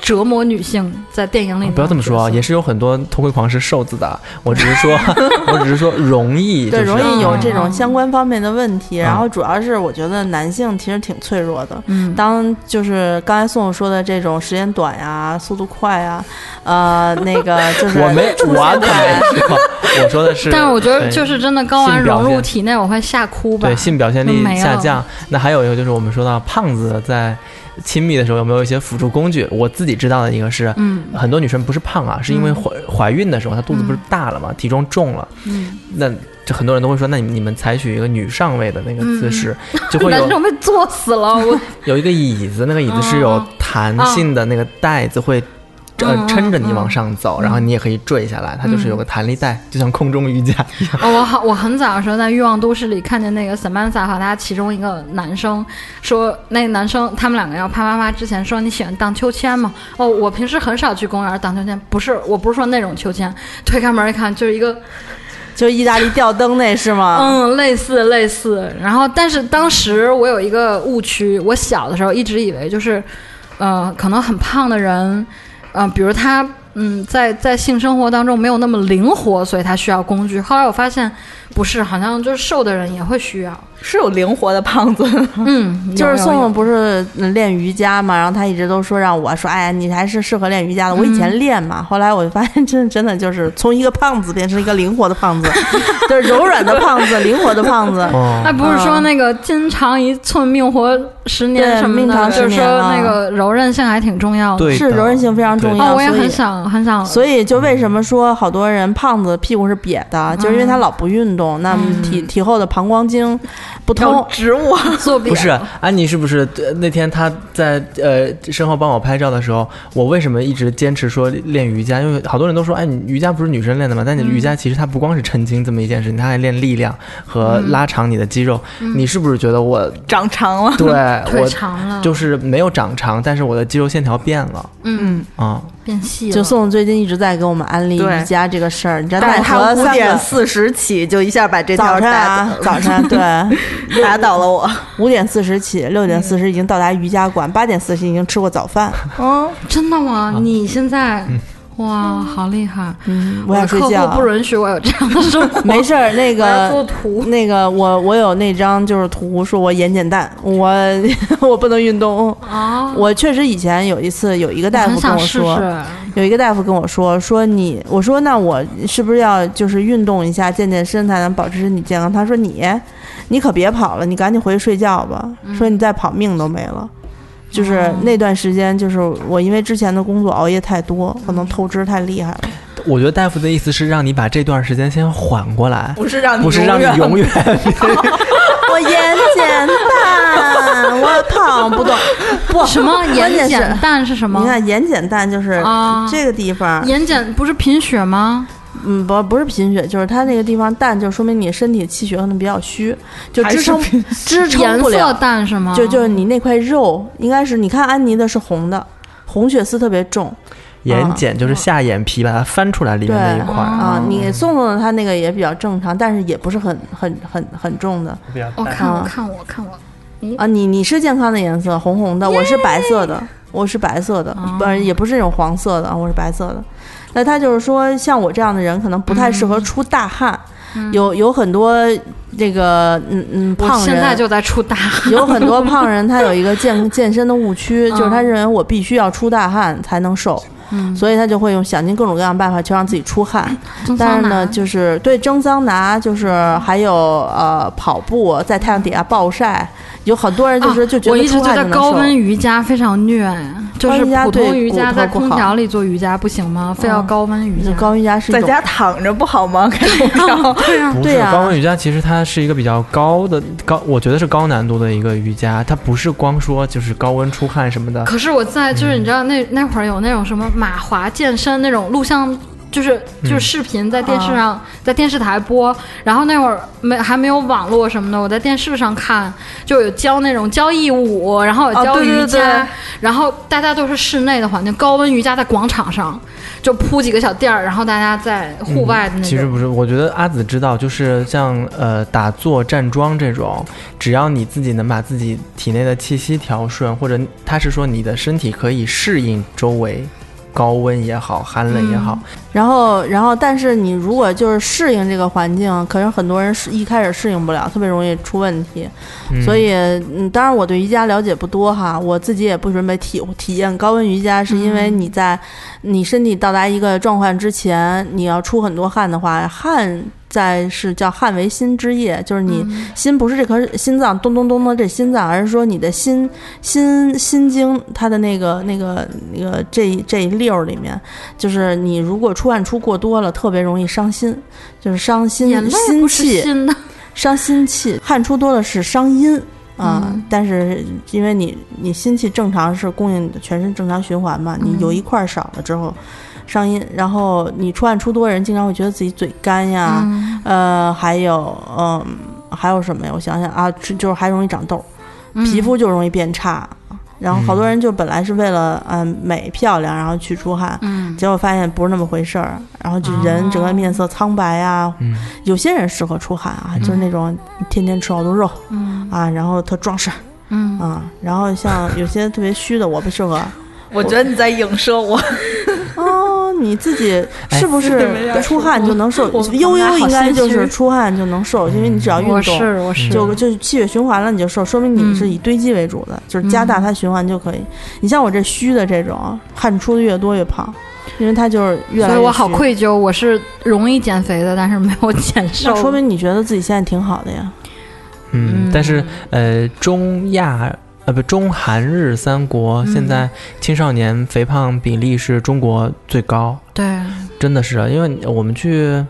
折磨女性，在电影里、
不要这么说啊，也
是
是有很多偷窥狂是瘦子的。啊 我只是 说，我只是说容易，
对，
就是
容易有这
嗯
种相关方面的问题。然后主要是我觉得男性其实挺脆弱的，
嗯，
当就是刚才宋说的这种时间短呀、速度快呀，呃，那个就是
我没，
出现
我可
在
没说，我说的是，
但是我觉得
对
就是真的睾丸
性表
融入
现
体内，我会吓哭吧。
对性表现
就
力
没
下
了
降。那还有一个就是我们说到胖子在亲密的时候有没有一些辅助工具？我自己知道的一个是，
嗯
很多女生不是胖啊，是因为怀怀孕的时候她肚子不是大了嘛，体重重了，
嗯，
那这很多人都会说，那你们你们采取一个女上位的那个姿势，就会
嗯 男
有
生被坐死了，我
有一个椅子，那个椅子是有
哦
弹性的，那个带子会。
嗯
呃
嗯，
撑着你往上
嗯
走，然后你也可以坠下来，它就是有个弹力带，就像空中瑜伽一 样。
哦，我好，我很早的时候在《欲望都市》里看见那个 Samantha 和她其中一个男生说，那个男生他们两个要啪啪啪之前说你喜欢荡秋千吗？哦，我平时很少去公园荡秋千，不是，我不是说那种秋千，推开门一看就是一个
就意大利吊灯那是吗？
嗯，类似类似。然后，但是当时我有一个误区，我小的时候一直以为就是，呃，可能很胖的人，呃，比如他，嗯，在在性生活当中没有那么灵活，所以他需要工具。后来我发现不是，好像就是瘦的人也会需要。
是有灵活的胖子，
嗯，
就是
有有
宋
有
宋不是嗯练瑜伽嘛，然后他一直都说让我说，哎呀，你还是适合练瑜伽的。我以
嗯
前练嘛，后来我就发现真的真的就是从一个胖子变成一个灵活的胖子， 就是柔软的胖子，灵活的胖子。
哦
哎，，不
嗯
是说那个筋长一寸，命活十年
对
什么
命
的，
长
就是
十
说
年啊
那个柔韧性还挺重要的。
对
是
的
柔韧性非常重
对
要
哦，我也
所以
很想很 想，
所以就为什么说好多人胖子屁股是瘪的，就是因
嗯
为他老不运动，那么体体后的膀胱经不通。
植物啊
做不
不
啊
是安妮是不是呃那天她在呃身后帮我拍照的时候，我为什么一直坚持说练瑜伽？因为好多人都说，哎，你瑜伽不是女生练的吗？
嗯
但你瑜伽其实它不光是抻筋这么一件事情，它还练力量和
嗯
拉长你的肌肉。你是不是觉得我
长长了，
对
腿
我
长了，
就是没有长长，但是我的肌肉线条变了
嗯
啊、
变细了，
就宋最近一直在给我们安利
对
瑜伽这个事儿，你知道奈
但
何
他五
三
点
个
四十起就一下把这条
早晨
打
啊， 早晨对，
打倒了我，
五点四十起，六点
嗯
四十已经到达瑜伽馆，八点四十已经吃过早 饭，
嗯，
哦真的
啊
吗？你现在哇，好厉害！
嗯，
我
要
的
睡
客
觉
户。不允许我有这样的生活，
没事儿， 那
我要做
个
图。
那个我我有那张就是图，说我眼睑淡，我 我不能运动。
啊，
我确实以前有一次有一个
我
大
很
夫跟
想
我
试
说，
试，
有一个大夫跟我说，说你，我说那我是不是要就是运动一下，健健身才能保持身体健康？他说你，你可别跑了，你赶紧回去睡觉吧。说你再跑命都没了。就是那段时间，就是我因为之前的工作熬夜太多，可能透支太厉害了。
我觉得大夫的意思是让你把这段时间先缓过来，
不是让你
不是让你永远。
我眼睑淡，我跑不动。不
什 么
关
眼
键是
睑淡是什么
你？看眼睑淡就是
啊
这个地方，
眼睑不是贫血吗？
嗯，不不是贫血，就是它那个地方淡，就说明你身体气血可能比较虚，就
还
支
是
撑支撑
颜
不
色
了。
淡是吗？
就就是你那块肉，应该是你看安妮的是红的，红血丝特别重
眼睑就是下眼皮，把它翻出来里面那一块儿。
哦
啊、你宋宋的她那个也比较正常，但是也不是很很很很重的
我哦看我
啊
看我看我，
啊。你你是健康的颜色，红红的，我是白色的，我是白色的，
哦
不是也不是那种黄色的，我是白色的。那他就是说，像我这样的人，可能不太适合
嗯
出大汗，有有很多这个嗯嗯
我
胖人，
现在就在出大汗。
有很多胖人，他有一个健 健身的误区，就是
嗯
他认为我必须要出大汗才能瘦，所以他就会用想尽各种各样的办法去让自己出汗。
蒸
但
桑
是
拿
呢，就是对蒸桑拿，就是还有呃跑步，在太阳底下暴晒，有很多人就是就觉
啊哦我
得
一直
出
觉
汗
得
就能
高
瘦
温瑜伽非常虐，就是
高温瑜伽
普通
对
瑜伽
骨头
在
不
空
好
调里做瑜伽不行吗？非要
嗯
高温瑜
就
伽？
高温瑜伽是一
在
种
家躺着不好吗？开空调，
不
对啊
是
呀
高温瑜伽，其实它是一个比较高的高，我觉得是高难度的一个瑜伽，它不是光说就是高温出汗什么的。
可是我在就是你知道那那会儿有那种什么马华健身那种录像，就是就是视频在电视上、在电视台播，然后那会儿没还没有网络什么的，我在电视上看，就有教那种教义舞，然后有
哦
教
对对
瑜伽，
对
然后大家都是室内的环境，高温瑜伽在广场上就铺几个小垫儿，然后大家在户外
嗯
的那种。
嗯其实不是，我觉得阿紫知道，就是像呃打坐、站桩这种，只要你自己能把自己体内的气息调顺，或者他是说你的身体可以适应周围高温也好、寒冷也好，
然后，然后，但是你如果就是适应这个环境，可是很多人是一开始适应不了，特别容易出问题。
嗯
所以，嗯，当然我对瑜伽了解不多哈，我自己也不准备体体验高温瑜伽，是因
嗯
为你在你身体到达一个状况之前，你要出很多汗的话，汗在是叫汗为心之液，就是你
嗯
心不是这颗心脏咚咚咚的这心脏，而是说你的心心心经它的那个那个那个这一这一溜儿里面。就是你如果出汗出过多了，特别容易伤心，就是伤心
眼泪
心
不是
气，
心的，
伤心气。汗出多了是伤阴啊、但是因为你你心气正常是供应全身正常循环嘛，你有一块儿少了之后。伤阴，然后你出汗出多，人经常会觉得自己嘴干呀，呃，还有，嗯，还有什么呀？我想想啊，就就是还容易长痘，皮肤就容易变差。然后好多人就本来是为了嗯、美漂亮，然后去出汗，
嗯
结果发现不是那么回事儿，然后就人整个面色苍白啊。
嗯
有些人适合出汗啊，就是那种天天吃好多肉
嗯
啊，然后特壮实
嗯，
啊。然后像有些特别虚的，我不 适合。
我觉得你在影射我。
哦，你自己
哎
是不是出汗就能瘦？悠悠应该就是出汗就能瘦，因为你只要运
我
动。嗯
是嗯我是
就就气血循环了，你就瘦，说明你是以堆积为主的，就是加大它循环就可
嗯
以。你像我这虚的这种，汗出的越多越胖，因为它就是越来
所
越
以我好
虚。
愧疚，我是容易减肥的，但是没有减
那
瘦。
说明你觉得自己现在挺好的呀？
嗯，但是呃，中亚呃不中韩日三国
嗯
现在青少年肥胖比例是中国最高，
对，
真的是，啊因为我们去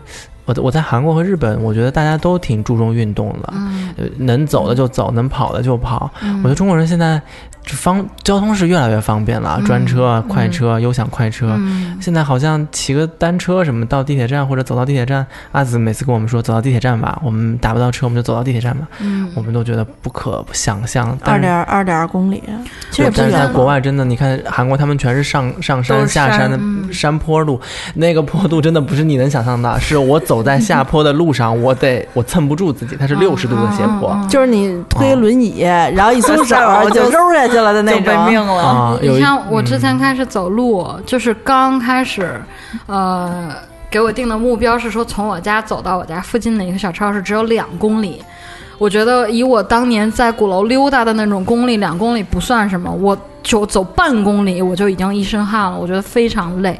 我我在韩国和日本，我觉得大家都挺注重运动的，
嗯，
呃能走的就走，能跑的就跑。
嗯
我觉得中国人现在这方交通是越来越方便了，
嗯
专车、
嗯
快车、优享快车。
嗯
现在好像骑个单车什么到地铁站或者走到地铁站，阿紫每次跟我们说走到地铁站吧，我们打不到车我们就走到地铁站吧。
嗯
我们都觉得不可想象。但
二
是
点二点二公里，其实
对
也不
但是在
远。
国外真的，你看韩国他们全是上上山
都是
下
山
山的
嗯
山坡路，那个坡度真的不是你能想象的。是我走在下坡的路上，我得我蹭不住自己，它是六十度的斜坡
嗯嗯
就是你推
哦
轮椅，然后一松 手
吓我
就
就
揉下去了的那
就被
种
命。了。
啊。有
你
一
像我之前开始走路，就是刚开始，呃，给我定的目标是说，从我家走到我家附近的一个小超市只有两公里。我觉得以我当年在鼓楼溜达的那种功力，两公里不算什么，我就走半公里我就已经一身汗了，我觉得非常累，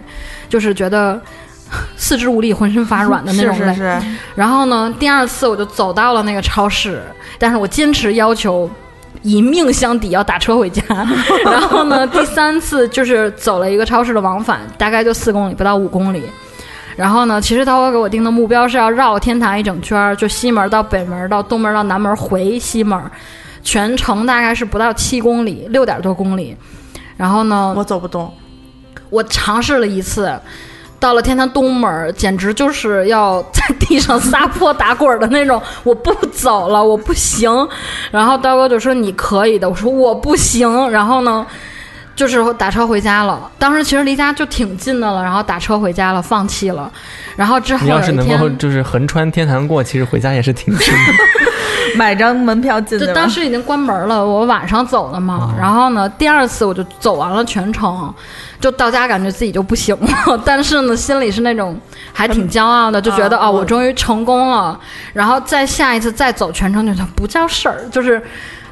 就是觉得 四肢无力、浑身发软的那
是
种累。
是是，
然后呢，第二次我就走到了那个超市，但是我坚持要求。以命相抵，要打车回家。然后呢，第三次就是走了一个超市的往返，大概就四公里，不到五公里。然后呢，其实涛哥给我定的目标是要绕天坛一整圈儿，就西门到北门到东门到南门回西门，全程大概是不到七公里，六点多公里。然后呢，
我走不动。
我尝试了一次，到了天坛东门儿，简直就是要在地上撒泼打滚儿的那种。我不走了，我不行。然后刀哥就说你可以的，我说我不行。然后呢，就是打车回家了。当时其实离家就挺近的了，然后打车回家了，放弃了。然后之后
你要是
有一
能
天
够就是横穿天坛过，其实回家也是挺近的。
买张门票进去
就
吧。
当时已经关门了，我晚上走的嘛。
嗯
然后呢，第二次我就走完了全程，就到家感觉自己就不行了， 但是呢，心里是那种还挺骄傲
嗯
的，就觉得啊、我终于成功了。然后再下一次再走全程，就觉得不叫事儿，就是。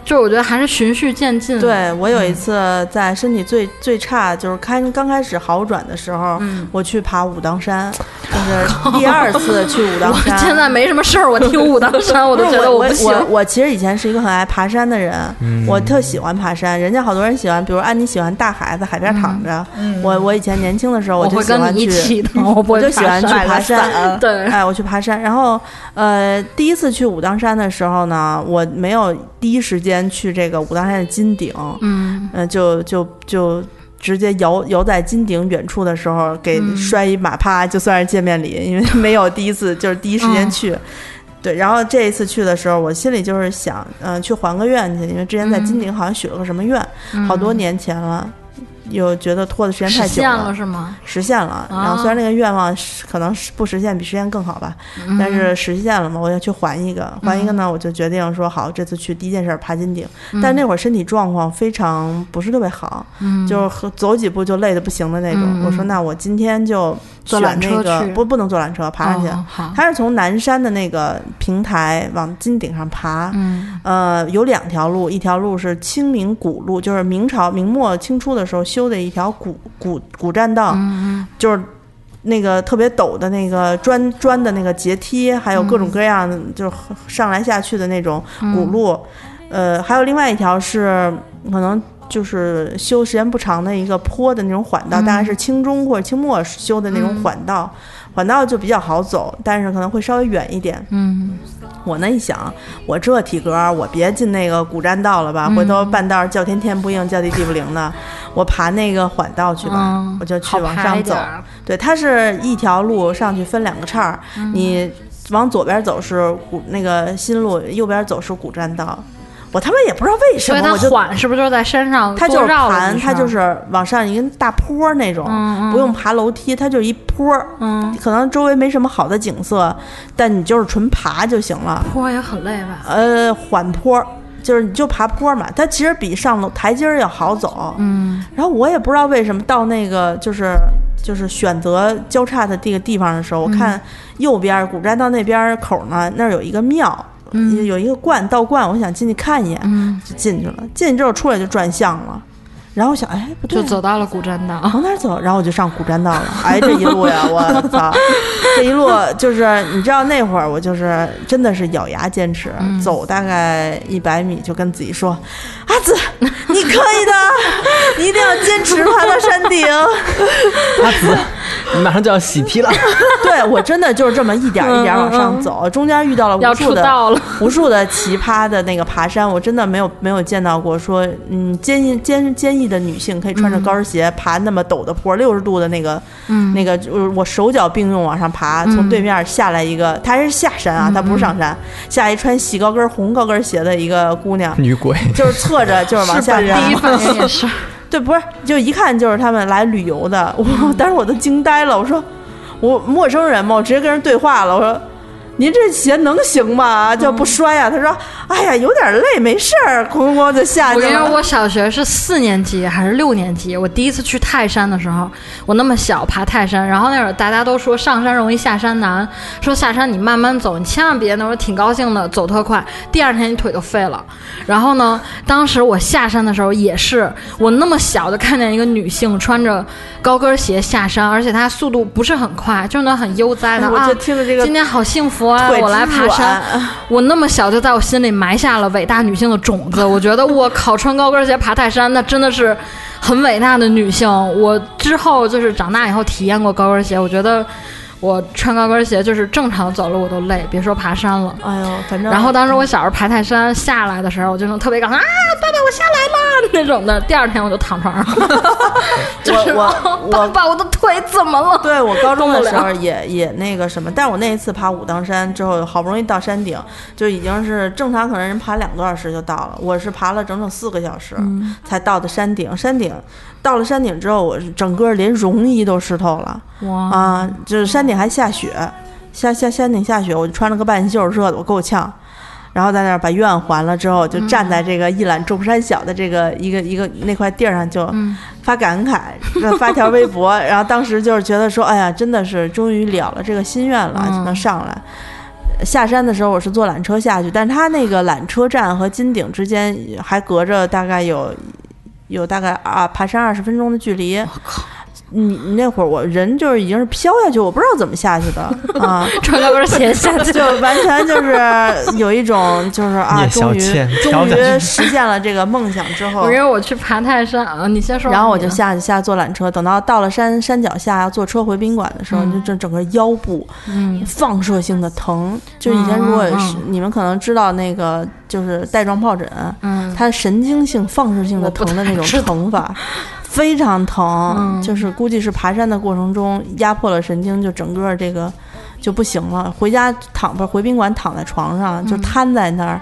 就是我觉得还是循序渐进。，
对我有
嗯
一次在身体最最差，就是开刚开始好转的时候，
嗯
我去爬武当 山，就是第二次去武当
我
山。
现在没什么事儿，我听武当山我
不
都
是
觉得
啊我
不行。
我我其实以前是一个很爱爬山的人，
嗯
我特喜欢爬山。人家好多人喜欢，比如安妮喜欢大海，在海边躺着。我我以前年轻的时候，
嗯我
就
会
喜欢
跟你一
去，
起的，我不
我
会
就喜欢去
爬山
爬
伞
山。
对
哎，我去爬山。然后呃，第一次去武当山的时候呢，我没有第一时间去这个武当山的金顶，
嗯，
嗯，就就就直接摇摇在金顶远处的时候，给摔一马趴，就算是见面礼，因为没有第一次就是第一时间
嗯
去。对，然后这一次去的时候，我心里就是想，嗯、去还个愿去，因为之前在金
嗯
顶好像许了个什么愿，好多年前了，又觉得拖的时间
实
太久
现了嗯是吗？
实现了。
啊
然后虽然那个愿望是可能是不实现比实现更好吧，
嗯
但是实现了嘛，我要去还一个，还一个呢，我就决定说好，这次去第一件事儿爬金顶。
嗯
但那会儿身体状况非常不是特别好，
嗯
就是和走几步就累得不行的那种。我说那我今天就
坐
选
缆车
那个
去
不不能坐缆车，爬上去。
哦好，
它是从南山的那个平台往金顶上爬，
嗯
呃，有两条路，一条路是清明古路，就是明朝明末清初的时候修的一条古古古栈道，
嗯
就是那个特别陡的那个砖砖的那个阶梯，还有各
嗯
种各样的就是上来下去的那种古路，呃，还有另外一条是可能。就是修时间不长的一个坡的那种缓道，大概
嗯
是清中或者清末修的那种缓道，缓道就比较好走，但是可能会稍微远一点。
嗯
我那一想，我这体格儿，我别进那个古栈道了吧，回
嗯
头半道儿叫天天不应，叫地地不灵的，我爬那个缓道去吧，
嗯
我就去
好
往
爬
上
一
走
点儿。
对，它是一条路上去分两个岔儿，
嗯
你往左边走是古那个新路，右边走是古栈道。我他妈也不知道为什
所以
么，
它
我就
缓是不是就是在山上
它就
多
是
绕了
盘，
几
它就
圈
是往上一个大坡儿那种，
嗯嗯
不用爬楼梯，它就是一坡儿。
嗯，
可能周围没什么好的景色，但你就是纯爬就行了。
坡也很累吧？
呃，缓坡，就是你就爬坡嘛，它其实比上楼台阶儿要好走。
嗯
然后我也不知道为什么到那个就是就是选择交叉的这个地方的时候，我
嗯
看右边儿古栈道那边儿口呢，那儿有一个庙。有一个观道观，我想进去看一眼，
嗯，
就进去了。进去之后出来就转向了，然后我想，哎，不对
就
啊，
走到了古栈道。
往哪儿走？然后我就上古栈道了。哎，这一路呀，我操！这一路就是你知道那会儿我就是真的是咬牙坚持，走大概一百米就跟自己说：“阿紫，你可以的，你一定要坚持爬到山顶。
阿紫，你马上就要喜提了。
对”我真的就是这么一点儿一点儿往上走，中间遇到了
嗯要
无
出
数的
道了，
无数的奇葩的那个爬山，我真的没有没有见到过说，嗯，坚毅坚坚毅的女性可以穿着高跟鞋爬那么陡的坡，六十度的那个，
嗯
那个就是我手脚并用往上爬，从对面下来一个，她是下山
嗯
啊，她不是上山，下一穿细高跟红高跟鞋的一个姑娘，
女鬼，
就是侧着就是往下
第一
爬，
反应也是，
对，不是，就一看就是他们来旅游的，我
嗯
当时我都惊呆了，我说我陌生人嘛，我直接跟人对话了，我说。您这鞋能行吗？啊就
嗯
不摔呀、他说：“哎呀，有点累，没事儿，哐哐就下
我
去
跟你说，
了。
我小学是四年级还是六年级？我第一次去泰山的时候，我那么小爬泰山，然后那会儿大家都说上山容易下山难，说下山你慢慢走，你千万别那会儿挺高兴的走特快，第二天你腿就废了。然后呢，当时我下山的时候也是，我那么小就看见一个女性穿着高跟鞋下山，而且她速度不是很快，就是那很悠哉的、
哎我
啊。
就听着这个
今天好幸福啊，
腿
我来
之
爬山
软。
我那么小就在我心里埋下了伟大女性的 种子。我觉得我靠，穿高跟鞋爬泰山，那真的是很伟大的女性。我之后就是长大以后体验过高跟鞋，我觉得我穿高跟鞋就是正常走路我都累，别说爬山了。
哎呦，反正
然后当时我小时候爬泰山下来的时候，我就能特别高兴啊，爸爸我下来啦那种的。第二天我就躺床上， 就是
我
哦
我
爸爸我的腿怎么 了？
对我高中的时
动不
候也也那个什么，但是我那一次爬武当山之后，好不容易到山顶，就已经是正常，可能人爬两个多小时就到了，我是爬了整整四个小时才到的山顶。山顶到了山顶之后，我是整个连绒衣都湿透了
哇，
啊！就是山顶还下雪，下下山顶下雪，我就穿了个半袖，热的我够呛。然后在那儿把愿还了之后，就站在这个一览众山小的这个一个一个那块地儿上，就发感慨，呃发条微博。然后当时就是觉得说，哎呀，真的是终于了了这个心愿了，就能上来。下山的时候我是坐缆车下去，但是它那个缆车站和金顶之间还隔着大概有有大概啊爬山二十分钟的距离。你你那会儿我人就是已经是飘下去，我不知道怎么下 去的啊，
穿高跟 鞋下去
就完全就是有一种就是啊，
聂小
终于
倩
终
飘下
于
去
实现了这个梦想之后
我，因为我去爬泰山啊，你先说完你的，
然后我就下去下坐缆车，等到到了山山脚下坐车回宾馆的时候，就这整个腰部
嗯，
放射性的疼。就以前如果
嗯嗯
是你们可能知道那个就是带状疱疹，
嗯
它神经性放射性的
我不
疼的
太
那种
知道
疼法，非常疼，
嗯
就是估计是爬山的过程中压迫了神经，就整个这个就不行了。回家躺不是回宾馆躺在床上
嗯
就瘫在那儿，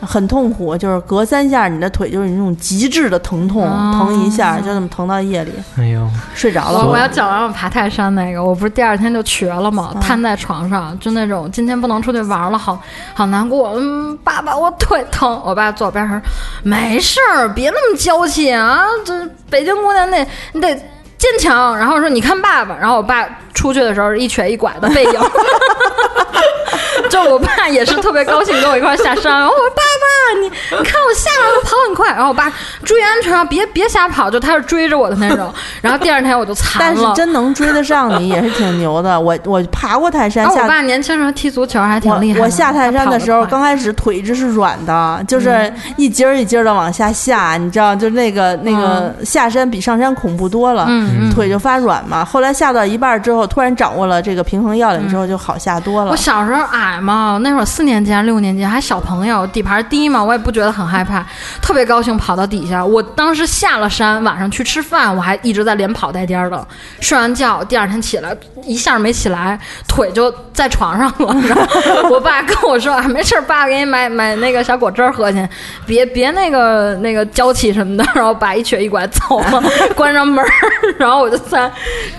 很痛苦，就是隔三下你的腿就是那种极致的疼痛，疼一下就这么疼到夜里
哎呦，
睡着了。
哦我我要讲完我爬泰山那个，我不是第二天就瘸了吗？瘫在床上，就那种今天不能出去玩了，好好难过。嗯，爸爸，我腿疼。我爸坐我边上，没事儿，别那么娇气啊，这北京姑娘那你得。坚强，然后说你看爸爸，然后我爸出去的时候一瘸一拐的背影，就我爸也是特别高兴跟我一块儿下山，然后我说爸爸，你你看我下来了，我跑很快，然后我爸注意安全啊，别别瞎跑，就他是追着我的那种。然后第二天我就残
但
了，
是真能追得上你也是挺牛的。我我爬过泰 山
然后
下
哦我爸年轻时候踢足球还挺
我
厉害
我下泰山的时候，刚
才
开始腿一直是软的，就是
嗯
一节儿一节儿的往下下，你知道，就那个那个下山比上山恐怖多了，
嗯
腿就发软嘛。后来下到一半儿之后，突然掌握了这个平衡要领之
嗯
后，就好下多了
我。小时候矮嘛，那会儿四年级还是六年级，还小朋友，底盘低嘛，我也不觉得很害怕，特别高兴跑到底下。我当时下了山，晚上去吃饭，我还一直在连跑带颠儿的。睡完觉，第二天起来一下没起来，腿就在床上了。然后我爸跟我说：“啊，没事儿，爸给你买买那个小果汁儿喝去，别别那个那个娇气什么的。”然后爸一瘸一拐走了，关上门儿，然后我就在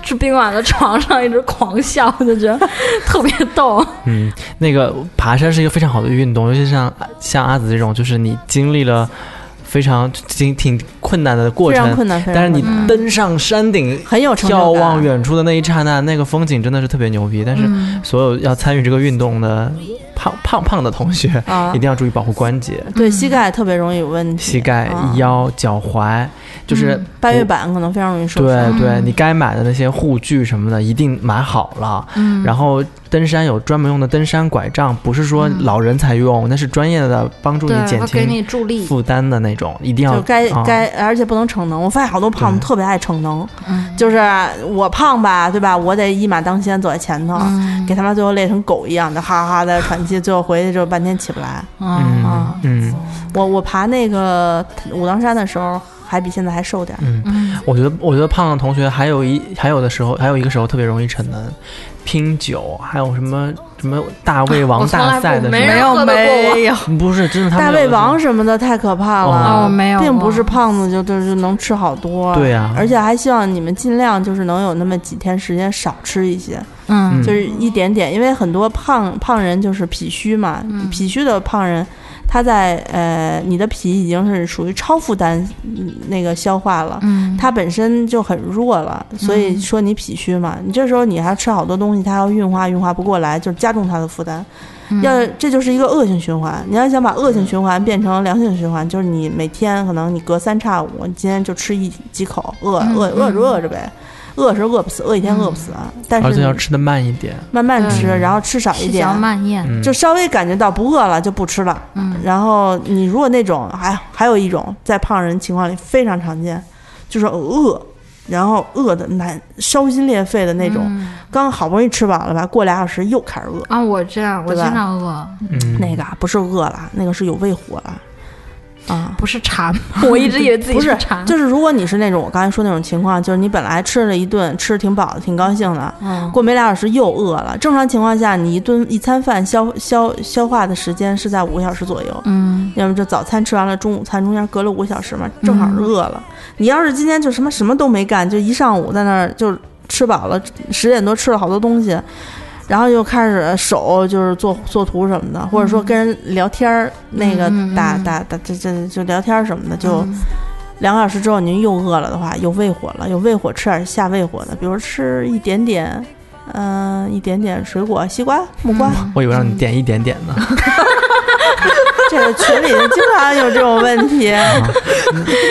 去宾馆的床上一直狂笑，我就觉得特别逗。
嗯，那个爬山是一个非常好的运动，尤其像像阿紫这种，就是你经历了非常挺挺困难的过
非常
程，
困难，非常
但是你
困难
登上山顶。
很有成
眺
就
望
感。嗯
远处的那一刹那，那个风景真的是特别牛逼。但是所有要参与这个运动的胖胖胖的同学，
啊
一定要注意保护关节，
嗯
对膝盖特别容易有问题，
膝盖
啊、
腰、脚踝，就是
半月板可能非常容易受伤。
对对，你该买的那些护具什么的一定买好了。嗯，然后登山有专门用的登山拐杖，不是说老人才用，那是专业的帮助
对，
你减
会给
轻
你助力。
负担的那种，一定要
就该
啊
该，而且不能逞能。我发现好多胖子
对
特别爱逞能，
嗯
就是我胖吧，对吧？我得一马当先走在前头，
嗯
啊
给他妈最后累成狗一样的，哈哈哈在那喘气，最后回去就半天起不来。
嗯
啊
嗯
我我爬那个武当山的时候，还比现在还瘦点儿。
嗯，我觉得我觉得胖的同学还有一还有的时候还有一个时候特别容易逞能，拼酒，还有什么什么大胃
我
王
从来
大
不
赛的
没
时
人
候，
喝得过我。
没有，
不是，真是他们
大
有
胃
的时候
王什么的太可怕
哦
了，
哦没有
并不
过
是胖子就就就能吃好多。
对啊
而且还希望你们尽量就是能有那么几天时间少吃一些。
嗯
嗯
就是一点点，因为很多胖胖人就是脾虚嘛，脾虚的胖人，他在呃你的脾已经是属于超负担嗯那个消化了，
嗯，
它本身就很弱了，所以说你脾虚嘛，你这时候你还吃好多东西，它要运化运化不过来，就是加重它的负担。要这就是一个恶性循环，你要想把恶性循环变成良性循环，就是你每天可能你隔三差五，你今天就吃一几口，饿饿饿着饿着呗，饿是饿不死，饿一天饿不死啊，但是
而且要
你
吃的慢一点，
慢慢吃，
嗯
然后吃少一
细
点
嚼，慢咽。
嗯
就稍微感觉到不饿了就不吃了。
嗯
然后你如果那种还还有一种在胖人情况里非常常见，就是饿，然后饿的难烧心裂肺的那种，
嗯
刚好不容易吃饱了吧，过俩小时又开始饿。
啊，我这样，我
对
经
吧
常饿，
嗯
那个啊不是饿了，那个是有胃火了。啊，
不是馋， 我一直以为自己
不是
馋，，
就是如果你是那种我刚才说那种情况，就是你本来吃了一顿，吃得挺饱的，挺高兴的，
嗯
过没俩小时又饿了。正常情况下，你一顿一餐饭消消消化的时间是在五个小时左右，
嗯
要么就早餐吃完了，中午餐中间隔了五个小时嘛，正
嗯
好是饿了。你要是今天就什么什么都没干，就一上午在那儿就吃饱了，十点多吃了好多东西，然后又开始手就是做做图什么的，或者说跟人聊天儿，那个
嗯嗯
打
嗯
打打这这就聊天儿什么的，就两个小时之后您又饿了的话，有胃火了，有胃火吃点下胃火的，比如吃一点点嗯、一点点水果，西瓜、木瓜。
嗯
我以为让你点一点点呢。
这个群里经常有这种问 题，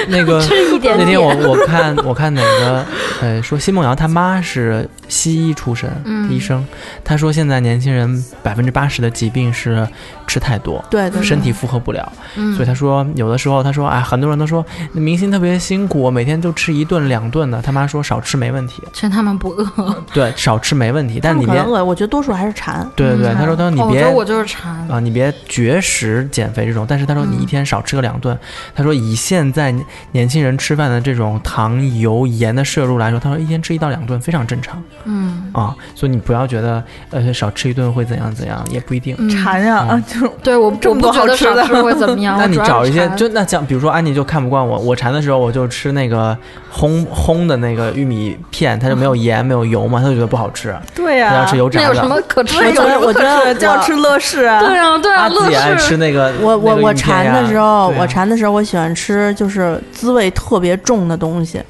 那个
吃一点点
那天我我看我看哪个呃说新梦瑶她妈是西医出身、
嗯
医生，她说现在年轻人百分之八十的疾病是吃太多。
对对，
身体负荷不了，
嗯
所以她说，有的时候她说，哎，很多人都说明星特别辛苦，每天就吃一顿两顿的。他妈说少吃没问题，
劝他们不饿。
对，少吃没问题，
他
但是
们
你
可
别
能，饿，我觉得多数还是馋。
对对对，
嗯
她说，她说你
哦我
别
觉得我就是馋。
啊，你别绝食减肥这种，但是他说
嗯
你一天少吃个两顿，他说以现在年轻人吃饭的这种糖、油、盐的摄入来说，他说一天吃一到两顿非常正常
嗯，
啊，所以你不要觉得呃少吃一顿会怎样怎样，也不一定。
嗯
馋呀，
嗯
啊，就是
对我
这
我
么
不
多
觉得
好吃
少
的
吃会怎么 样。
那
我
你
主要
找
是
一些
馋
就那像比如说安妮就看不惯我，我馋的时候我就吃那个烘烘的那个玉米片，它就没有盐没有油嘛，她就觉得不好吃，
对
她要
呀
吃，油炸
啊那有什么
的。
可吃
对
我
有
觉
的？
得，我觉得
就要吃乐事啊，
对啊，对
她
啊，
自
乐
己爱吃
事。
那个，
我
那个
我我
玉米片
馋
呀
的时候，
对啊
我馋的时候，我喜欢吃就是滋味特别重的东西，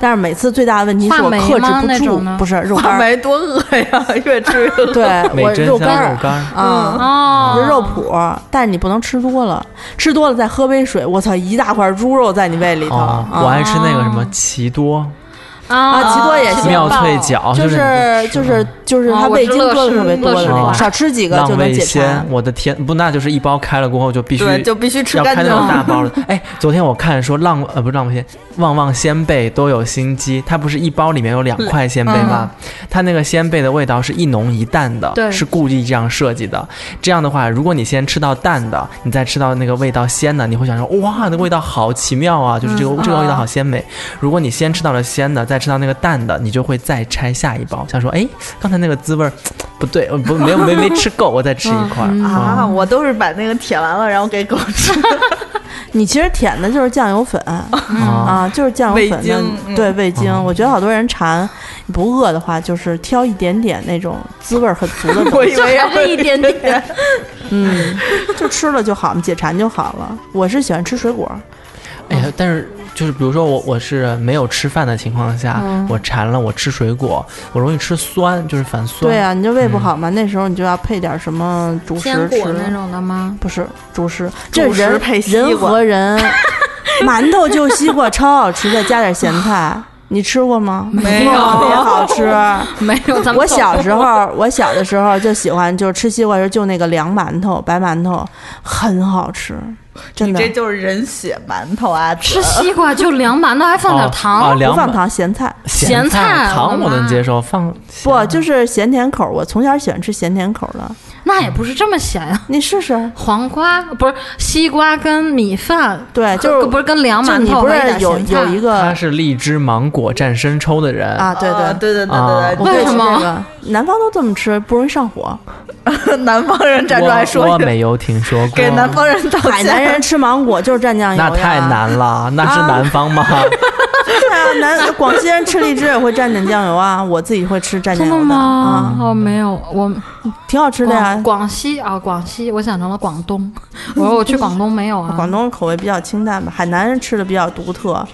但是每次最大的问题是
话
我
梅
克制
吗那
不
种
住
呢，
不是肉干
话
儿，
梅多饿呀，越吃越
对我
美珍
肉
香
干
肉
儿
干儿。
啊。
哦，
就是肉脯，但是你不能吃多了，吃多了再喝杯水，我操，一大块猪肉在你胃里头
哦，我
啊！
爱吃那个什么奇多
啊，
奇多也行
妙脆角，
就
那
是
种
就是就是
哦
它
我
味
知
精
乐
搁的
事
特别多
乐
的
事
那
吧
种，少吃几个就
浪
能
味
解馋
仙，。我的天，不，那就是一包开了过后就必须
对，就必须吃
要
干
开那
净
种大 包的。哎，昨天我看说浪呃不是浪味仙，旺旺鲜贝都有心机，它不是一包里面有两块鲜贝吗？它那个鲜贝的味道是一浓一淡的，
对
是故意这样设计的。这样的话，如果你先吃到淡的，你再吃到那个味道鲜的，你会想说哇，那味道好奇妙啊，就是这个、这个味道好鲜美。如果你先吃到了鲜的，再吃到那个淡的，你就会再拆下一包，想说哎，刚才那个滋味儿嘖不对，呃不没有没没吃够，我再吃一块儿。嗯
啊！我都是把那个舔完了，然后给狗吃。
你其实舔的就是酱油粉，
啊
啊，就是酱油粉
味精
的，
嗯
对味精。
啊
嗯
我觉得好多人馋，你不饿的话，就是挑一点点那种滋味儿很足的东
我
西，
以为要
还是一点点，
嗯，就吃了就好，解馋就好了。我是喜欢吃水果，
哎呀，但是就是比如说我我是没有吃饭的情况下，我馋了，我吃水果，我容易吃酸，就是反酸。
对，啊，你就胃不好嘛，
嗯
那时候你就要配点什么主食
坚果那
吃，
种的吗？
不是主食，这
主食
人
配西
人
瓜
和人， 馒头就西瓜超好吃，再加点咸菜。你吃过吗？
没有
特别好吃。
没有，咱们
我小时 候，我小的时候就喜欢，就是吃西瓜的时候就那个凉馒头、白馒头，很好吃，真
你
的
这。就是人血馒头啊！
吃西瓜就凉馒头，还放点
哦哦
糖，
凉
不放
拌
糖，咸菜
咸
咸菜
糖
我
我
的
能
妈
接受，放
不就是咸甜口儿？我从小喜欢吃咸甜口儿的，
那也不是这么咸呀。
你试试。
黄瓜不是西瓜跟米饭，
对，就
和
是
不是跟凉
就
馒
你
头
不
和一点
是有
咸菜啊
有一
他
个
是荔枝芒果蘸生抽的人
啊？对
啊
对，
对对对
啊
对
我
对
为
对
什么
这个南方都这么吃，不容易上 火。
对，南方人站出来
我
说
我
一句，
没有听说过。
给南方人道歉。
海南人吃芒果就是蘸酱油，
那太。难了，那是南方吗？
对啊，南广西人吃荔枝也会蘸点酱油啊，我自己会吃蘸酱
真的
油的啊
吗，？哦，没有，我
挺好吃的呀
广。广西啊，广西，我想成了广东。 我说我去广东没有啊？
广东口味比较清淡吧，海南人吃的比较独特，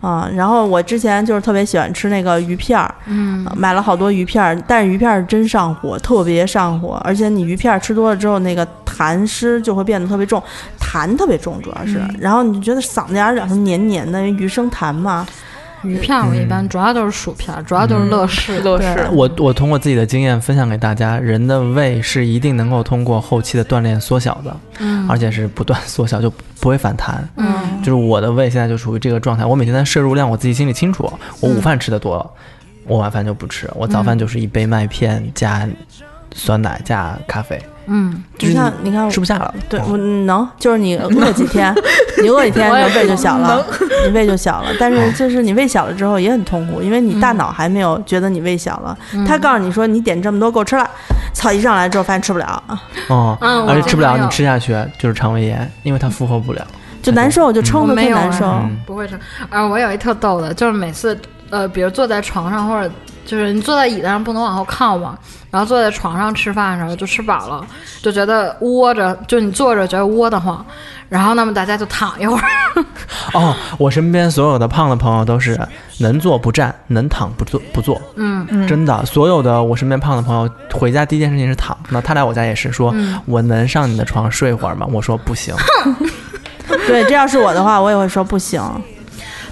啊、然后我之前就是特别喜欢吃那个鱼片儿，嗯、买了好多鱼片儿，但是鱼片儿真上火，特别上火，而且你鱼片儿吃多了之后，那个痰湿就会变得特别重，痰特别重主要是，然后你就觉得嗓子眼儿老是黏黏的，因为鱼生痰嘛，
鱼片我一般主要都是薯片，主要就是乐事。
乐
对
事，
我我通过自己的经验分享给大家，人的胃是一定能够通过后期的锻炼缩小的，
嗯
而且是不断 缩小，就不会反弹。
嗯
就是我的胃现在就处于这个状态，我每天的摄入量我自己心里清楚，我午
嗯
饭吃的多，我晚饭就不吃，我早饭就是一杯麦片加酸奶加咖啡，
嗯，
就是
你看你看我
吃不下了。
对，
嗯
我能，就是 你饿几天，你饿几天，
哦我
你
也哦
的胃就小了，你胃就小了。但是就是你胃小了之后也很痛苦，因为你
嗯
大脑还没有觉得你胃小了。他告诉你说你点这么多够吃了，操！一上来之后发现吃不了，
哦，
嗯我
而且
真
吃不
的
了，
有
你吃下去就是肠胃炎，因为它负荷不了。嗯
就难受，就撑
我
着
嗯没
特
有
难受。
啊不会吃。啊，我有一特逗的，就是每次呃，比如坐在床上或者就是你坐在椅子上不能往后靠嘛，然后坐在床上吃饭的时候就吃饱了，就觉得窝着，就你坐着觉得窝得慌，然后那么大家就躺一会儿，
哦，我身边所有的胖的朋友都是能坐不站，能躺不坐不坐。
嗯，
真的，所有的我身边胖的朋友回家第一件事情是躺。那他来我家也是说，
嗯
我能上你的床睡会儿吗？我说不 行。
对，这要是我的话，我也会说不行。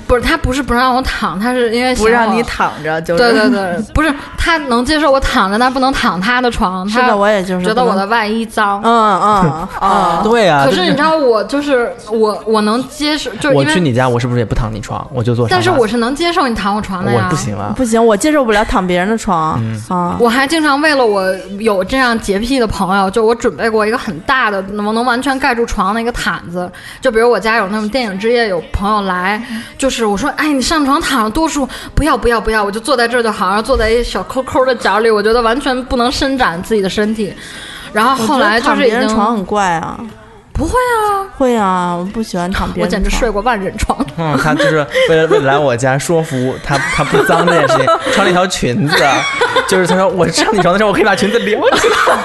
不是他不是不让我躺，他是因为
不让
嫌
你
我。
躺着，就是
对对对，不是他能接受我躺着，但不能躺他的床。
是
他
的，我也就是
觉得
不
我
能
的哦外衣脏。
嗯 嗯嗯，
对呀、啊，
可
就是
你知道，我就是我，我能接受，就是
我
因
去
为，
你家，我是不是也不躺你床，我就坐沙发？
但是我是能接受你躺我床的呀。
我不行了。
不行，我接受不了躺别人的床
嗯
啊。
我还经常为了我有这样洁癖的朋友，就我准备过一个很大的能能完全盖住床的一个毯子。就比如我家有那种电影之夜，有朋友来，就是我说，哎，你上床躺着多舒服，不要不要不要，我就坐在这儿就好，然后坐在一小抠抠的角里，我觉得完全不能伸展自己的身体。然后
我
后
觉得
来就
躺
是已
别人
经
床很怪啊，
不会啊，
会啊，我不喜欢躺别
我
人的
简直
床。
睡过万人床。
嗯，他就是为了为了来我家说服他他不脏这件事情，穿了一条裙子，就是他说我上你床的时候，我可以把裙子撩起来。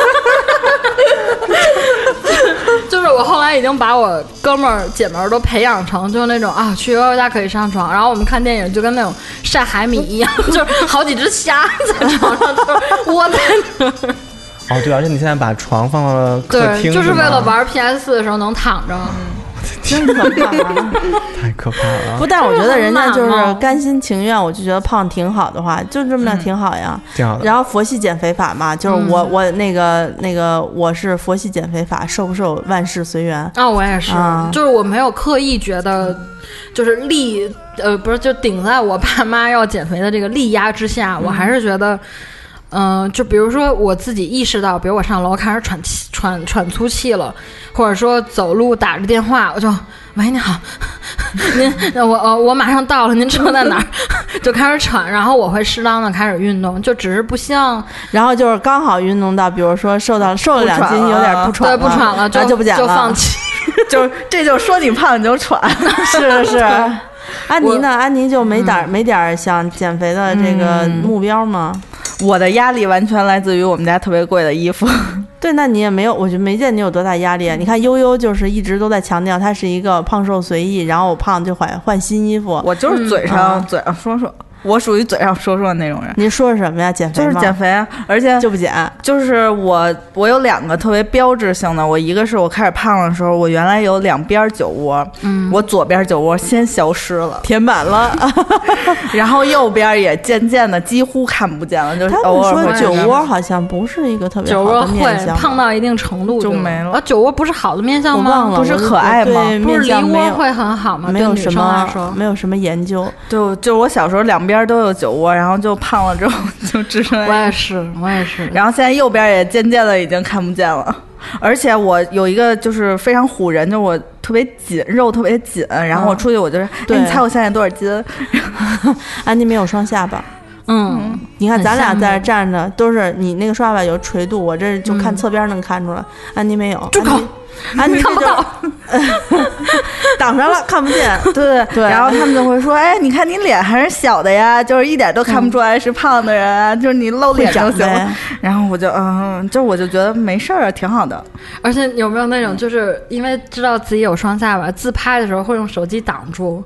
就是我后来已经把我哥们儿姐们儿都培养成就是那种啊，去悠悠家可以上床，然后我们看电影就跟那种晒海米一样， 就是好几只虾在床上就是窝在那儿。
哦，对，而且你现在把床放到了客
对，
厅，
就是为了
吗，
玩 PS 的时候能躺着。
啊
太可怕了。
不，但我觉得人家就
这个很啊
是
懒吗
甘心情愿，我就觉得胖挺好的话，就这么
嗯
样挺好呀。
挺好的
然后佛系减肥法嘛，就是我、我那个那个我是佛系减肥法，瘦不瘦万事随缘。
啊、我也是，
啊
就是我没有刻意觉得，就是力呃不是就顶在我爸妈要减肥的这个力压之下，我还是觉得。嗯、就比如说我自己意识到，比如我上楼开始喘气、喘喘粗气了，或者说走路打着电话，我就喂你好， 您我呃我马上到了，您车在哪儿？ 就开始喘，然后我会适当的开始运动，就只是不像
然后就是刚好运动到，比如说瘦到瘦了两斤，有点不喘
对
了，
不喘了，
然
就、
后就不减了，
就放弃。
就是这就说你胖你就喘，
是 是。安妮呢？安妮就没点
嗯
儿没点儿想减肥的这个目标吗？
我的压力完全来自于我们家特别贵的衣服，
对，那你也没有，我就没见你有多大压力啊。你看悠悠就是一直都在强调，她是一个胖瘦随意，然后我胖就换换新衣服。
我就是嘴上、
啊
嘴上说说，我属于嘴上说说的那种人，
您说什么呀？减肥
就是
吗
减肥啊，而且
就不减，
就是我，我有两个特别标志性的，我一个是我开始胖的时候，我原来有两边酒窝，嗯，我左边酒窝先消失了，
填满 了。
然后右边也渐渐的几乎看不见了，就是
他
偶
们
尔
说
会
酒
看
窝好像不是一个特别
酒
好
窝
的
会
面相，
胖到一定程度
就没了
啊，酒窝不是好的面相
我
吗？
忘了，
不是
我
可爱吗
我对
不是
面
梨
相没
窝
有
会很好吗？
没
对
有
女
什
生来
么
说，
没有什么研究。
就就是我小时候两边都有酒窝，然后就胖了之后就只剩
我也是，我也是。
然后现在右边也渐渐的已经看不见了，而且我有一个就是非常唬人，就是我特别紧，肉特别紧，然后我出去我就是，
对
哎，你猜我现在多少斤？
安妮没有双下巴。
嗯，
你看，
很
咱俩
羡慕
在这站着，都是你那个刷碗有垂度，我这就
嗯
看侧边能看出来。安妮没有，
住口！
安妮
看 不到，
挡上了，看不 见。
对对
对
然后他们就会说，哎，你看你脸还是小的呀，就是一点都看不出来是胖的人啊，就是你露
会
脸就
长
行了
呗。
然后我就嗯，就我就觉得没事儿啊，挺好的。
而且有没有那种，就是因为知道自己有双下巴，自拍的时候会用手机挡住，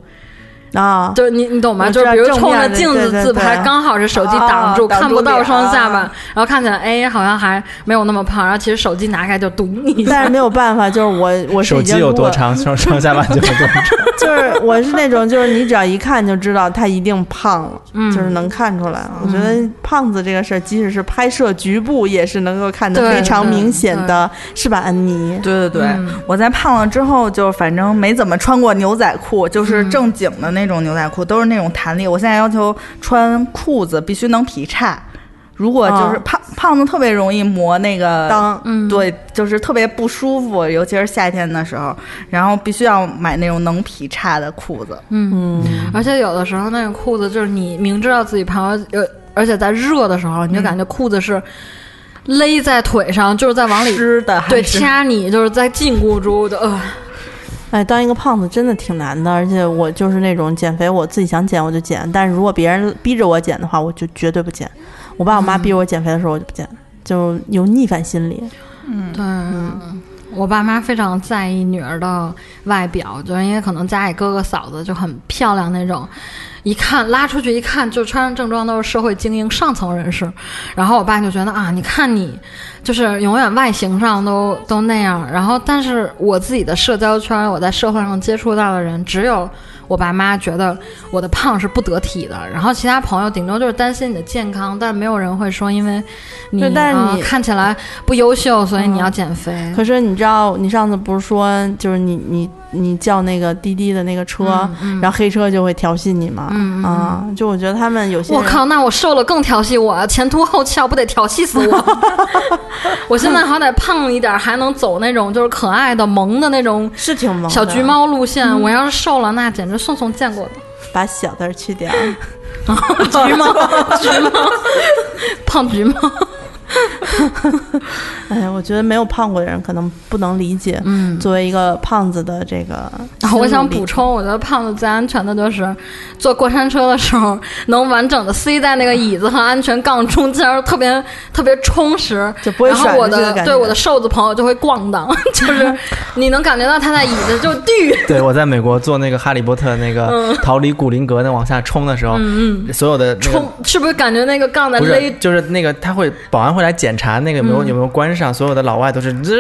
啊，
就是你你懂吗？
我知
就是
道
比如
正
冲着
面的
镜
对
子
对啊
自拍，
对
刚好是手机挡住，
哦挡住
看不到
脸
双下巴，
啊
然后看起来哎好像还没有那么胖，然后其实手机拿开就堵你一 下。
但是没有办法，就是我我是
手
已
机
经
有多
过，
长，上上下巴就有多长。
就是我是那种，就是你只要一看就知道他一定胖了，
嗯
就是能看出来。我觉得胖子这个事儿，即使是拍摄局部，也是能够看得
对
非常
对
明显的，是吧，安妮？
对对对，
嗯
我在胖了之后，就反正没怎么穿过牛仔裤，就是正经的那种牛仔裤，都是那种弹力。我现在要求穿裤子必须能劈叉。如果就是
啊
胖、胖子特别容易磨那个
裆
嗯
对，就是特别不舒服，尤其是夏天的时候，然后必须要买那种能劈叉的裤子。
而且有的时候那个裤子就是你明知道自己胖，呃，而且在热的时候，
嗯
你就感觉裤子是勒在腿上，就是在往里
湿的还
对
是
掐你，就是在禁锢住的，呃，
哎，当一个胖子真的挺难的，而且我就是那种减肥，我自己想减我就减，但是如果别人逼着我减的话，我就绝对不减。我爸我
嗯
妈逼着我减肥的时候，我就不减，就有逆反心理。嗯
对，我爸妈非常在意女儿的外表，就是因为可能家里哥哥嫂子就很漂亮那种，一看拉出去一看就穿上正装都是社会精英上层人士，然后我爸就觉得啊，你看你就是永远外形上都都那样，然后但是我自己的社交圈，我在社会上接触到的人只有。我爸妈觉得我的胖是不得体的，然后其他朋友顶多就是担心你的健康，但是没有人会说因为你
对但是
啊
你
看起来不优秀，所以你要
嗯
减肥。
可是你知道，你上次不是说，就是你你你叫那个滴滴的那个车，然后黑车就会调戏你吗？
嗯嗯嗯
啊，就我觉得他们有些
我
人
靠，那我瘦了更调戏我，前凸后翘不得调戏死 我？我现在好歹胖一点，还能走那种就是可爱的萌的那种
是挺萌的，
小橘猫路线。我要是瘦了，那简直宋宋见过的
把小字儿去掉，
橘猫， 橘猫，胖橘猫。
哎呀，我觉得没有胖过的人可能不能理解，
嗯
作为一个胖子的这个心路历程、
然后我想补充，我觉得胖子最安全的就是坐过山车的时候， 能完整的塞在那个椅子和安全杠中 间儿，特别特别充实。
就不会
然后
甩
我
出去的
的
感
对
觉
我的瘦子朋友就会逛荡， 就是你能感觉到他在椅子就 地
对，我在美国做那个《哈利波特》那
嗯
个逃离古灵阁那往下冲的时候，所有的那个
冲，是不是感觉那个杠在
不是
勒？
就是那个他会保安会来检查那个有
嗯
没有、有没有关上，所有的老外都是吱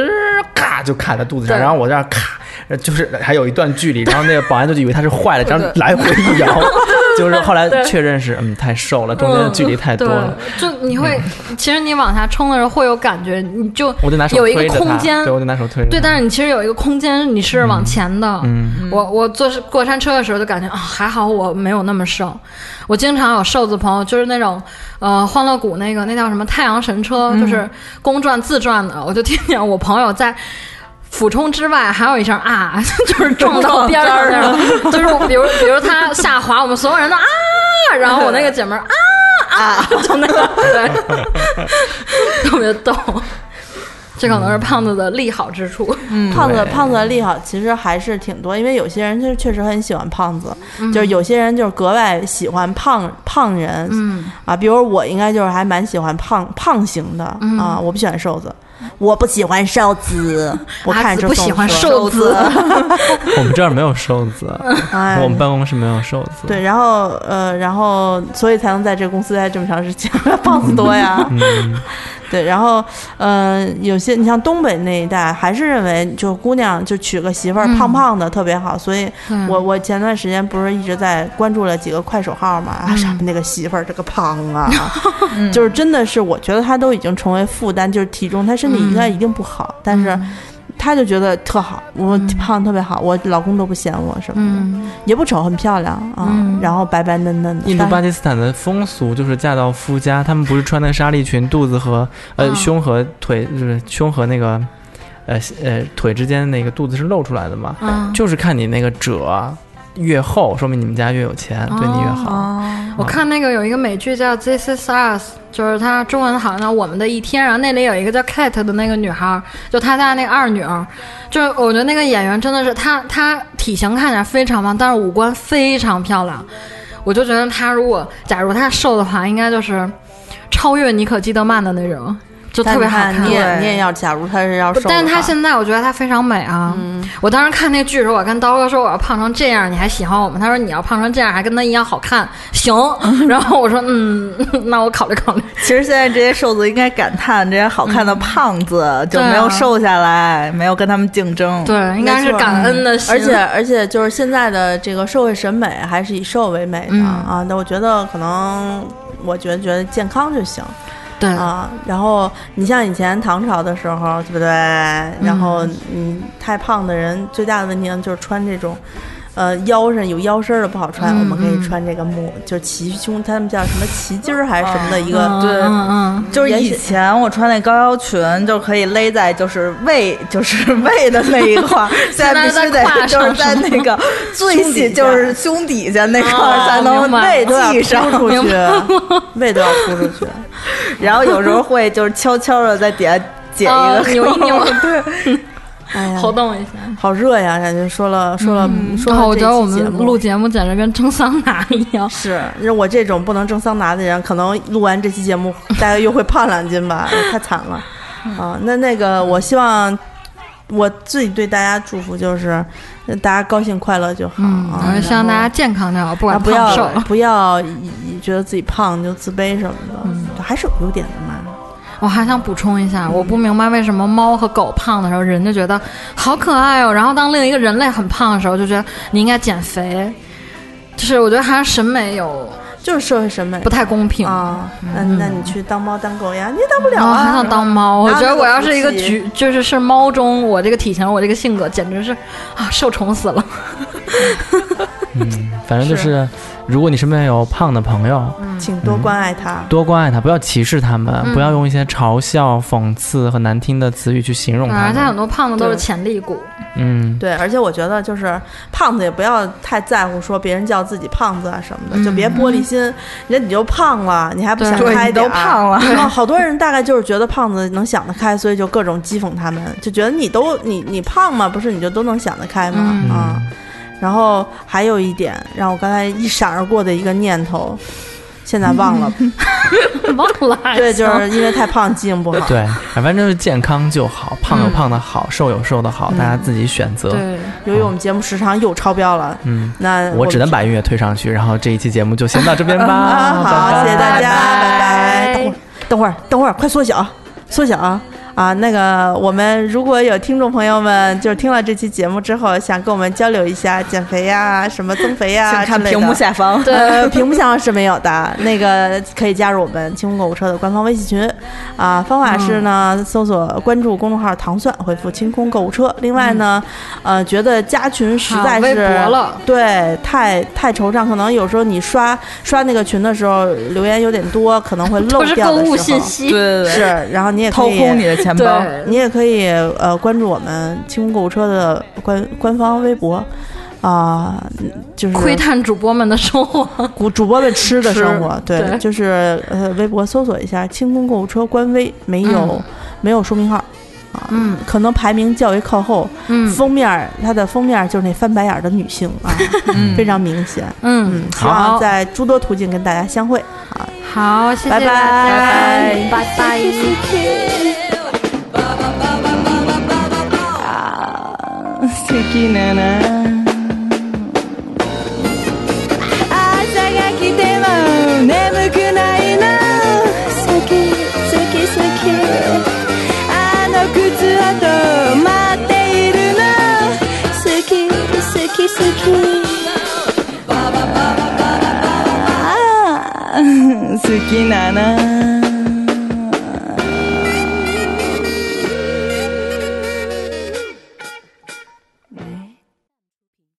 咔就卡在肚子上，
对
然后我这儿咔，就是还有一段距离，然后那个保安就以为他是坏 了，
对
然后来回一摇， 就是后来确认是嗯太瘦了，中间的距离太多了。嗯
对，就你会，其实你往下冲的时候会有感觉，你就
我就拿手
有一
推
个
着
空
他，
间
对，我就拿手推着他。
对，但是你其实有一个空间，你是往前的。
嗯
我我坐是过山车的时候就感觉啊、还好我没有那么瘦。我经常有瘦子朋友，就是那种呃欢乐谷那个那叫什么太阳神车，就是公转自转的，我就听见我朋友在。俯冲之外，还有一声啊， 就是撞到边上那种，就是比如比如他下滑，我们所有人都啊，然后我那个姐们儿啊啊，就那 个对，特别逗。这可能是胖子的利好之处。
胖子
对
胖子的利好其实还是挺多，因为有些人就是确实很喜欢胖子，
嗯
就是有些人就是格外喜欢胖胖人，嗯啊，比如我应该就是还蛮喜欢胖胖型的、
嗯
啊，我不喜欢瘦子，我不喜欢瘦 子，我看着
阿紫
就
不喜欢
瘦
瘦子，
我们这儿没有瘦 子，
哎
我们办公室没有瘦子。
对，然后呃，然后所以才能在这个公司待这么长时间， 胖子多呀。 对，然后呃，有些你像东北那一带，还是认为就姑娘就娶个媳妇儿胖胖的特别好，所以我我前段时间不是一直在关注了几个快手号嘛，啊，上面那个媳妇儿这个胖啊，就是真的是我觉得她都已经成为负担，就是体重，她身体应该一定不好，但是。她就觉得特好，我胖特别好，我老公都不嫌我什么
嗯
的。也不丑，很漂亮啊，然后白白嫩嫩的。
印度巴
但
基斯坦的风俗就是嫁到夫家，他们不是穿那个纱丽裙，肚子和呃、
嗯
胸和腿就是胸和那个呃呃腿之间那个肚子是露出来的嘛，
嗯，
就是看你那个褶越厚，说明你们家越有钱，
哦
对你越好。嗯
我看那个有一个美剧叫《This Is Us》，就是它中文好像叫《我们的一天》，然后那里有一个叫 Kate 的那个女孩儿，就她家那个二女儿，就是我觉得那个演员真的是她，她体型看起来非常棒，但是五官非常漂亮。我就觉得她如果假如她瘦的话，应该就是超越妮可基德曼的那种，就特别好
但
看。
你看你也
对
你也要，假如他是要瘦的话，
但是她现在我觉得她非常美啊！
嗯
我当时看那剧的时候，我跟刀哥说我要胖成这样，你还喜欢我吗？他说你要胖成这样还跟他一样好看， 行。然后我说嗯， 那我考虑考虑。
其实现在这些瘦子应该感叹，这些好看
嗯
的胖子就
啊
没有瘦下来，没有跟他们竞争。
对，应该是感恩的
啊
心。
而且而且就是现在的这个社会审美还是以瘦为美的、
嗯
啊。那我觉得可能，我觉得觉得健康就行
对，嗯
啊。然后你像以前唐朝的时候，对不对？然后嗯，太胖的人最大的问题呢就是穿这种。呃，腰上有腰身儿的不好穿，
嗯
我们可以
嗯
穿这个木，就是齐胸，他们叫什么齐襟儿还是什么的一个，
嗯
对
嗯嗯，
就是
也
以
许
前我穿那高腰裙，就可以勒在就是胃，就是 胃的那一块儿，现在必须
现在在胯
得
上
就是在那个最
胸底
细，
下
就是胸底下那块儿
哦
才能
明白
胃
都要
系上。
扑出去， 胃都要扑出 去。
然后有时候会就是悄悄的在底下解一
哦
个
啊
扭一扭
对，
哎呀，
活动一下。
好热呀，感觉说了说了、说
然
了
嗯哦后我觉得我
这期节
们
目
录节目简直跟蒸桑拿一样。
是，那我这种不能蒸桑拿的人，可能录完这期节目，大概又会胖两斤吧，太惨了。
嗯
啊，那那个，我希望我自己对大家祝福就是，呃大家高兴快乐就好。
嗯，
啊
我是希望大家
然后
健康点，不
啊
管
不
胖瘦
要。不要以以觉得自己胖就自卑什么的，
嗯
还是有优点的嘛。
我还想补充一下，我不明白为什么猫和狗胖的时候，人就觉得好可爱哦，然后当另一个人类很胖的时候，就觉得你应该减肥。就是我觉得还是审美有
就是社会审美
不太嗯公平。
啊，那那你去当猫当狗呀，你也当不了
我
啊。
嗯还想当猫，我
哪有
觉得
那么
我要
福
是一个
气
橘，就是是猫中我这个体型，我这个性格，简直是啊，受宠死了。
反正就是，如果你身边有胖的朋友，
请多关爱它。
多关爱他，不要歧视他们，
嗯
不要用一些嘲笑、讽刺和难听的词语去形容他
而且啊很
们。
多胖子都是
对
潜力股，
嗯，
对，而且我觉得就是胖子也不要太在乎说别人叫自己胖子啊什么
嗯
的，就别玻璃心。人你就胖了，你还不想
对
开
你
点
都
儿
胖了
然后好多人大概就是觉得胖子能想得开，所以就各种讥讽他们，就觉得你都你你胖嘛，不是你就都能想得开吗？
嗯
啊。然后还有一点让我刚才一闪而过的一个念头，现在忘 了。
忘了还
对，就
行
是因为太胖记性不好。
对，反正就是健康就好，胖有胖的好，瘦有瘦的好，
嗯
大家自己选择。
嗯对，
由于我们节目时长又超标了，
嗯，
那
我只
们
能把音乐推上去，然后这一期节目就先到这边吧。拜
啊，好，
拜
谢谢大家，拜
拜拜
等会儿，等会儿，等会儿，快缩小，缩小啊！啊，那个，我们如果有听众朋友们，就是听了这期节目之后，想跟我们交流一下减肥呀、什么增肥呀
请
之
看
类的，
屏幕 下方。
呃，屏幕上是没有的，那个可以加入我们清空购物车的官方微信群，啊，方法是呢，
嗯
搜索关注公众号“糖蒜”，回复“清空购物车”。另外呢，呃，觉得加群实在是
嗯好微薄了
对，太太惆怅，可能有时候你刷刷那个群的时候，留言有点多，可能会漏
都是
掉
购
的
物
时候
信息。
对对对，
是，然后你也可
掏
以
空你的钱包。
对
你也可以呃关注我们清空购物车的官官方微博。啊、就是
窥探主播们的生活。
主主播们吃的生活，对，
对
就是呃，微博搜索一下“清空购物车”官微，没有、
嗯
没有书名号啊，
嗯
可能排名较为靠后。
嗯
封面儿它的封面儿就是那翻白眼儿的女性啊，非常明显。
嗯
嗯，，希望
好，
在诸多途径跟大家相会啊，
好，谢谢大
拜
家，
拜
拜拜。
素敵なな朝が来ても眠くないな好き好き好きあの靴跡待っているな好き好き好きあー好きなな